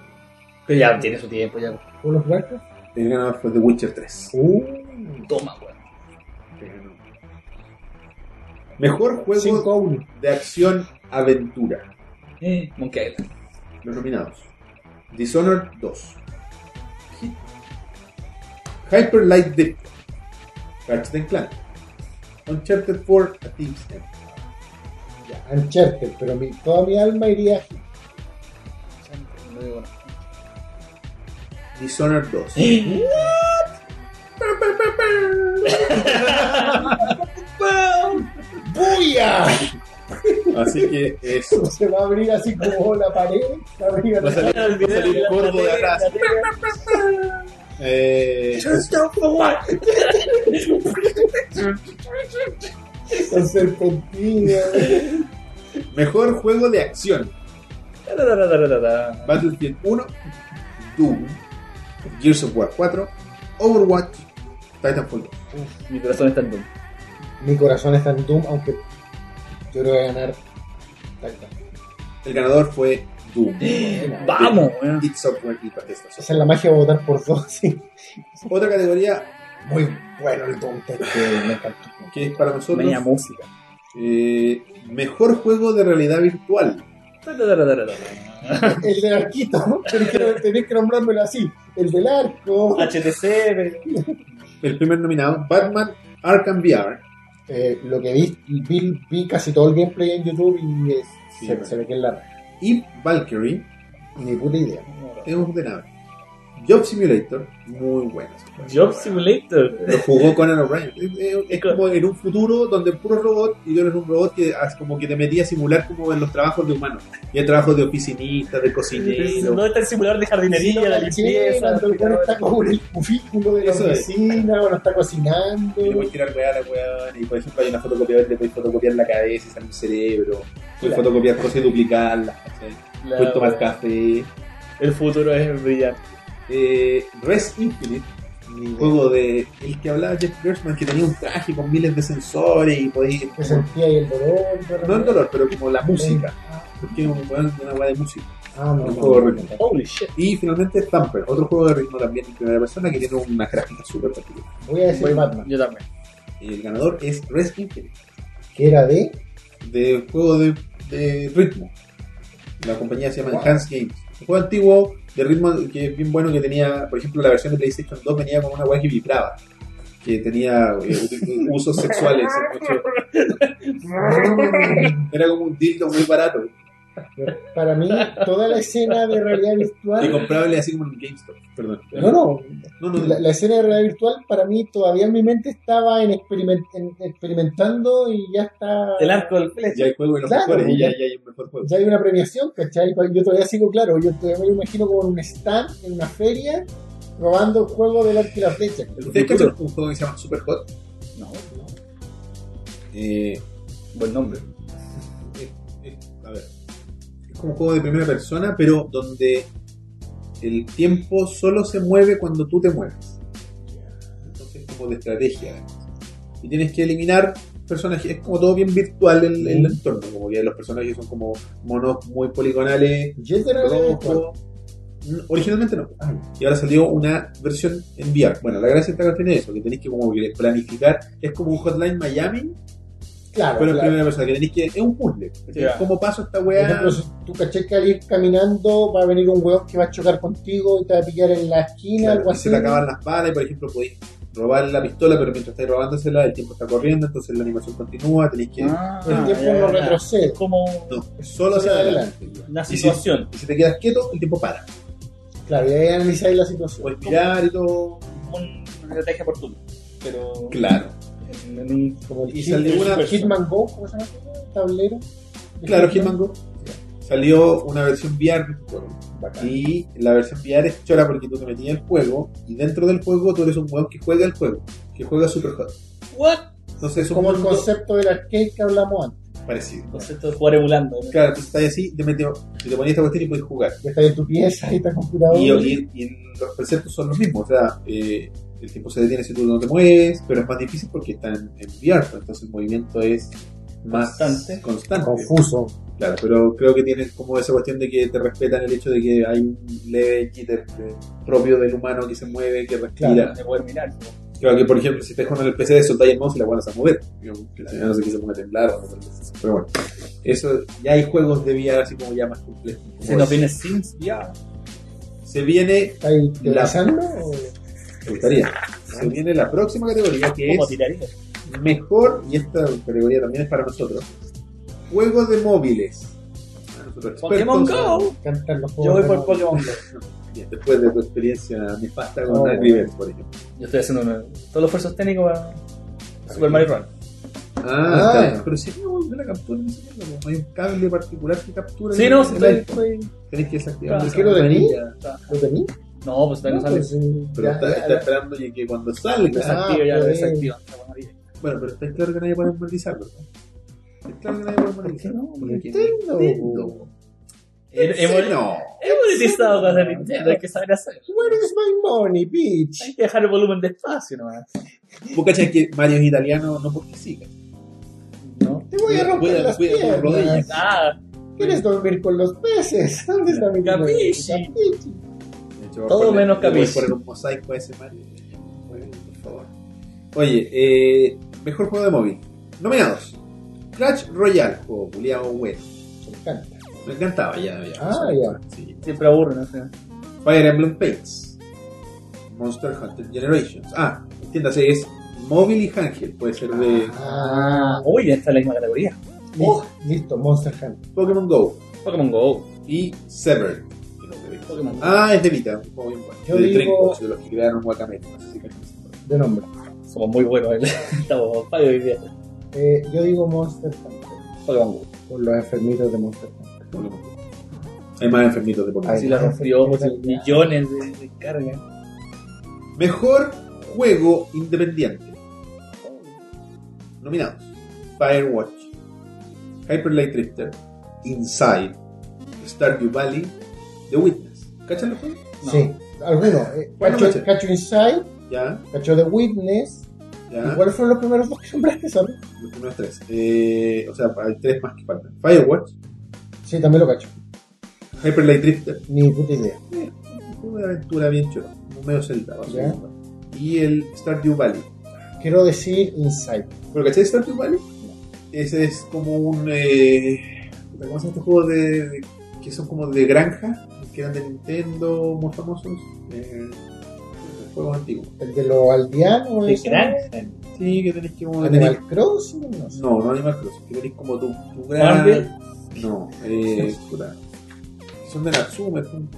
Pero ya tiene su tiempo, ya. World of Warcraft. El ganador fue The Witcher 3. Uh, Toma, weón. Mejor juego 5 a 1. de acción aventura. Eh, Monkey Island. Los nominados: Dishonored 2, Hit, Hyper Light Dip, Ratchet and Clank, Uncharted 4, A Thief's End. Ya, Uncharted, pero mi, toda mi alma iría aquí. No digo nada. Dishonored 2, ¡Buya! así que eso. Se va a abrir así como la pared. La arriba Va a salir, El va a salir video, gordo de la tele, atrás. la tele. Eh, con serpentina. mejor juego de acción: Tarararararara. Battlefield 1, Doom, Gears of War 4, Overwatch, Titanfall 2. Mi corazón está en Doom. Mi corazón está en Doom, aunque yo creo que voy a ganar. Tacta. El ganador fue Doom. Vamos, weón. It Software y Bethesda Software. Esa es la magia de votar por dos. sí. Otra categoría Muy bueno el Doom, te- que me encantó. que es para nosotros Media música. eh, mejor juego de realidad virtual. Tarararararara. El del arquito, tenés que, tenés que nombrármelo así. El del arco. HTC, pero- El primer nominado, Batman Arkham VR. Eh, lo que vi, vi, vi casi todo el gameplay en YouTube y es- Sí, se, bueno. se ve que es la Y Valkyrie, Ni puta idea. Tenemos de nada. Job Simulator, muy bueno. ese juego. Job Simulator. Lo jugó Conan O'Brien. Es- Es, es como en un futuro donde puro robot y tú eres un robot que as- como que te metía a simular como en los trabajos de humanos. Y en trabajos de oficinista, de cocinero. ¿Dónde está el simulador de Sí, jardinería, la limpieza? cuando el güey está con el cubículo de la Eso es. oficina, cuando está Y le cocinando. puedes tirar weá a la weón. Y por ejemplo hay una fotocopiadora, le puedes fotocopiar la cabeza y sale un cerebro. Puedes Claro. fotocopiar cosas y duplicarlas. ¿cachai? La- puedes tomar café. El futuro es brillante. Eh, Res Infinite, un juego de el que hablaba Jeff Gershman, que tenía un traje con miles de sensores y podías Que sentía ahí el dolor. no el dolor, pero como la música, porque es un weón de una weá de música. Ah, no. Un juego no, rico. Holy shit. Y finalmente Stamper, otro juego de ritmo también en primera persona que tiene una gráfica súper particular. Voy a decir Bueno, Batman, Yo también. Y el ganador es Res Infinite, que era de. de juego de, de ritmo. La compañía se llama Wow. Enhanced Games. Un juego antiguo de ritmo que es bien bueno que tenía, por ejemplo, la versión de PlayStation 2 venía con una weá que vibraba, que tenía eh, u- usos sexuales. entonces, Era como un dildo muy barato Para mí, toda la escena de realidad y virtual. comprable así como en GameStop. Perdón. No, no. No, no, La, la escena de realidad virtual, para mí, todavía en mi mente estaba en experiment- en- experimentando y ya está. El arco del flecha. ya hay juego de los Claro, mejores y ya, ya. ya hay un mejor juego. ya hay una premiación, ¿cachai? Yo todavía sigo claro, yo todavía me imagino como en un stand, en una feria, robando el juego del arte y la flecha. ¿Ustedes cachan un juego que se llama Super Hot? No, no. Eh, Buen nombre. eh, eh, a ver. Es como un juego de primera persona, pero donde el tiempo solo se mueve cuando tú te mueves. Entonces es como de estrategia. Y tienes que eliminar personajes. Es como todo bien virtual el, el entorno. Como que los personajes son como monos muy poligonales. Yo te rojo. No, Originalmente no. Ah, Y ahora salió una versión en VR. Bueno, la gracia de esta canción es eso, que tenéis que como que planificar. Es como un Hotline Miami, Claro, pero en claro. primera persona, que tenéis que. Es un puzzle. Es decir, Ya. ¿Cómo paso esta Por weá? ejemplo, si tú caché que al ir caminando va a venir un hueón que va a chocar contigo y te va a pillar en la esquina, Claro, algo y así. se te acaban las balas y por ejemplo podéis robar la pistola, pero mientras estáis robándosela, el tiempo está corriendo, entonces la animación continúa, tenéis que. Ah, El Ah, tiempo no retrocede. Como No, solo hacia Solo adelante. la sí. situación. Y si te quedas quieto, el tiempo para. Claro, y ahí analizáis la situación. Puedes mirar y todo. Como una estrategia por turno. Pero Claro. en, en un Como el Y Hit- salió una- Hitman Go, ¿cómo se llama? ¿El Tablero. Claro, Hitman Go. Salió una versión VR de este juego. Bacán. Y la versión VR es chora porque tú te metías en el juego y dentro del juego tú eres un weón que juega el juego, que juega Super Hot. ¿What? Entonces es un Como el mundo concepto del arcade que hablamos antes. parecido. Concepto de jugar emulando. ¿no? Claro, tú estás así, te, metes, te ponías esta cuestión y puedes jugar. que está en tu pieza y está computador. Y, y- y en los preceptos son los mismos, o sea, eh, el tiempo se detiene si tú no te mueves, pero es más difícil porque está en, en VR, pues, entonces el movimiento es más Constante. constante. confuso. Claro, pero creo que tienes como esa cuestión de que te respetan el hecho de que hay un leve jitter eh, propio del humano que se mueve, que respira. Claro. De poder mirar. ¿no? Claro que, por ejemplo, si estás jugando en el PC, soltáis el mouse y la van a mover. Digamos, que la señora no sé qué se ponga a temblar. o algo por el estilo. Pero bueno, eso, ya hay juegos de VR así como ya más complejos. como Se nos ese. viene Sims ya. Se viene, ¿Está ahí teorizando? o- me gustaría, se viene la próxima categoría que ¿Cómo es tiraría? mejor, y esta categoría también es para nosotros, juegos de móviles. Ah, nosotros expertos, Pokémon Go. Cantan los Yo juegos voy de por móvil. Pokémon Go. Bien, Después de tu experiencia nefasta con Oh. Night River, por ejemplo. Yo estoy haciendo una- todos los esfuerzos técnicos para Super Mario Run. Ah, Ah. está bien. pero si no, no la captura, no sé qué, no hay un cable particular que captura. Sí, el- no, el sí, estoy, iPhone. estoy- Tenés que desactivar. Claro. esa ¿Qué lo tenés? maravilla. ¿Lo tení? No, pues todavía no No, sale. pues, sí, Pero ya, está, ya, está ya. esperando y que cuando salga. Desactiva, ya Ah, lo pues. desactiva. Está buena idea. Bueno, pero está claro que nadie puede monetizarlo. ¿no? Está claro que nadie puede monetizarlo. no? Porque aquí- Nintendo. Nintendo. He- Sí, Hemos no. hemos monetizado cosas de Nintendo, hay que saber hacerlo. Where is my money, bitch? Hay que dejar el volumen despacio nomás. Vos cachai que Mario es italiano no porque sí. cachai. No. Te voy a romper Cuida- las cuida tus piernas. rodillas. Ah, ¿Quieres dormir con los peces? ¿Dónde está mi Capisci. Capisci. De hecho, voy a Todo poner- menos le voy a Capiz. poner un mosaico a ese Mario. Por favor. Oye, eh, mejor juego de móvil. Nominados. Clash Royale, juego culiao bueno. Me encanta. Me encantaba ya. ya Ah, ya. Sí. siempre aburre, no sé. Fire Emblem Fates, Monster Hunter Generations. Ah, entiéndase, es móvil y ángel. Puede ser de Ah, Uy, esta es la misma categoría. Oh. li- listo, Monster Hunter. Pokémon Go Pokémon Go. y Sever. que no Pokémon. Ah, es de Vita, un juego bien bueno. Yo de digo- Dreambox, de los que crearon Guacamele. No sé si cachan ese juego. de nombre. Somos muy buenos, ¿eh? estamos pagos hoy día. Eh, yo digo Monster Hunter, Pokémon Go. por los enfermitos de Monster Hunter. Ponlo con- Hay más enfermitos de Pokémon. Ay. Así la rompió por sus millones de, de cargas. Mejor juego independiente. Nominados: Firewatch, Hyper Light Drifter, Inside, Stardew Valley, The Witness. ¿Cachan los juegos? No. Sí, algunos. eh, Bueno, cacho, caché. cacho Inside, Ya, Cacho The Witness. ya. ¿Y cuáles fueron los primeros dos que nombraste, sabes? Los primeros tres. Eh, o sea, hay tres más que faltan. Firewatch, Sí, también lo cacho. Hyper Light Drifter, Ni puta idea. un juego de aventura bien chulo, como medio Zelda. más o Ya. menos. Y el Stardew Valley. Quiero decir Inside. ¿Pero cachai Stardew Valley? Ese es como un. Eh, puta, ¿Cómo se llama estos juegos de, de- que son como de granja? Que eran de Nintendo, muy famosos. Eh, juegos antiguos. El de los aldeanos. De ese, granja. Sí, que tenés que. como tenés- Animal Crossing, no sé. no, no Animal Crossing. Que tenés como tu, tu Marvel. gran. No, eh, puta. Son de Natsume. son-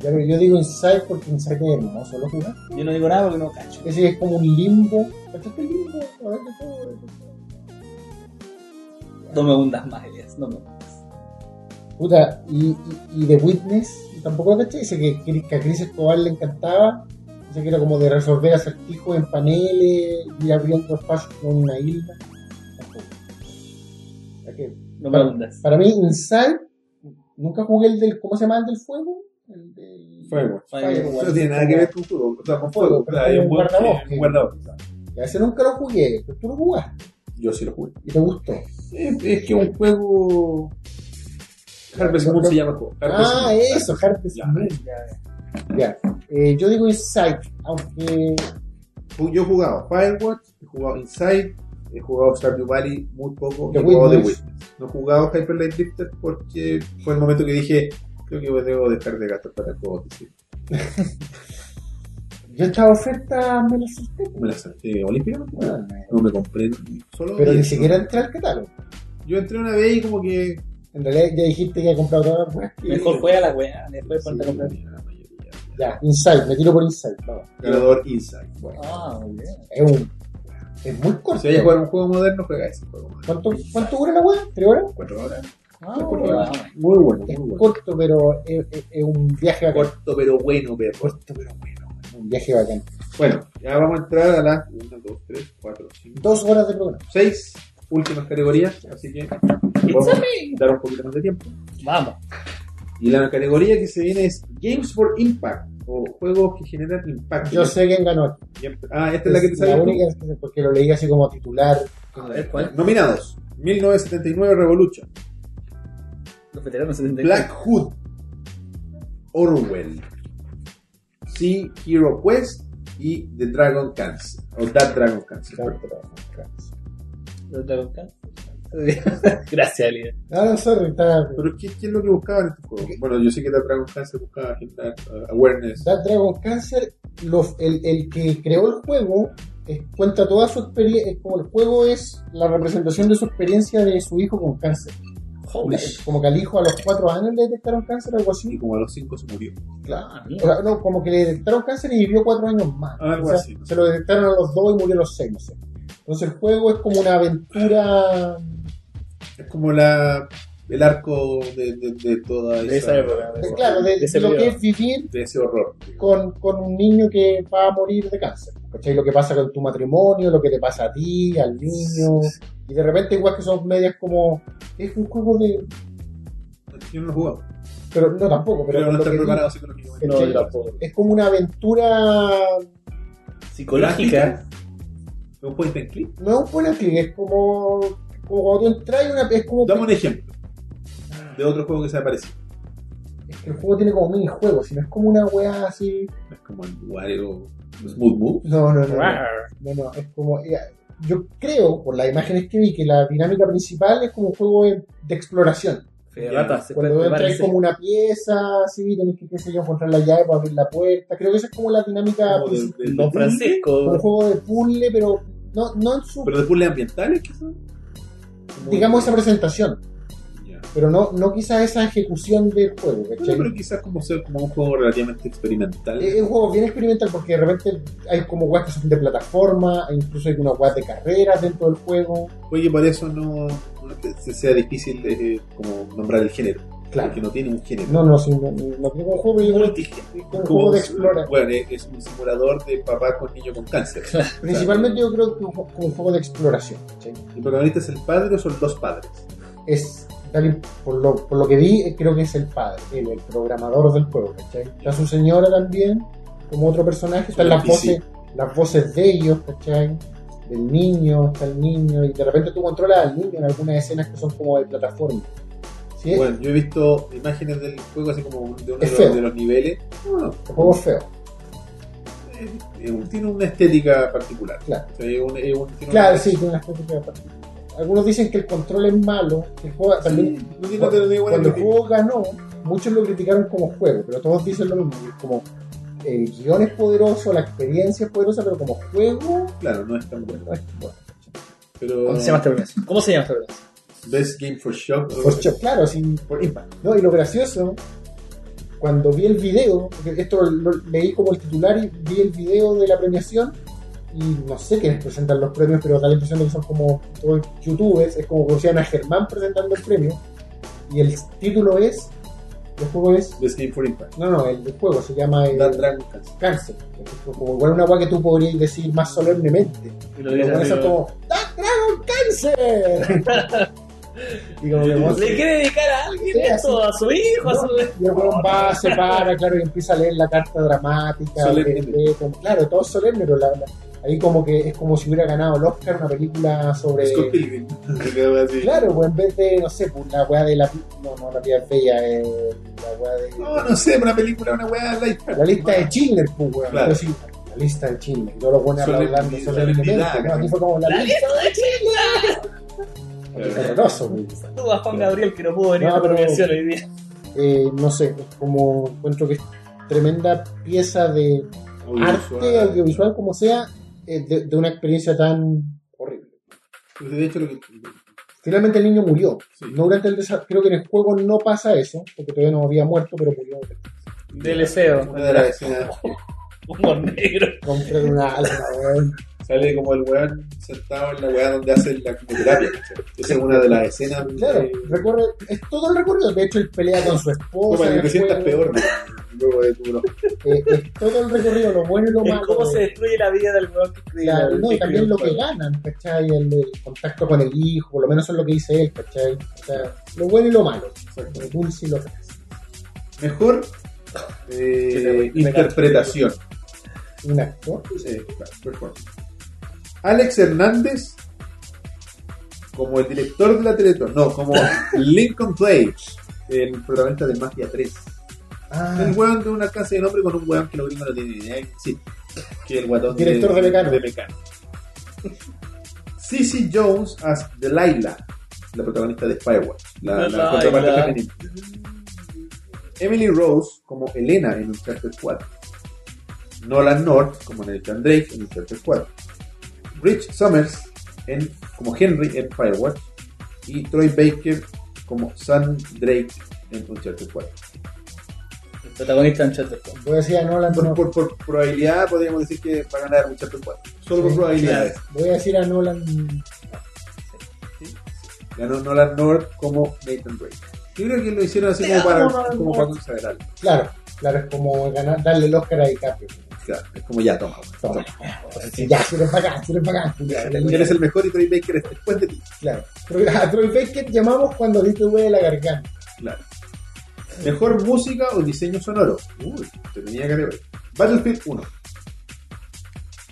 Ya, pero yo digo Inside porque Inside es hermoso, lo jugaste. Yo no digo nada porque no cacho. Ese es como un limbo. ¿Cachaste el limbo? A ver, ¿qué juego es? No me hundas más, Elias. No me Puta, y, y, y The Witness, tampoco lo caché. Dice que, que- que a Chris Escobar le encantaba. Dice que era como de resolver acertijos en paneles, ir abriendo espacios con una isla. Tampoco. Ya que, No me hundas. Para mí, Inside, nunca jugué el del. ¿Cómo se llama el del fuego? El del. Firewatch. Firewatch. Eso no tiene nada que ver con juego. O sea, con Fuego, fuego. pero claro, hay como un hueón que- guardabosque. un guardabosque. Ya, ese nunca lo jugué, pero tú lo jugaste Yo sí lo jugué. y te gustó. Es, es que un juego. Harvest Moon se llama el juego. Harvest Ah, Moon. eso, Harvest Ya, Moon. Ya. Eh, yo digo Inside, aunque Ju- Yo he jugado Firewatch, he jugado Inside, he jugado Stardew Valley muy poco, y The he jugado The Witness. Witness. No he jugado Hyper Light Drifter porque fue el momento que dije, creo que debo dejar de gastar para el juego. sí. yo esta oferta me la acepté. Me la salté olímpicamente. Bueno, No me compré ni- solo. pero ni eso. siquiera entré al catálogo. Yo entré una vez y como que. En realidad ya dijiste que he comprado todas las weas. Mejor juega la weá. Después Sí, ponte a comprar. la mayoría. Ya, Inside, me tiro por Inside, vamos. Ganador Inside. Bueno. Ah, muy bien. Es un. Es muy corto. Si vayas a jugar un juego moderno, juega ese juego moderno. ¿Cuánto, ¿Cuánto dura la wea? ¿Tres horas? Cuatro horas. Ah, Tres, cuatro bueno. horas. Muy bueno, muy Es bueno. corto, pero es, es- es un viaje bacán. Corto pero bueno, pero Corto, pero bueno. Un viaje bacán. Bueno, ya vamos a entrar a las 1, 2, 3, 4, 5, Dos horas de programa. 6 últimas categorías, así que vamos a dar un poquito más de tiempo. Vamos. Y la categoría que se viene es Games for Impact, o juegos que generan impacto. Yo sé quién ganó. Bien- Ah, esta es la que te salió. única, que- porque lo leí así como titular. A ver, ¿cuál? Nominados. 1979 Revolution, Los veteranos 74. Black Hood, Orwell, Sea Hero Quest y The Dragon Cancer, o That Dragon Cancer. perdón. ¿Los Dragon Khan? Gracias, Elias. Ah, no, sorry, está. Pero ¿qué, qué es lo que buscaban estos juegos? Bueno, yo sé que la Dragon Cancer buscaba generar eh, awareness. Dark Dragon Cancer, lo- el, el que creó el juego, eh, cuenta toda su experiencia. Como el juego es la representación de su experiencia de su hijo con cáncer. Holy Es Como que al hijo a los cuatro años le detectaron cáncer, Y algo así. como a los 5 se murió. Ah, O mira. sea, no, como que le detectaron cáncer y vivió cuatro años más. Algo O sea, así. Se lo detectaron a los dos y murió a los seis, no sé. Entonces el juego es como una aventura. Es como la, el arco de, de, de toda De esa, esa época. de- claro, de, ese de lo que periodo. es vivir de ese horror. con, con un niño que va a morir de cáncer. ¿Cachai? Lo que pasa con tu matrimonio, lo que te pasa a ti, al niño. Y de repente, igual que son medias como. Es un juego de. Yo no lo he jugado. Pero no tampoco, pero. Pero no lo está que preparado psicológicamente. No, Sí. tampoco. Es como una aventura. Psicológica. ¿Es un point and click? No es un point and click, es como. Como cuando tú entras y una. Es como. Dame un ejemplo de otro juego que se aparece. Es que el juego tiene como minijuegos, sino es como una weá así. Es como el Wario Smooth Move. No, no, no. no. Rar. No, no, es como. ya, Yo creo, por las imágenes que vi, que la dinámica principal es como un juego de- de exploración. Fe de rata, se Cuando puede- entras parece- como una pieza, así, tenés que, qué sé yo, encontrar la llave para abrir la puerta. Creo que esa es como la dinámica, Como pues, de- de- de- Don como un Francisco. juego de puzzle, pero no, no en su, pero de puzzles ambientales, ¿qué son? digamos, esa presentación. Ya. Pero no, no quizás esa ejecución del juego, No, ¿cachai? pero quizás como ser como un juego relativamente experimental. Es es un juego bien experimental porque de repente hay como weas que son de plataforma, e incluso hay unas weas de carreras dentro del juego. Oye, por eso no, no te- se- sea difícil eh, como nombrar el género. Porque no tiene un género. No, no, sí, no, no creo que un juego, pero yo creo que es un juego de exploración. Bueno, es es un simulador de papá con niño con cáncer. Principalmente yo creo que un ju- como un juego de exploración, ¿cachai? ¿El protagonista es el padre o son los padres? es también, por lo, por lo que vi, eh, creo que es el padre, el, el programador del juego, ¿cachai? Está su señora también, como otro personaje, están las NPC. voces, las voces de ellos, ¿cachai? Del niño, está el niño, y de repente tú controlas al niño en algunas escenas que son como de plataforma. ¿Sí? es Bueno, yo he visto imágenes del juego así como de uno de los, Es feo. de los niveles. No, un juego feo. eh, eh, tiene una estética particular. Claro. O sea, es un- es un- tiene Claro, una- sí, tiene una estética particular. Algunos dicen que el control es malo, que el juego, Sí, también no tiene- no tiene buena Cuando el crítica. juego ganó, muchos lo criticaron como juego, pero todos dicen lo mismo, que es como el guión es poderoso, la experiencia es poderosa, pero como juego Claro, no es tan bueno. no es bueno. Pero ¿Cómo se llama esta organización? ¿Cómo se llama esta organización? este? Best Game for Shock. Por cho- claro, sin por impact. No, y lo gracioso, cuando vi el video, porque esto lo, leí como el titular y vi el video de la premiación, y no sé quiénes presentan los premios, pero da la impresión de que son como todos youtubers, es como conocían a Germán presentando el premio, y el título es, el juego es, Best Game for Impact. no, no, el, el juego se llama... eh, Dan Dragon Cancer. cáncer. que es Como igual una agua que tú podrías decir más solemnemente. Y Pero lo con eso es dice como ¡Dark Dragon Cáncer! y como que vos- ¿Le quiere dedicar a alguien Sí, esto? ¿A su hijo? ¿A No, su... y el weón va, se para, claro, y empieza a leer la carta dramática. Solemne. de- de- con- claro, todo solemne, pero la- la- ahí como que es como si hubiera ganado el Oscar una película sobre. Scott Pilgrim. Se quedó así. Claro, pues en vez de, no sé, pues, la weá de la. No, no, la tía es bella, eh, la weá de. No, no sé, una película, una weá light. La lista de Schindler, pues, weón. Claro. Yo sí, la lista de Schindler. Y todos los buenos Solemnidad, hablando solemnemente. No, solemnidad. aquí fue como la, lista de Schindler. Horroroso, güey. Tú a Juan Gabriel que no pudo venir No, a la pero- convención hoy día. Eh, no sé, es como encuentro que es tremenda pieza de arte audiovisual, como sea, eh, de, de una experiencia tan horrible. Pues de hecho, lo que. Finalmente el niño murió. Sí. No durante el desa- Creo que en el juego no pasa eso, porque todavía no había muerto, pero murió DLC, Una de las escenas que humor negro. con Fred una alma, weón. sale como el weón sentado en la weá donde hace la quimioterapia. ¿cachai? Esa es una de las escenas. Claro, eh, recorre, es todo el recorrido. De hecho, él pelea con su como esposa. para en que te el sientas juego. peor, ¿no? Luego de tu. Eh, es todo el recorrido, lo bueno y lo El malo. cómo se eh, destruye la vida del weón que escribió. la- no, y que también escribió lo el que juego. ganan, ¿cachai? El, el contacto con el hijo, por lo menos eso es lo que dice él, ¿cachai? O sea, lo bueno y lo malo. Lo dulce y lo fácil. Mejor. eh, interpretación. Un actor. Sí, claro, perfecto. eh, Alex Hernández como el director de la Teletón, no, como Lincoln Page, el protagonista de Mafia 3. Ah, El weón de una casa de nombre con un weón que los gringos no tienen idea que existe. Que el guatón Director de Mecano. de Mecano. Cici Jones as Delilah, la protagonista de Firewatch, la, la Delilah. contraparte femenina. Emily Rose como Elena en Uncharted 4. Nolan North como Nathan Drake en Uncharted 4. Rich Summers en, como Henry en Firewatch. Y Troy Baker como Sam Drake en Uncharted 4. El protagonista de Uncharted Four. yo decía Nolan. Por, No. por, por probabilidad podríamos decir que va a ganar Uncharted 4. Solo por Sí, probabilidades. Voy a decir a Nolan. Ganó Nolan North como Nathan Drake. Yo creo que lo hicieron así como para, como para consagrar algo. Claro, claro, es como ganar, darle el Oscar a DiCaprio. Claro, es como ya, toma. güey, Toma. toma. Ya, si eres bacán, si eres bacán. Eres el mejor y Troy Baker es después de ti. Claro. Troy- A Troy Baker llamamos cuando a ti te duele la garganta. Claro. Mejor música o diseño sonoro. Uy, te tenía que ver. Battlefield 1.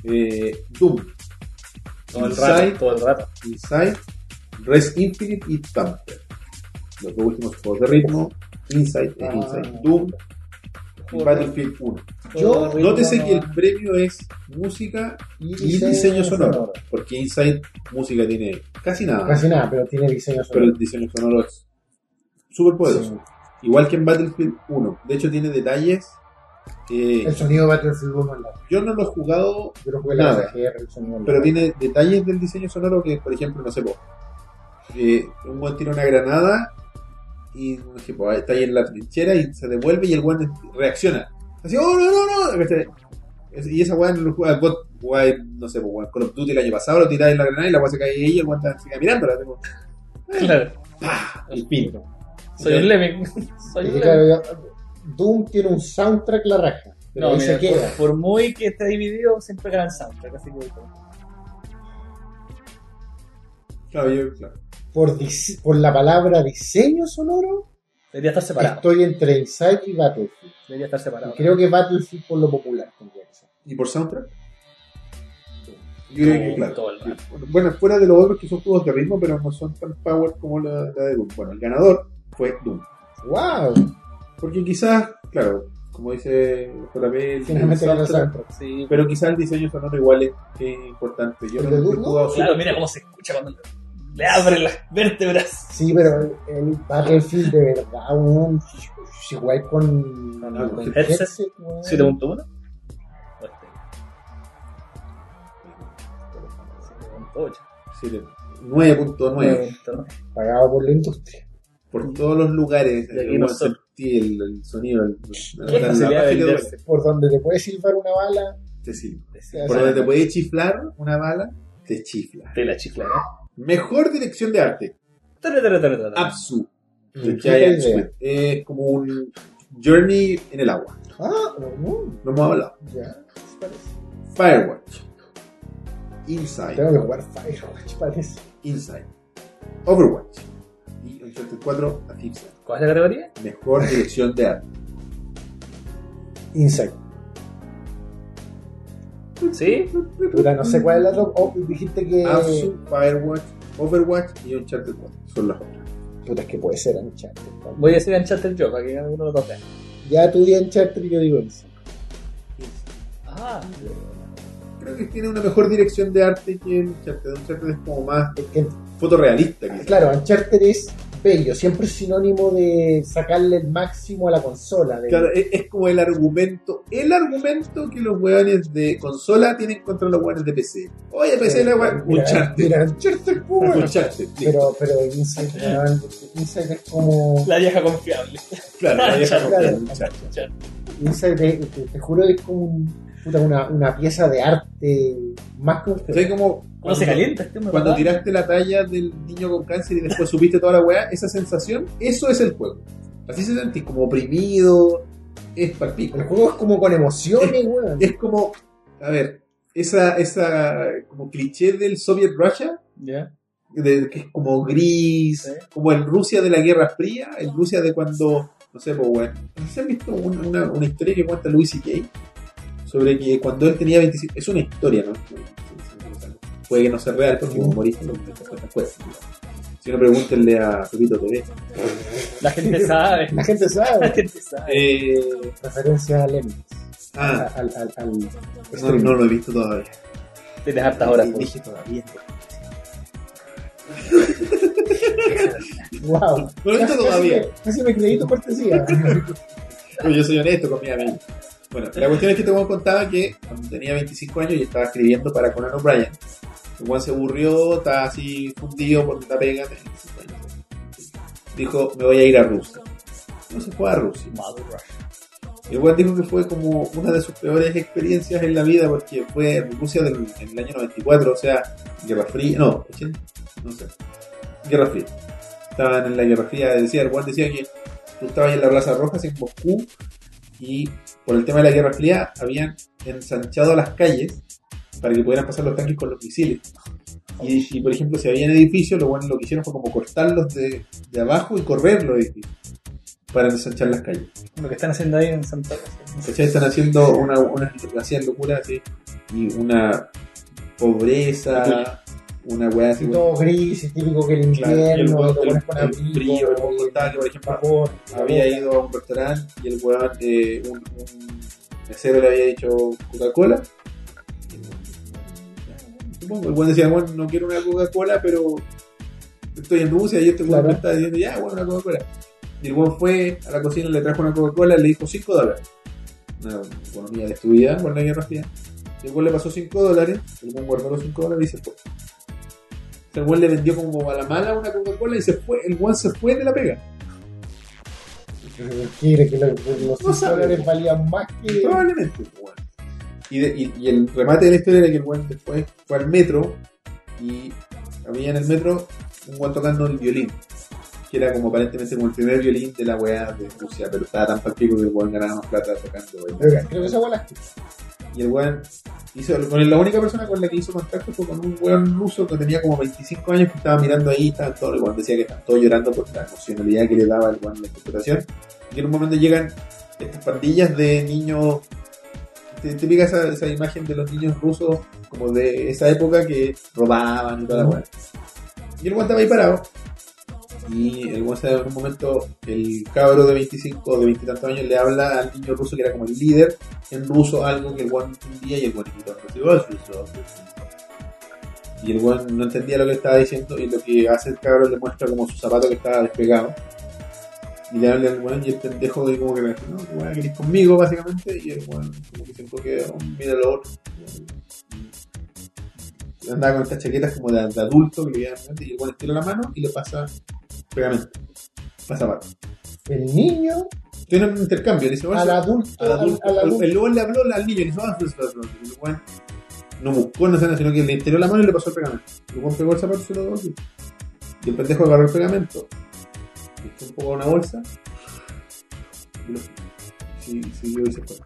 Eh, Doom. Todo el Inside, rato, todo el rato. Inside, Res Infinite y Thumper. Los dos últimos juegos de ritmo. Inside e Ah. Inside Doom. Y Battlefield 1. Yo- Todo el Nótese ritmo, que el premio es música y diseño, sonoro, Porque Inside música tiene casi nada. Casi nada, pero tiene diseño Pero sonoro. el diseño sonoro es súper poderoso. Sí. Igual que en Battlefield 1. De hecho, tiene detalles. eh, El sonido de Battlefield 1 en la. yo no lo he jugado, Yo lo jugué en la Nada. SGR, el sonido en la- pero tiene detalles del diseño sonoro que, por ejemplo, no sé, po, eh, un buen tira una granada y como dije, pues, está ahí en la trinchera y se devuelve y el weón reacciona. Así, oh, no, no, no. ¿cachai? Es- Y esa weá en los juegos, bot, weá, no sé, pues, weá, Call of Duty el año pasado lo tiráis en la granada y la weá se cae ahí y el weón está- se queda mirándola. Tengo, Claro. el pino. Soy un lemming. Soy un Porque, lemming. claro, ya- Doom tiene un soundtrack la raja. Pero No, ahí mira, se queda. por, por muy que esté dividido, siempre ganan soundtrack, así que... Claro, yo, claro. Por, dis- por la palabra diseño sonoro, Debería estar separado. estoy entre Inside y Battlefield. Debería estar Y separado. creo que Battlefield por lo popular tendría que ser. ¿Y por soundtrack? Yo creo que, Todo- claro. todo el rato. Bueno, fuera de los otros que son juegos de ritmo, pero no son tan power como la, la de Doom. Bueno, el ganador fue Doom. ¡Wow! Porque quizás, claro, como dice JP, el Finalmente ganó el soundtrack, soundtrack. Sí, pero quizás el diseño sonoro igual es, es importante. Yo ¿El lo de he Doom, no? jugado claro, mira cómo se escucha cuando le abren las vértebras. Sí, pero el, el Battlefield de verdad, weón. Si jugáis con. no, con headset. weón. 7.1. 7.8. súper- 9.9 Pagado por la industria. por todos los lugares. eh, De aquí Bueno, nosotros. sentí el, el sonido. El, la- Qué la- facilidad la- de la- venderse. Por donde te puede silbar una bala. te sirve. te Por hace- donde te puede chiflar una bala, te chifla. De la chifla, ¿no? Mejor dirección de arte, Tere, tere, tere, tere. Apsu. de Mm, Giant qué Squid. Es como un Journey en el agua. Ah, weón, Lo hemos hablado. ya. sí parece. Firewatch. Inside. Tengo que jugar Firewatch, parece. Inside. Overwatch. Y Uncharted 4 a Inside. ¿Cuál es la categoría? Mejor dirección de arte. Inside. Sí. Puta, no sé cuál es la top. Oh, dijiste que. Apsu, Firewatch, Overwatch y Uncharted 4. Son las otras. Puta, es que puede ser Uncharted. Voy a decir Uncharted yo, para que alguno lo toque. Ya tú di Uncharted y yo digo Inside. Ah, Creo que tiene una mejor dirección de arte que Uncharted. Uncharted es como más Es que, fotorrealista. quizás. claro, Uncharted es bello, siempre es sinónimo de sacarle el máximo a la consola. de- Claro, e-, es, es como el argumento, el argumento que los weones de consola tienen contra los weones de PC. Oye, PC, la weón, Mira, Uncharted. Mira, Uncharted, pú, weón. Uncharted, sí, Pero, pero Inside, weón, Inside es como. la vieja confiable. claro, la vieja Claro. confiable, Uncharted. Inside, te, te- te juro, es como un- puta, una, una pieza de arte más que un ¿Sabes cómo ¿Cómo se calienta este hombre? cuando papá? tiraste la talla del niño con cáncer y después supiste toda la weá? Esa sensación, eso es el juego. Así se sentís, como oprimido, es palpico. El juego es como con emociones, weón. Es como, a ver, esa, esa como cliché del Soviet Russia, Ya. de- que es como gris, Sí. como el Rusia de la Guerra Fría, el Rusia de cuando, no sé, pues, bueno, no sé si han visto un- una, una historia que cuenta Louis C.K. sobre que cuando él tenía 25, es una historia, ¿no? Puede que no sea real porque un humorista no cuenta estas cosas. pues, Si no, pregúntenle a Pepito TV. La gente sabe. La gente La sabe. gente sabe. Eh, Referencia a Lemmings. ah, Al, al, al, no, no lo he visto todavía. Tienes hartas horas. pues. todavía. wow. No lo he visto todavía. Casi me creí tu cortesía. Pues yo soy honesto con mi amigo. Bueno, la cuestión es que te contaba que cuando tenía 25 años y estaba escribiendo para Conan O'Brien, el Juan se aburrió, estaba así fundido por la pega. tenía 25 años. Dijo, me voy a ir a Rusia. No se fue a Rusia. Mother Russia. El Juan dijo que fue como una de sus peores experiencias en la vida porque fue en Rusia del, en el año 94, o sea, Guerra Fría, no, 80, no sé, Guerra Fría. Estaban en la Guerra Fría, decía, el Juan decía que tú estabas en la Plaza Roja, en Moscú, y por el tema de la Guerra Fría habían ensanchado las calles para que pudieran pasar los tanques con los misiles. Y, y, por ejemplo, si había edificios, lo bueno lo que hicieron fue como cortarlos de, de abajo y correr los edificios para ensanchar las calles. Lo que están haciendo ahí en Santa Cruz. ¿Cachai? Están haciendo una, una hacían locura así, y una pobreza, una weá así. Y todo gris, y típico que el claro, y el invierno, weón y lo del- pones con del abrigo, frío, el weón y contaba que, por ejemplo, vapor, había la ido a un restaurante y el weón, eh, un, un mesero le había dicho Coca-Cola. Supongo, el weón decía, bueno, no quiero una Coca-Cola, pero estoy en Rusia y este weón Claro. me está diciendo, ya, bueno, una Coca-Cola. Y el weón fue a la cocina, le trajo una Coca-Cola, le dijo 5 dólares. Una economía destruida por la guerra fría. Y el weón le pasó 5 dólares, el weón guardó los 5 dólares y se fue. El weón le vendió como a la mala una Coca-Cola y se fue, el weón se fue de la pega. Entonces, Quiere que los, los No sabe, dólares po. valían más que. Probablemente, pues, weón. Y, de- y- y el remate de la historia era que el weón después fue al metro y había en el metro un weón tocando el violín, que era como aparentemente como el primer violín de la weá de Rusia, pero estaba tan palpico que el weón ganaba más plata tocando. weón. Pero creo que esa bola Y el weón hizo, con la única persona con la que hizo contacto fue con un weón ruso que tenía como 25 años que estaba mirando ahí, estaba todo, el weón decía que estaban todos llorando por la emocionalidad que le daba el weón la interpretación. Y en un momento llegan estas pandillas de niños, te, te pica esa, esa imagen de los niños rusos como de esa época que robaban y toda la weón. Y el weón estaba ahí parado. Y el weón en un momento, el cabro de 25 o de 20 y tantos años le habla al niño ruso que era como el líder en ruso algo que el weón entendía y el weón gritó, "Ruso, ruso, ruso, ruso". Y el weón no entendía lo que estaba diciendo y lo que hace el cabrón le muestra como su zapato que estaba despegado. Y le habla al weón y el pendejo de como que le dice, no, que weón, querés conmigo básicamente. Y el weón como que se enfoque, "Oh, mira lo otro. Y Andaba con estas chaquetas como de, de adulto que le quedaban grandes, y el weón estira la mano y le pasa pegamento. Pasa zapato. El niño Tiene un intercambio, le dice, "Oye, al adulto. al Al, adulto. al adulto. El weón le habló al niño, le hizo, "Ah, pues, pues, pues". Y el weón no buscó, no sé nada, sino que le estiró la mano y le pasó el pegamento. El weón pegó el zapato y se lo devolvió. Y el pendejo agarró el pegamento, le echó un poco a una bolsa y lo sí, siguió y se fue.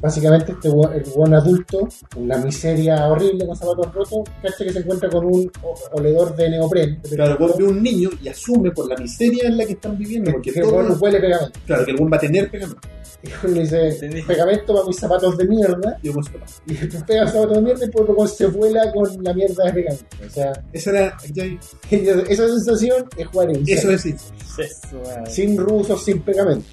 Básicamente, este buen, el buen adulto, con la miseria horrible con zapatos rotos, cacha que se encuentra con un o- oledor de neopreno. Claro, el weón ve un niño y asume por la miseria en la que están viviendo, que, porque que el todo- buen no huele pegamento. claro, que el weón va a tener pegamento. Y el buen le dice: Entendí. pegamento para mis zapatos de mierda. Y el weón se lo pasa. Y después pega los zapatos de mierda y por lo cual se vuela con la mierda de pegamento. O sea, Esa era, ya- esa sensación es jugar en eso es sí. Eso, weón. Sin rusos, sin pegamento.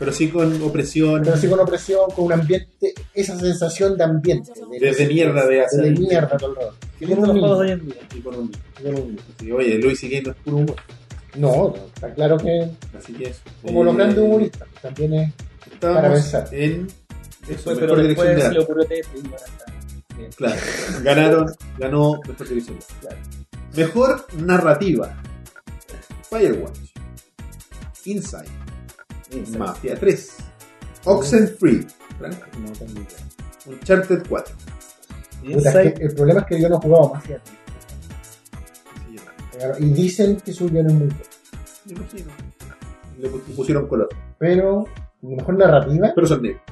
pero sí con opresión, pero sí con opresión, con un ambiente, esa sensación de ambiente. De, desde mierda de de, hacer mierda todo el rato. ¿Qué lindo los juegos de hoy en día? y con un niño. Yo no- Y, oye, Luis y no es puro humor. No, no, está claro que Así que eso. como los grandes humoristas, también es Estábamos Para pensar. en eso, Después, pero mejor dirección después de se le arte. ocurrió Tetris, weón, hasta- Claro. Ganaron, ganó mejor dirección de arte. Mejor narrativa. Firewatch. Inside. Mafia 3. Oxenfree. Franco. Uncharted 4. puta, Inside, es que el problema es que yo no he jugado más y dicen que suyo no es muy bueno. Me imagino. Le pu- pusieron color. pero la mejor narrativa Pero son negros.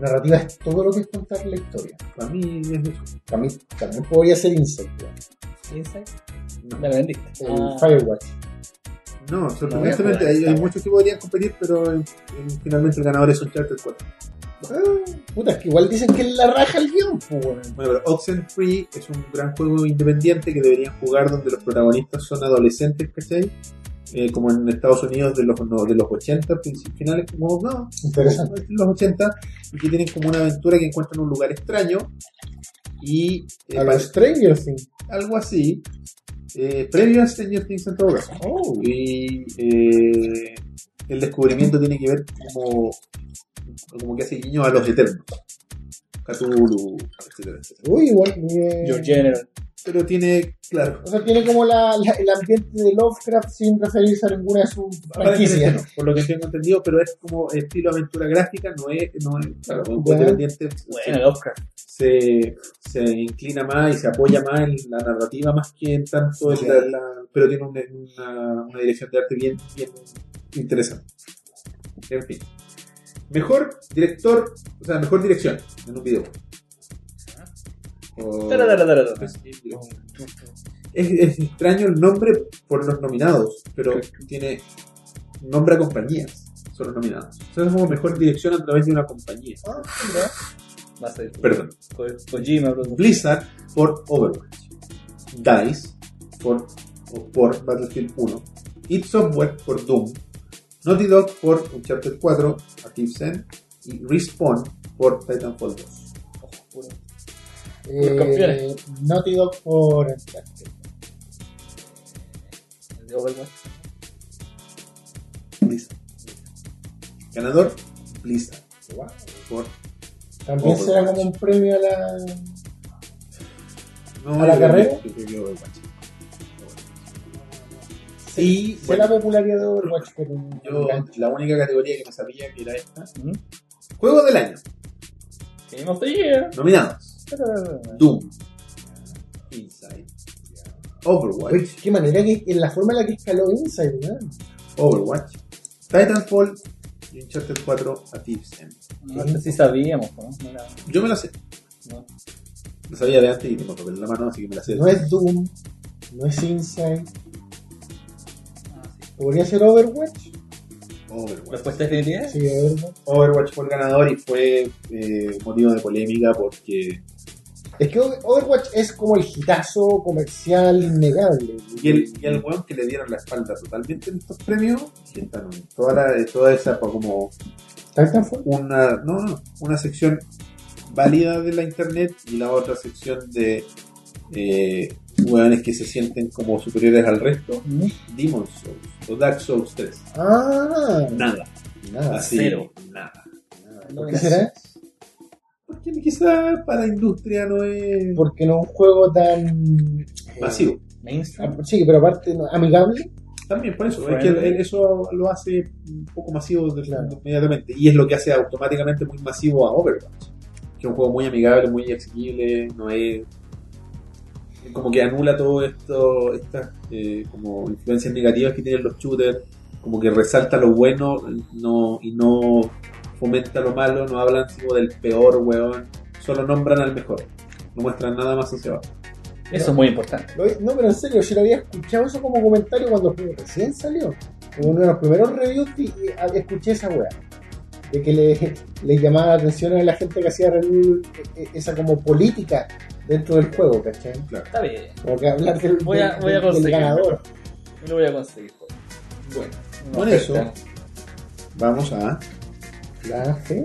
narrativa es todo lo que es contar la historia Para mí es eso. para mí también podría ser Insect Inside, No. me la vendiste. el Ah, Firewatch No, sorprendentemente No, hay, hay no. muchos que podrían competir, pero en- en- finalmente el ganador es Uncharted 4. Ah, puta es que igual dicen que es la raja el guión pues, bueno. Bueno, pero Oxenfree es un gran juego independiente que deberían jugar donde los protagonistas son adolescentes, ¿cachai? Eh, como en Estados Unidos de los, no, de los 80, princip- finales, como no, interesante los 80, y que tienen como una aventura que encuentran un lugar extraño y eh, a los Stranger Things algo así, eh, previo a Stranger Things en todo caso. Oh, Y eh, el descubrimiento tiene que ver como, como que hace guiño a los eternos. Cthulhu, etcétera, etcétera. uy igual eh, Your General. Pero tiene, claro, o sea tiene como la, la- el ambiente de Lovecraft sin referirse a ninguna de sus aparentemente franquicias no, por lo que tengo entendido, pero es como estilo aventura gráfica, no es, no es, claro, como un juego Ya. independiente Bueno, el Oscar. se, se inclina más y se apoya más en la narrativa más que en tanto en la, la- pero tiene una, una- una dirección de arte bien, bien interesante en fin mejor director o sea mejor dirección en un video O- Tararararara. es, es extraño el nombre por los nominados pero tiene nombra compañías son los nominados o sea es como mejor dirección a través de una compañía Ah, mira. Más de- perdón Ko- Kojima, bro. Blizzard por Overwatch, DICE por, o por Battlefield 1, id Software por Doom, Naughty Dog por Uncharted 4, Active Zen y Respawn por Titanfall 2. Eh, campeones. Naughty Dog por Uncharted. El de Overwatch. Blizzard. Ganador, Blizzard. Por, también Overwatch. será como un premio a la no, ¿A la yo creo que- carrera? yo creo que Overwatch. sí, Y Sé bueno, la popularidad de Overwatch, pero. yo la única categoría que no sabía que era esta. Ujú. Juego del año. Game of the Year. Nominados. Doom. Inside. Overwatch. Oye, qué manera que. En la forma en la que escaló Inside, ¿verdad? Overwatch. Titanfall. Y Uncharted 4 a Thieves End. No sé si sabíamos, ¿no? No era- Yo me la sé. No. Lo sabía de antes y tengo papel en la mano, así que me la sé. No es Doom, no es Inside. ¿Podría ser Overwatch? Overwatch. ¿Respuesta Eh. definitiva? Sí, Overwatch. Overwatch fue el ganador y fue eh, motivo de polémica porque. Es que Over- Overwatch es como el hitazo comercial innegable. Y el, y el weón que le dieron la espalda totalmente en estos premios, sientan toda, la, toda esa fue como Titanfall. una, no, no, una sección válida de la internet y la otra sección de eh, weones que se sienten como superiores al resto. Demon Souls o Dark Souls 3. Ah, Nada. nada. Así. Cero. Nada. No, ¿Qué será? Porque quizá para industria no es Porque no es un juego tan. eh, masivo. Mainstream. ah, Sí, pero aparte, no, amigable. También por eso, es Friendly. que él- eso lo hace un poco masivo de- Claro. inmediatamente. Y es lo que hace automáticamente muy masivo a Overwatch. Que es un juego muy amigable, muy asequible, no es. Como que anula todo esto, estas eh, como influencias negativas que tienen los shooters, como que resalta lo bueno no, y no fomenta lo malo, no hablan sino del peor weón, solo nombran al mejor, no muestran nada más hacia abajo. Eso es muy importante. Lo- No, pero en serio, yo lo había escuchado eso como comentario cuando recién salió. Como uno de los primeros reviews y, y a- escuché esa weá. De que le, le llamaba la atención a la gente que hacía review e- e- esa como política dentro del juego, ¿cachai? Está bien. Como que hablar del, Voy a- del- voy a del conseguir. ganador. Lo voy a conseguir. Bueno. una Con oferta. Vamos a. La, ¿sí?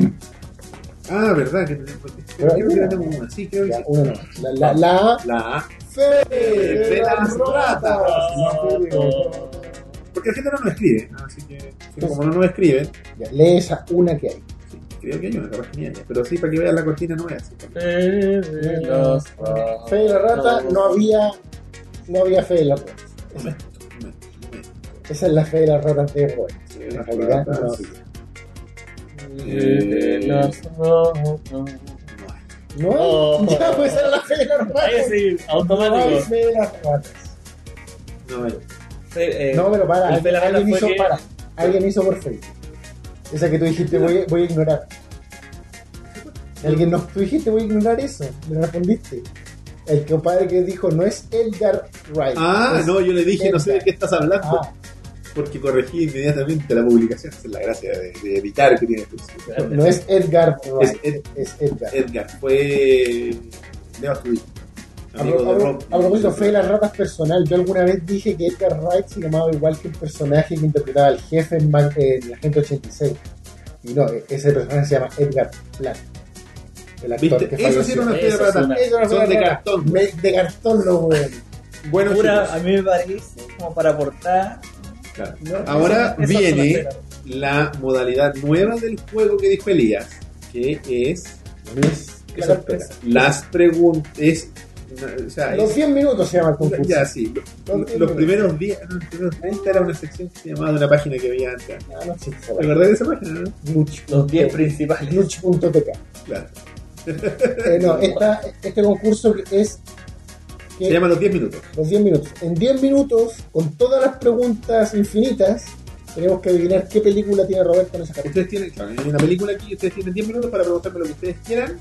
Ah, verdad, que tenemos. Pero hay creo que una. tenemos una, sí, creo que Ya, sí. uno no. La, la, la La A. fe de las ratas. No, Porque la gente no nos escribe, así que que como no nos escriben, ya, lee esa una que hay. sí, creo que hay una, capaz que ni haya. Pero sí, para que vean la cortina no es así. Fe de las ratas. Fe de la rata no había, no había fe de la rata. Un momento, un momento, un momento. Esa es la fe de las ratas de Roy. En Las realidad no ratas, había. Fe de las ratas. no hay. No, Oh. ya pues esa era la fe de las Ahí ratas. sí, No hay automático. fe de las ratas. No hay. Fe, eh, No, pero para, la fe de alguien, las ratas alguien fue hizo que- para. Alguien hizo por Facebook. Esa que tú dijiste voy, voy a ignorar. Alguien no, tú dijiste voy a ignorar eso. Me respondiste. El compadre que dijo no es Edgar Wright. Ah, es- no, yo le dije, no sé de qué estás hablando, Ah, porque corregí inmediatamente la publicación. Esa es la gracia de, de evitar que tiene este Facebook. no es Edgar Es Wright. Ed- Es Edgar. Edgar, fue. Leo Astudillo. A amigo pro- a de pro- Rob. a propósito, fe de las ratas personal. Yo alguna vez dije que Edgar Wright se llamaba igual que el personaje que interpretaba al jefe en, Man- eh, en La Gente 86. Y no, e- ese personaje se llama Edgar Platt. El actor ¿Viste? que Eso sí era falleció. una fe de Eso es rata. una- Eso era Son una de rata. cartón. Me- de cartón los weones. Bueno, Pura, chicos, a mí me parece como para aportar. claro. ¿no? Ahora Esas- esas son Ah, viene- las peras. la modalidad nueva del juego que dijo Elías, que es ¿Qué sorpresa? las preguntas. Es, una- o sea, Los es- 10 minutos se llama el concurso. ya, sí. Los Los, 10 los minutos. primeros días, no, los primeros 30 era una sección que se llamaba de una página que había antes. Ah, no existe esa ¿Te weá. acordás de esa página? no? Luch. Los 10 principales. Luch.tk. Claro. Eh, no, esta- este concurso que es. que- Se llama los 10 minutos. Los 10 minutos. En 10 minutos, con todas las preguntas infinitas, tenemos que adivinar qué película tiene Roberto en esa carpeta. Ustedes tienen, claro, hay una película aquí, ustedes tienen 10 minutos para preguntarme lo que ustedes quieran.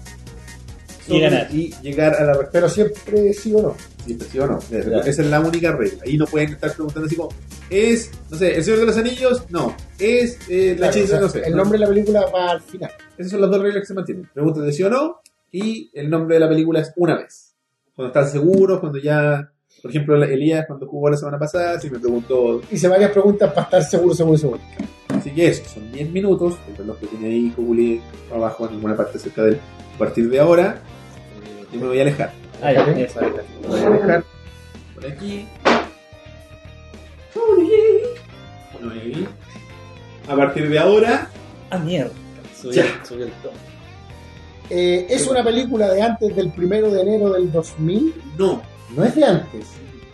Y ganar. y llegar a la respuesta. Pero siempre sí o no. Siempre sí o no. Esa es la única regla. Y no pueden estar preguntando así como, ¿es, no sé, el Señor de los Anillos? No. ¿Es eh, la Claro, chispa? o sea, no sé. El No, nombre de la película va al final. Esas son las dos reglas que se mantienen. Pregunta de sí o no y el nombre de la película es una vez. Cuando están seguros, cuando ya... Por ejemplo, la- Elías cuando jugó la semana pasada, sí me preguntó... Hice varias preguntas para estar seguro, seguro, seguro. Así que eso, son 10 minutos. El reloj que tiene ahí Google abajo en alguna parte cerca del... A partir de ahora, eh, yo me voy a alejar. Ah, ya, eso. Me voy a alejar por aquí. Por ahí. A partir de ahora... Ah, mierda. Subí, Ya. subí el tono. Eh, es una película de antes del primero de enero del 2000. No, No es de antes.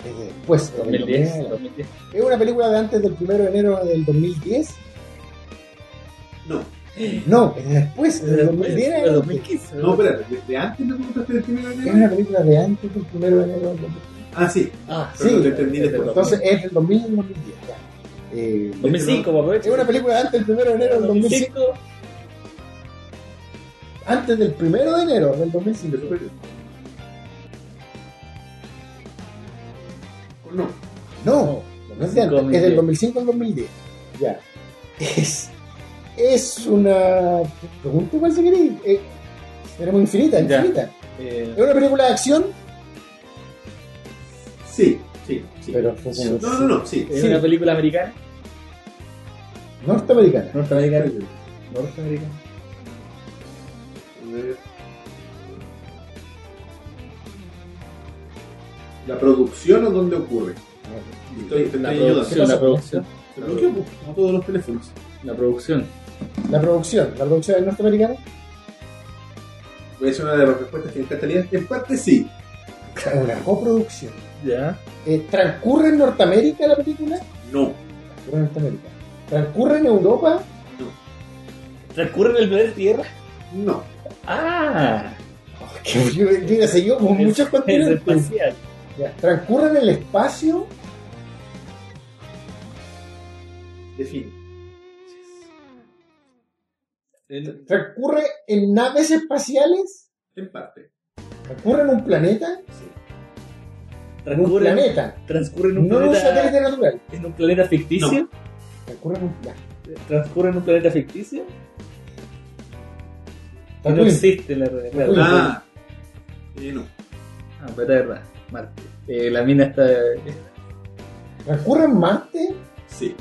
desde después. desde el 2010, 2000. 2010. Es una película de antes del 1 de enero del 2010. No, No, es después, desde el 2010. Desde el 2015. no, espérate, desde antes me preguntaste del primero de Es enero. una película de antes del 1 de enero del 2010. Ah, sí, Ah, pero no te sí. entendí desde después. Entonces es del 2000 al 2010. ya. Eh, 2005, me es aprovecho. una película de antes del 1 de enero del 2005. 2005. Antes del 1 de enero del 2005. No, No, no es de antes, 2005, es del 2005 al 2010. Ya. Es, es una. Pregunta igual si queréis. Eh, tenemos infinita, Ya. infinita. Eh, Es una película de acción, sí, sí, sí. pero eh. fue como No, no, no, sí. Es Sí. una película americana. norteamericana. Norteamericano. Norteamericana. ¿La producción o dónde ocurre? Estoy, te La estoy ayudando. producción, la producción. ¿Pero por qué? Pues, Como todos los teléfonos. La producción. La producción, la producción es norteamericana. Es una de las respuestas que me encantaría. En parte sí. Es una coproducción. Ya. Eh, ¿Transcurre en Norteamérica la película? No. Transcurre en Norteamérica. ¿Transcurre en Europa? ¿Transcurre en el planeta Tierra? No. Ah, Que yo, yo ya sé yo, con Es- muchos es continentes. pues, espacial. Ya. ¿Transcurre en el espacio? Define. El- ¿Transcurre en naves espaciales? En parte. ¿Transcurre en un planeta? En un Transcurre, planeta. transcurre en un No en un planeta, satélite natural. en un planeta ficticio. Transcurre en un planeta. Transcurre en un planeta ficticio. Y no Tatooine. existe en la realidad. Claro, Tatooine. Ah. Eh, no. Ah, pero es verdad. Marte. Eh, la mina está. ¿Transcurre en Marte? Sí.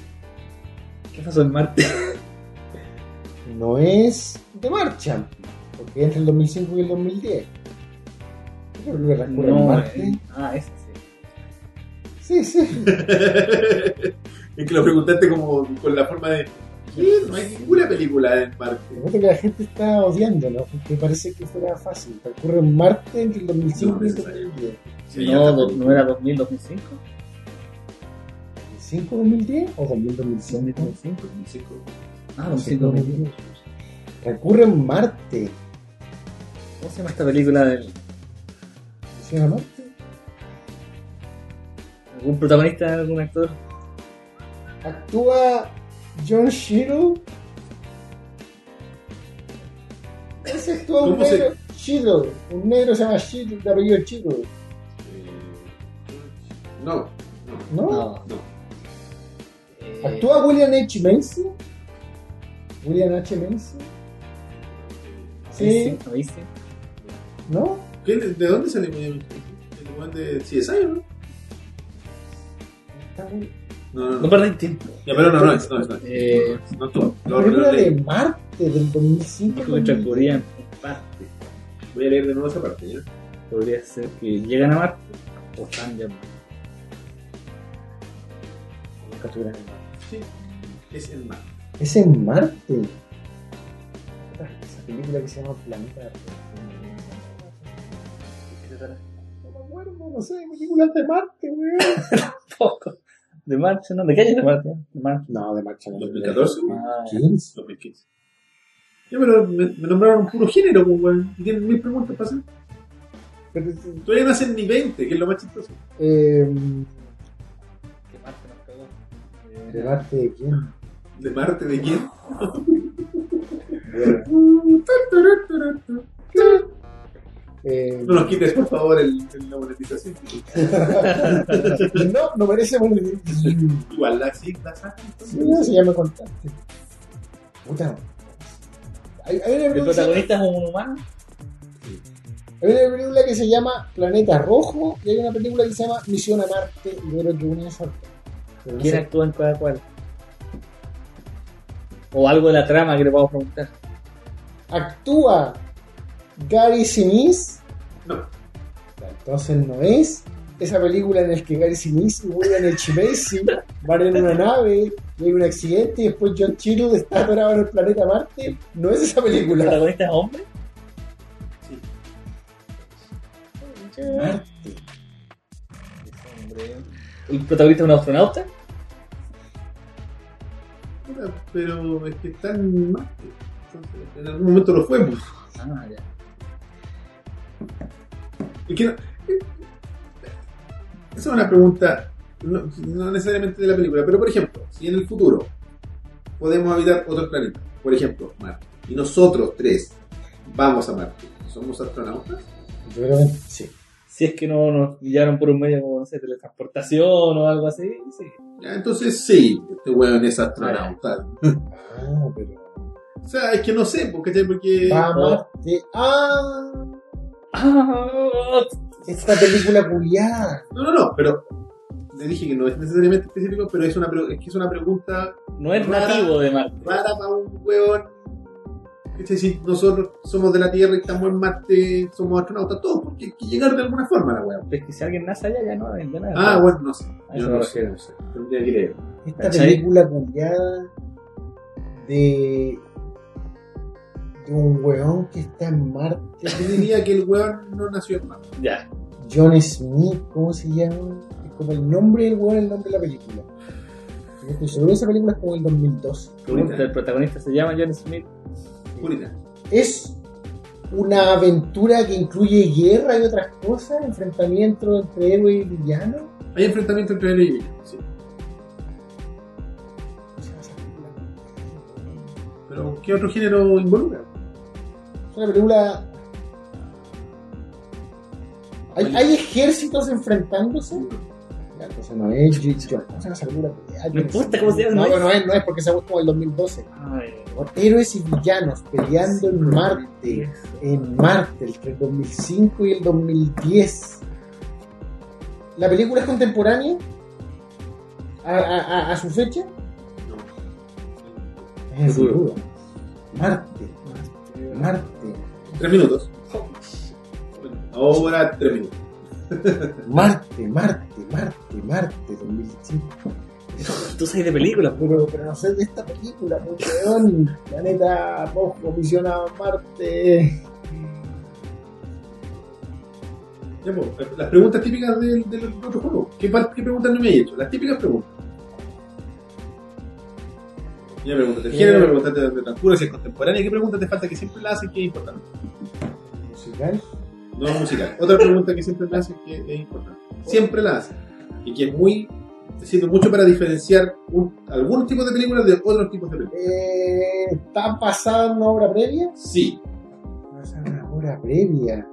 ¿Qué pasó en Marte? No es de marcha. Porque entre el 2005 y el 2010. ¿Qué película transcurre en Marte? eh. Ah, esa sí. Sí, sí. es que lo preguntaste como con la forma de. ¿Qué? No hay ninguna película en parte. Me gusta que la gente está odiando, ¿no? Porque parece que fuera fácil. Transcurre en Marte entre el 2005 y el 2010. Sí, no, yo do- tampoco. no era 2000, 2005. ¿2005, 2010 o 2000, 2000, 2005? 2005. 2005. Ah, 2005, 2010. Transcurre en Marte. ¿Cómo se llama esta película del. ¿Sí o no? algún protagonista, algún actor? Actúa John Shiro. Ese actúa un ¿Cómo se- negro. Shiro. Un negro se llama Shiro, de apellido Shiro. Eh, No. No. ¿No? No. Eh, ¿Actúa William H. Macy? ¿William H. Macy? Sí. Amazing, Amazing. ¿No? ¿Qué? ¿De de dónde salió Miami? El igual de CSI, ¿o ¿no? Está muy- No, no, No no. perdí tiempo. Ya, pero no, no es, no es, no es. Eh, No tú. La Lo, lo, película de leí. Marte del 2005. Creo que transcurría en parte. Voy a leer de nuevo esa parte, ¿ya? Podría ser que llegan a Marte o están ya en Marte. Sí. Es el mar. Es en Marte. Esa película que se llama Planeta. No me acuerdo, no sé, películas de Marte, weón. Poco. De Marte, no, de qué año es de Marte. De Marte. No, de Marte no. 2014, güey. Ah, ya. 2015. 2015. Ya, pero me, me nombraron puro género, pues, güey. Y tienen mil preguntas para hacer. Pero, Todavía no hacen ni 20, que es lo más chistoso. eh, Que Marte nos cagó. ¿De Marte de quién? ¿De Marte? ¿De quién? Bueno, eh, No nos quites, por favor, el, el- la monetización. no, no merece morir. Igual, la sí, la saca. Sí, no, si ya me contaste. Puta. Hay, hay una ¿El película, hay protagonista es un humano? una película que se llama Planeta Rojo y hay una película que se llama Misión a Marte y yo creo que una es otra. Pero no ¿Quién sé. actúa en cada cual? O algo de la trama que le podemos preguntar. Actúa Gary Sinise. No. Entonces no es esa película en la que Gary Sinise y William H. Macy van en una nave y hay un accidente y después John Chiro está atorado en el planeta Marte. No es esa ¿El película. protagonista es hombre? Marte. creo. ¿El protagonista es un astronauta? Puta, Pero es que está en Marte. Entonces, en algún momento lo fue. pues. Ah, ya. Es que no- eh, Esa es una pregunta, no, no necesariamente de la película, pero por ejemplo, si en el futuro podemos habitar otros planetas, por ejemplo, Marte, y nosotros tres vamos a Marte, ¿somos astronautas? Yo creo que sí. Si es que no nos guiaron por un medio como, no sé, teletransportación o algo así, sí. Ya, entonces sí, este weón es astronauta. Ah, pero. O sea, es que no sé, porque, ¿cachai? porque Va a Marte. ¡Ah! Ah, Esta película culiada. No, no, no, pero le dije que no es necesariamente específico, pero es una, pre- es que es una pregunta no es nativo de Marte. rara para un huevón. ¿Cachai? Si nosotros somos de la Tierra y estamos en Marte, somos astronautas, todos, porque hay que llegar de alguna forma a la huevón. Es que si alguien nace allá, ya no hay nada. Ah, bueno, no sé. A Yo eso no me sé, refiero. no sé. Tendría que leer. Esta ¿Cachai? película culiada de. de un weón que está en Marte. Yo diría que el huevón no nació en Marte. Ya. John Smith, ¿cómo se llama? Es como el nombre del weón, el nombre de la película. Yo estoy seguro que esa película es como el 2002. Pregunta, El protagonista se llama John Smith. Purita. Es una aventura que incluye guerra y otras cosas, enfrentamiento entre héroe y villano. Hay enfrentamiento entre él y Villa, sí. Pero, ¿qué otro género involucra? Es una película. ¿Hay, hay ejércitos enfrentándose? Ya, entonces no es G.I. Joe. ¿Cómo se llama esa película? Ah, No importa cómo se llama, No, no es. no es, no es porque se como el 2012. Ay, Por héroes y villanos peleando en Marte, en Marte, entre el 2005 y el 2010. ¿La película es contemporánea? ¿A, a- a- a su fecha? No. Es el Seguro. futuro. Marte, Marte, Tres minutos. Oh, Ahora tres minutos. Marte, Marte, Marte, Marte, 2005. Tú sabes de películas, po. Pero, pero no sé de esta película, pues, weón. Planeta Rojo, misión a Marte. Ya, pues, las preguntas típicas del, del otro juego. ¿Qué, par- qué preguntas no me he hecho? Las típicas preguntas. Ya me preguntaste de Eh. género, me preguntaste de literatura, si es contemporánea. ¿Qué pregunta te falta que siempre la haces que es importante? Musical. No musical. Otra pregunta que siempre la haces que es importante. Siempre la haces. Y que es muy. Sirve mucho para diferenciar un- algún tipo de películas de otros tipos de películas. Eh, ¿Está pasada en una obra previa? Sí. Pasada en una obra previa.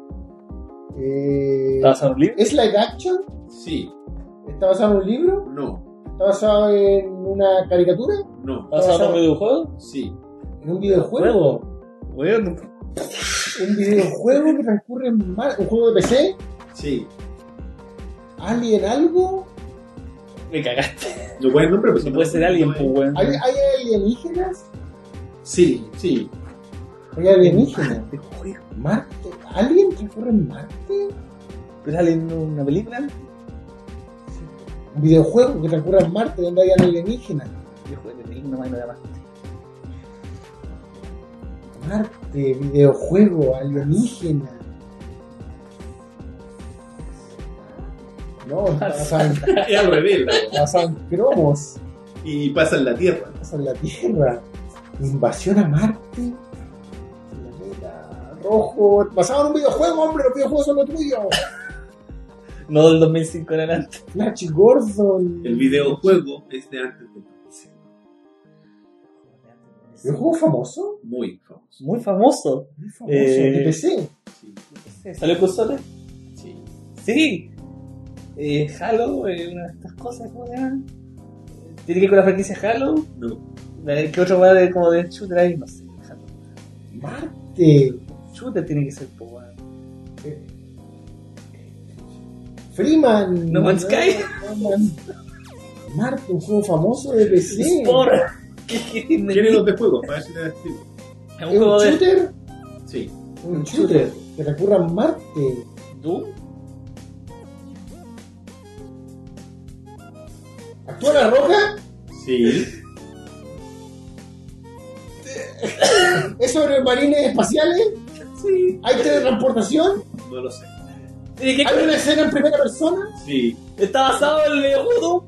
Eh, ¿Estabas a un libro? ¿Es live action? Sí. ¿Está basado en un libro? No. ¿Está basado en una caricatura? No. ¿Estabas a basado- un videojuego? Sí. ¿En un videojuego? Bueno, ¿Un videojuego que transcurre en Marte? ¿Un juego de PC? Sí. ¿Alien algo? me cagaste. No puedes nombre, pero si No puede ser alguien, no pues, es- weón. ¿Hay, hay alienígenas? Sí, sí. ¿Hay alienígenas? ¿Marte? ¿Alien transcurre en Marte? ¿Pero sale en una película? ¿Un videojuego que transcurre en Marte donde hay alienígenas? Yo juego de película, no me nada más. Marte, eh, videojuego, alienígena. No, está basado en, Es al revés. la está basado en cromos. y pasa en la Tierra. Pasa en la Tierra. Invasión a Marte. Planeta rojo. Basado en un videojuego, hombre. Los videojuegos son lo tuyo. No del 2005 en adelante. Flash Gordon. El videojuego es de antes de ¿Videojuego famoso? Muy famoso. Muy famoso. Muy famoso. Eh, De PC. Sí. ¿Salió consola? sí. Sí. Eh, Halo, eh, una de estas cosas, ¿cómo se llama? Tiene que ver con la franquicia Halo. No. Eh, ¿Qué otro weá de como de shooter ahí? No sé. Halo. Marte. Shooter tiene que ser, po, weón. Freeman. No Man's Sky. No Man's- Marte, un juego famoso de PC. Sport. ¿Qué quieren de mí? ¿Quieren los de juego? Para ver si te explico. Es ¿Es un un juego de shooter? Sí. Un shooter. Que recurra a Marte. Doom. ¿Actúa la roja? Sí. ¿Es sobre marines espaciales? Sí. ¿Hay teletransportación? No lo sé. Sí, ¿Y qué Hay una escena en primera persona. Sí, Está basado en el videojuego Doom.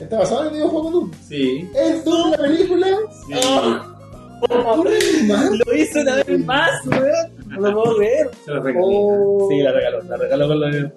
Está basado en el videojuego Doom. sí, Es Doom la película. sí. Ah. Más. Lo hizo una vez más, weón. No lo puedo creer. Se los regalé. Oh. Sí, la regaló, la regaló con la de.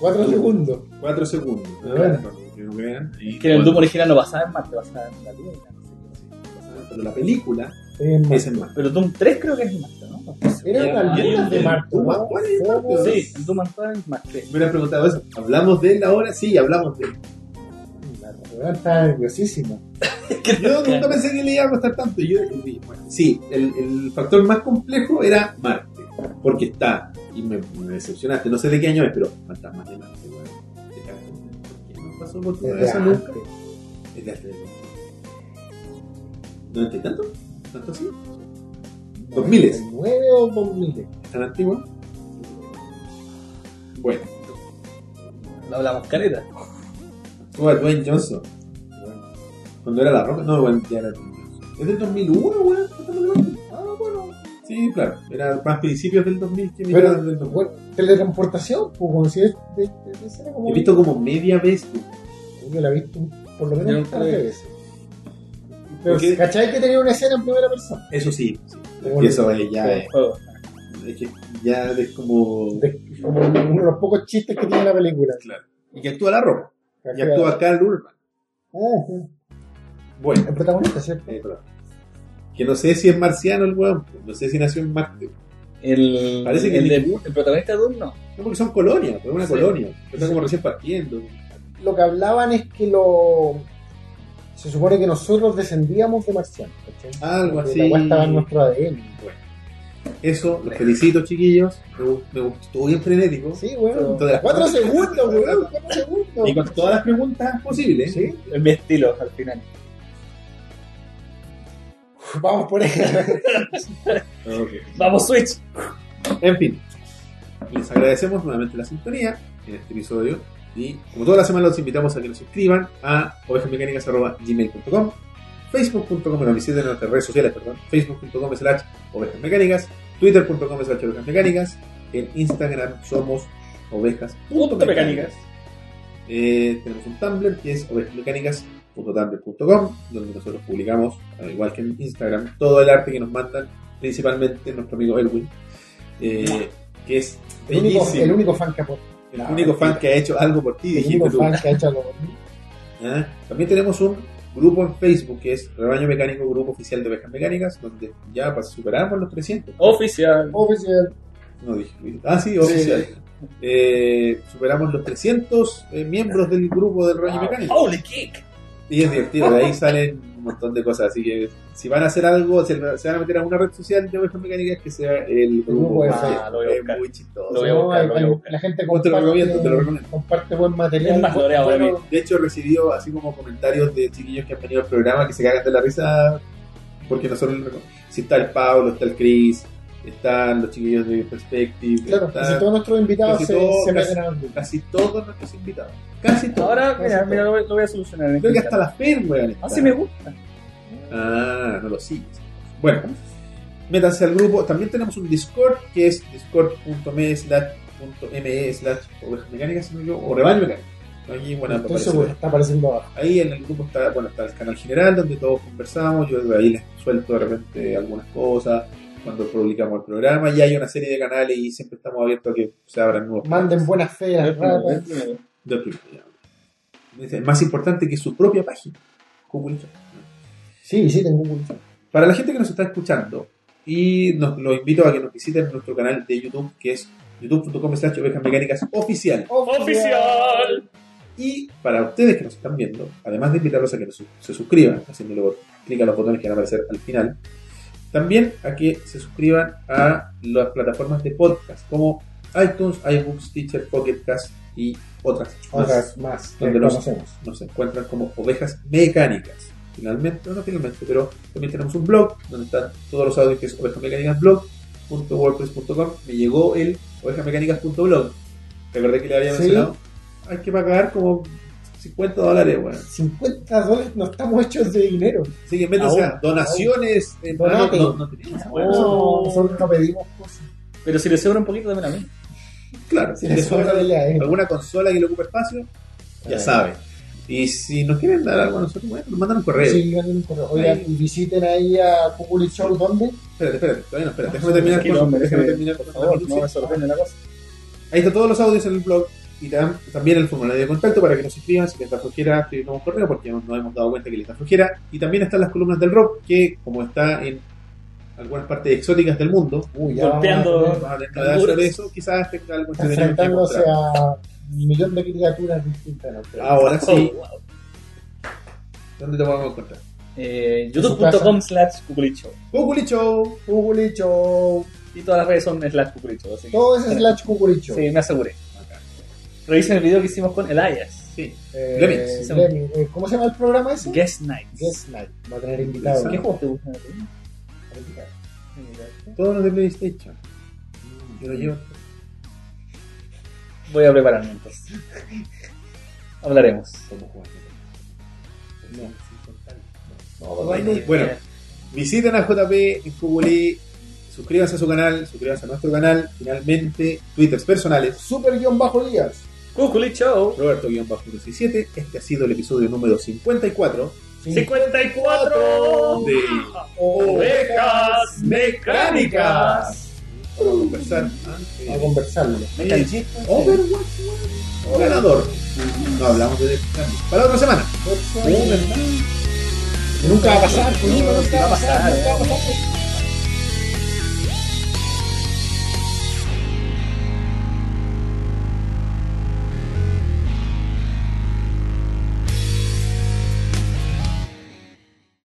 Cuatro segundos. Cuatro segundos. A ver. Para que lo vean. Y Que en el Doom cuatro- original no basaba en Marte, basaba en la Luna. no sé qué. Pero la película Eh, es en Marte. Pero Doom 3 creo que es en Marte, ¿no? Eran Era- algunas de era- Marte. ¿no? ¿Cuál es Marte? Fue- Sí, el Doom Antoine es Marte 3. Me hubieran preguntado eso. ¿Hablamos de él ahora? Sí, hablamos de él. La verdad está nerviosísima. Yo nunca pensé que le iba a costar tanto. Yo dije, bueno, sí, el, el factor más complejo era Marte. Porque está, y me, me decepcionaste, no sé de qué año es, pero fantasmas de Marte, weón. Te cago en- ¿por qué no pasó por tu Desde cabeza antes. nunca? Es de antes del 2000. ¿90 y tanto? ¿Tanto así? Dos miles. ¿Nueve o dos miles? ¿Es tan antiguo? Bueno, Lo hablamos careta. tú a Dwayne Johnson. Cuando era la roca, no, bueno, ya era Dwayne Johnson. Es del 2001, weón. Fantasmas de Marte. Ah, bueno. Sí, claro, era más principios del 2000 que Pero, mitad del 2000. bueno, teletransportación, pues, como si es de, de- de- esa era como. He visto como media vez. tú. Yo la he visto por lo Yo menos un nunca par la de vi. veces. Pero, Porque- ¿cachai que tenía una escena en primera persona? Eso sí, sí. Bueno, Y eso eh, ya El es, juego. es que ya es como. de- como uno de los pocos chistes que tiene la película. Y que actúa la ropa. Y ¿Cachai? actúa Carl Urban. Ah, sí. Bueno, El protagonista, ¿cierto? eh, perdón. que no sé si es marciano el weón, pues, no sé si nació en Marte. El, Parece que el, de- ningún- el protagonista de Doom no. No, porque son colonias, pues, una Sí. colonia. Está como recién partiendo. Lo que hablaban es que lo. Se supone que nosotros descendíamos de marcianos, ¿cachai? Ah, Algo Porque así. La weá estaba en nuestro ADN. Eso, los felicito, chiquillos. Me, gu- me gustó, estuvo bien frenético. Sí, weón. Todas las- Cuatro segundos, weón. Cuatro segundos. Y con todas las preguntas posibles. Sí, Es mi estilo al final. vamos por ahí. Ah, Ok. ¡Vamos, Switch! En fin, les agradecemos nuevamente la sintonía en este episodio. Y como toda la semana, los invitamos a que nos suscriban a ovejasmecánicas.gmail.com, facebook.com, nos visiten en nuestras redes sociales, perdón, facebook.com slash ovejasmecánicas, twitter.com slash ovejasmecánicas, en Instagram somos Punto ovejas.mecánicas. mecánicas. Eh, tenemos un Tumblr que es ovejasmecánicas.tumblr.com, donde nosotros publicamos, al igual que en Instagram, todo el arte que nos mandan, principalmente nuestro amigo Elwin, eh, que es Ah. El único, bellísimo. el único fan que ha puesto. El único fan que ha hecho algo por ti, El dijiste único tú. fan que ha hecho algo por mí. ¿Ah? También tenemos un grupo en Facebook que es Rebaño Mecánico, grupo oficial de ovejas mecánicas, donde ya pas- superamos los 300. Oficial. Oficial. No dije. Ah, sí, oficial. Eh, superamos los 300 eh, miembros del grupo del Rebaño Wow. Mecánico. Ah, ¡Holy kick! Y es divertido, de ahí salen un montón de cosas. Así que si van a hacer algo, se, se van a meter a una red social de ovejas mecánicas que sea el grupo. grupo de porque Facebook. Ah, lo voy a es buscar. muy chistoso. Lo voy a No, buscar, lo voy a hay- buscar. La gente Te lo recomiendo, te lo recomiendo. comparte buen material. Es más, lo haré ahora Bueno, mismo. De hecho, recibió así como comentarios de chiquillos que han venido al programa que se cagan de la risa porque nosotros les recom- Si está el Pablo, está el Chris, están los chiquillos de Perspective, Claro, está casi todos nuestros invitados casi se, todo- se casi- meten a grupo. casi todos nuestros invitados. Casi todos. Ahora, mira, Eso mira, lo voy, lo voy a solucionar. este Creo que hasta la Fer, weón. está. Así me gusta. Ah, no lo sigues. Bueno, métanse al grupo. También tenemos un Discord que es discord.me slash punto me slash ovejas mecánicas, si no yo, o rebaño mecánico. Aquí, bueno, Estoy aparece- seguro, está apareciendo abajo. Ahí en el grupo está, bueno, está el canal general donde todos conversamos, yo de ahí les suelto de repente algunas cosas, cuando publicamos el programa, y hay una serie de canales y siempre estamos abiertos a que se abran nuevos. Manden buenas fe a las Ah, ratas. de otro programa. Es más importante que su propia página. Comunica. Sí, sí, tengo un Para la gente que nos está escuchando, y nos, los invito a que nos visiten en nuestro canal de YouTube, que es youtube.com slash ovejas mecánicas oficial. ¡Oficial! Y para ustedes que nos están viendo, además de invitarlos a que nos- se suscriban, haciéndole bot- clic a los botones que van a aparecer al final, también a que se suscriban a las plataformas de podcast como iTunes, iBooks, Teacher, Pocket Cast y otras. más. Otras más que Donde los- conocemos. Nos encuentran como ovejas mecánicas. Finalmente, no, no finalmente, pero también tenemos un blog donde están todos los audios que es ovejasmecánicasblog.wordpress.com. Me llegó el ovejasmecánicas.blog. Recordé que le había Sí. mencionado. Hay que pagar como 50 dólares, weón. 50 dólares no estamos hechos de dinero. Así que métanse Aún, a donaciones. en- Donate. No, no, no tenemos, weón. Oh. Nosotros no pedimos cosas. Pero si le sobra un poquito, también a mí. Claro, Si si les sobra dele a él. alguna consola que le ocupe espacio, ya sabe. Y si nos quieren dar algo a nosotros, bueno, nos mandan un correo. Sí, manden un correo. Oigan, Ahí. y visiten ahí a Cuculi Show, ¿dónde? Espérate, espérate, todavía no, espérate. Déjame terminar Tranquilo, con, hombre, déjame déjame- terminar Por con- favor, no me sorprende la cosa. Ahí están todos los audios en el blog y tam- también el formulario de contacto para que nos escriban si les da flojera escribirnos un correo porque nos hemos dado cuenta que les da flojera. Y también están las columnas del rock que, como está en algunas partes exóticas del mundo, Uy, ya Golpeando. vamos vamos a tener- a tener que hablar sobre eso, quizás tenga algo está entretenido que enfrentándose mostrar. Ah, a un millón de criaturas distintas. ¿no? Pero- Ahora sí, Oh, wow. ¿dónde te podemos encontrar? Eh, youtube.com slash cuculicho. Cuculi Show. Cuculi Show. Y todas las redes son slash cuculicho. Así que, Todo es slash Cuculi Show. sí, me aseguré. Revisen el video que hicimos con Elias. Sí. Eh, Lemmings, sí, sí. Lemmings. Eh, ¿Cómo se llama el programa ese? Guest Night. Guest Night. Va a tener invitados. ¿Qué juegos te gustan? Todos los de PlayStation. Yo lo llevo. Voy a prepararme entonces. Hablaremos. ¿Cómo jugar? No, Bueno, bueno, visiten a JP en Cubulí, suscríbanse a su canal, suscríbanse a nuestro canal. Finalmente, twitters personales, Super guión bajo Díaz. Cuculicho Roberto-117. Este ha sido el episodio número 54 54 de Ovejas Mecánicas. Vamos a conversar A antes. conversarlo. Overwatch o ganador. No hablamos de Destiny. Para la otra semana. Nunca va a pasar, Kojima, nunca va a pasar, nunca va a pasar.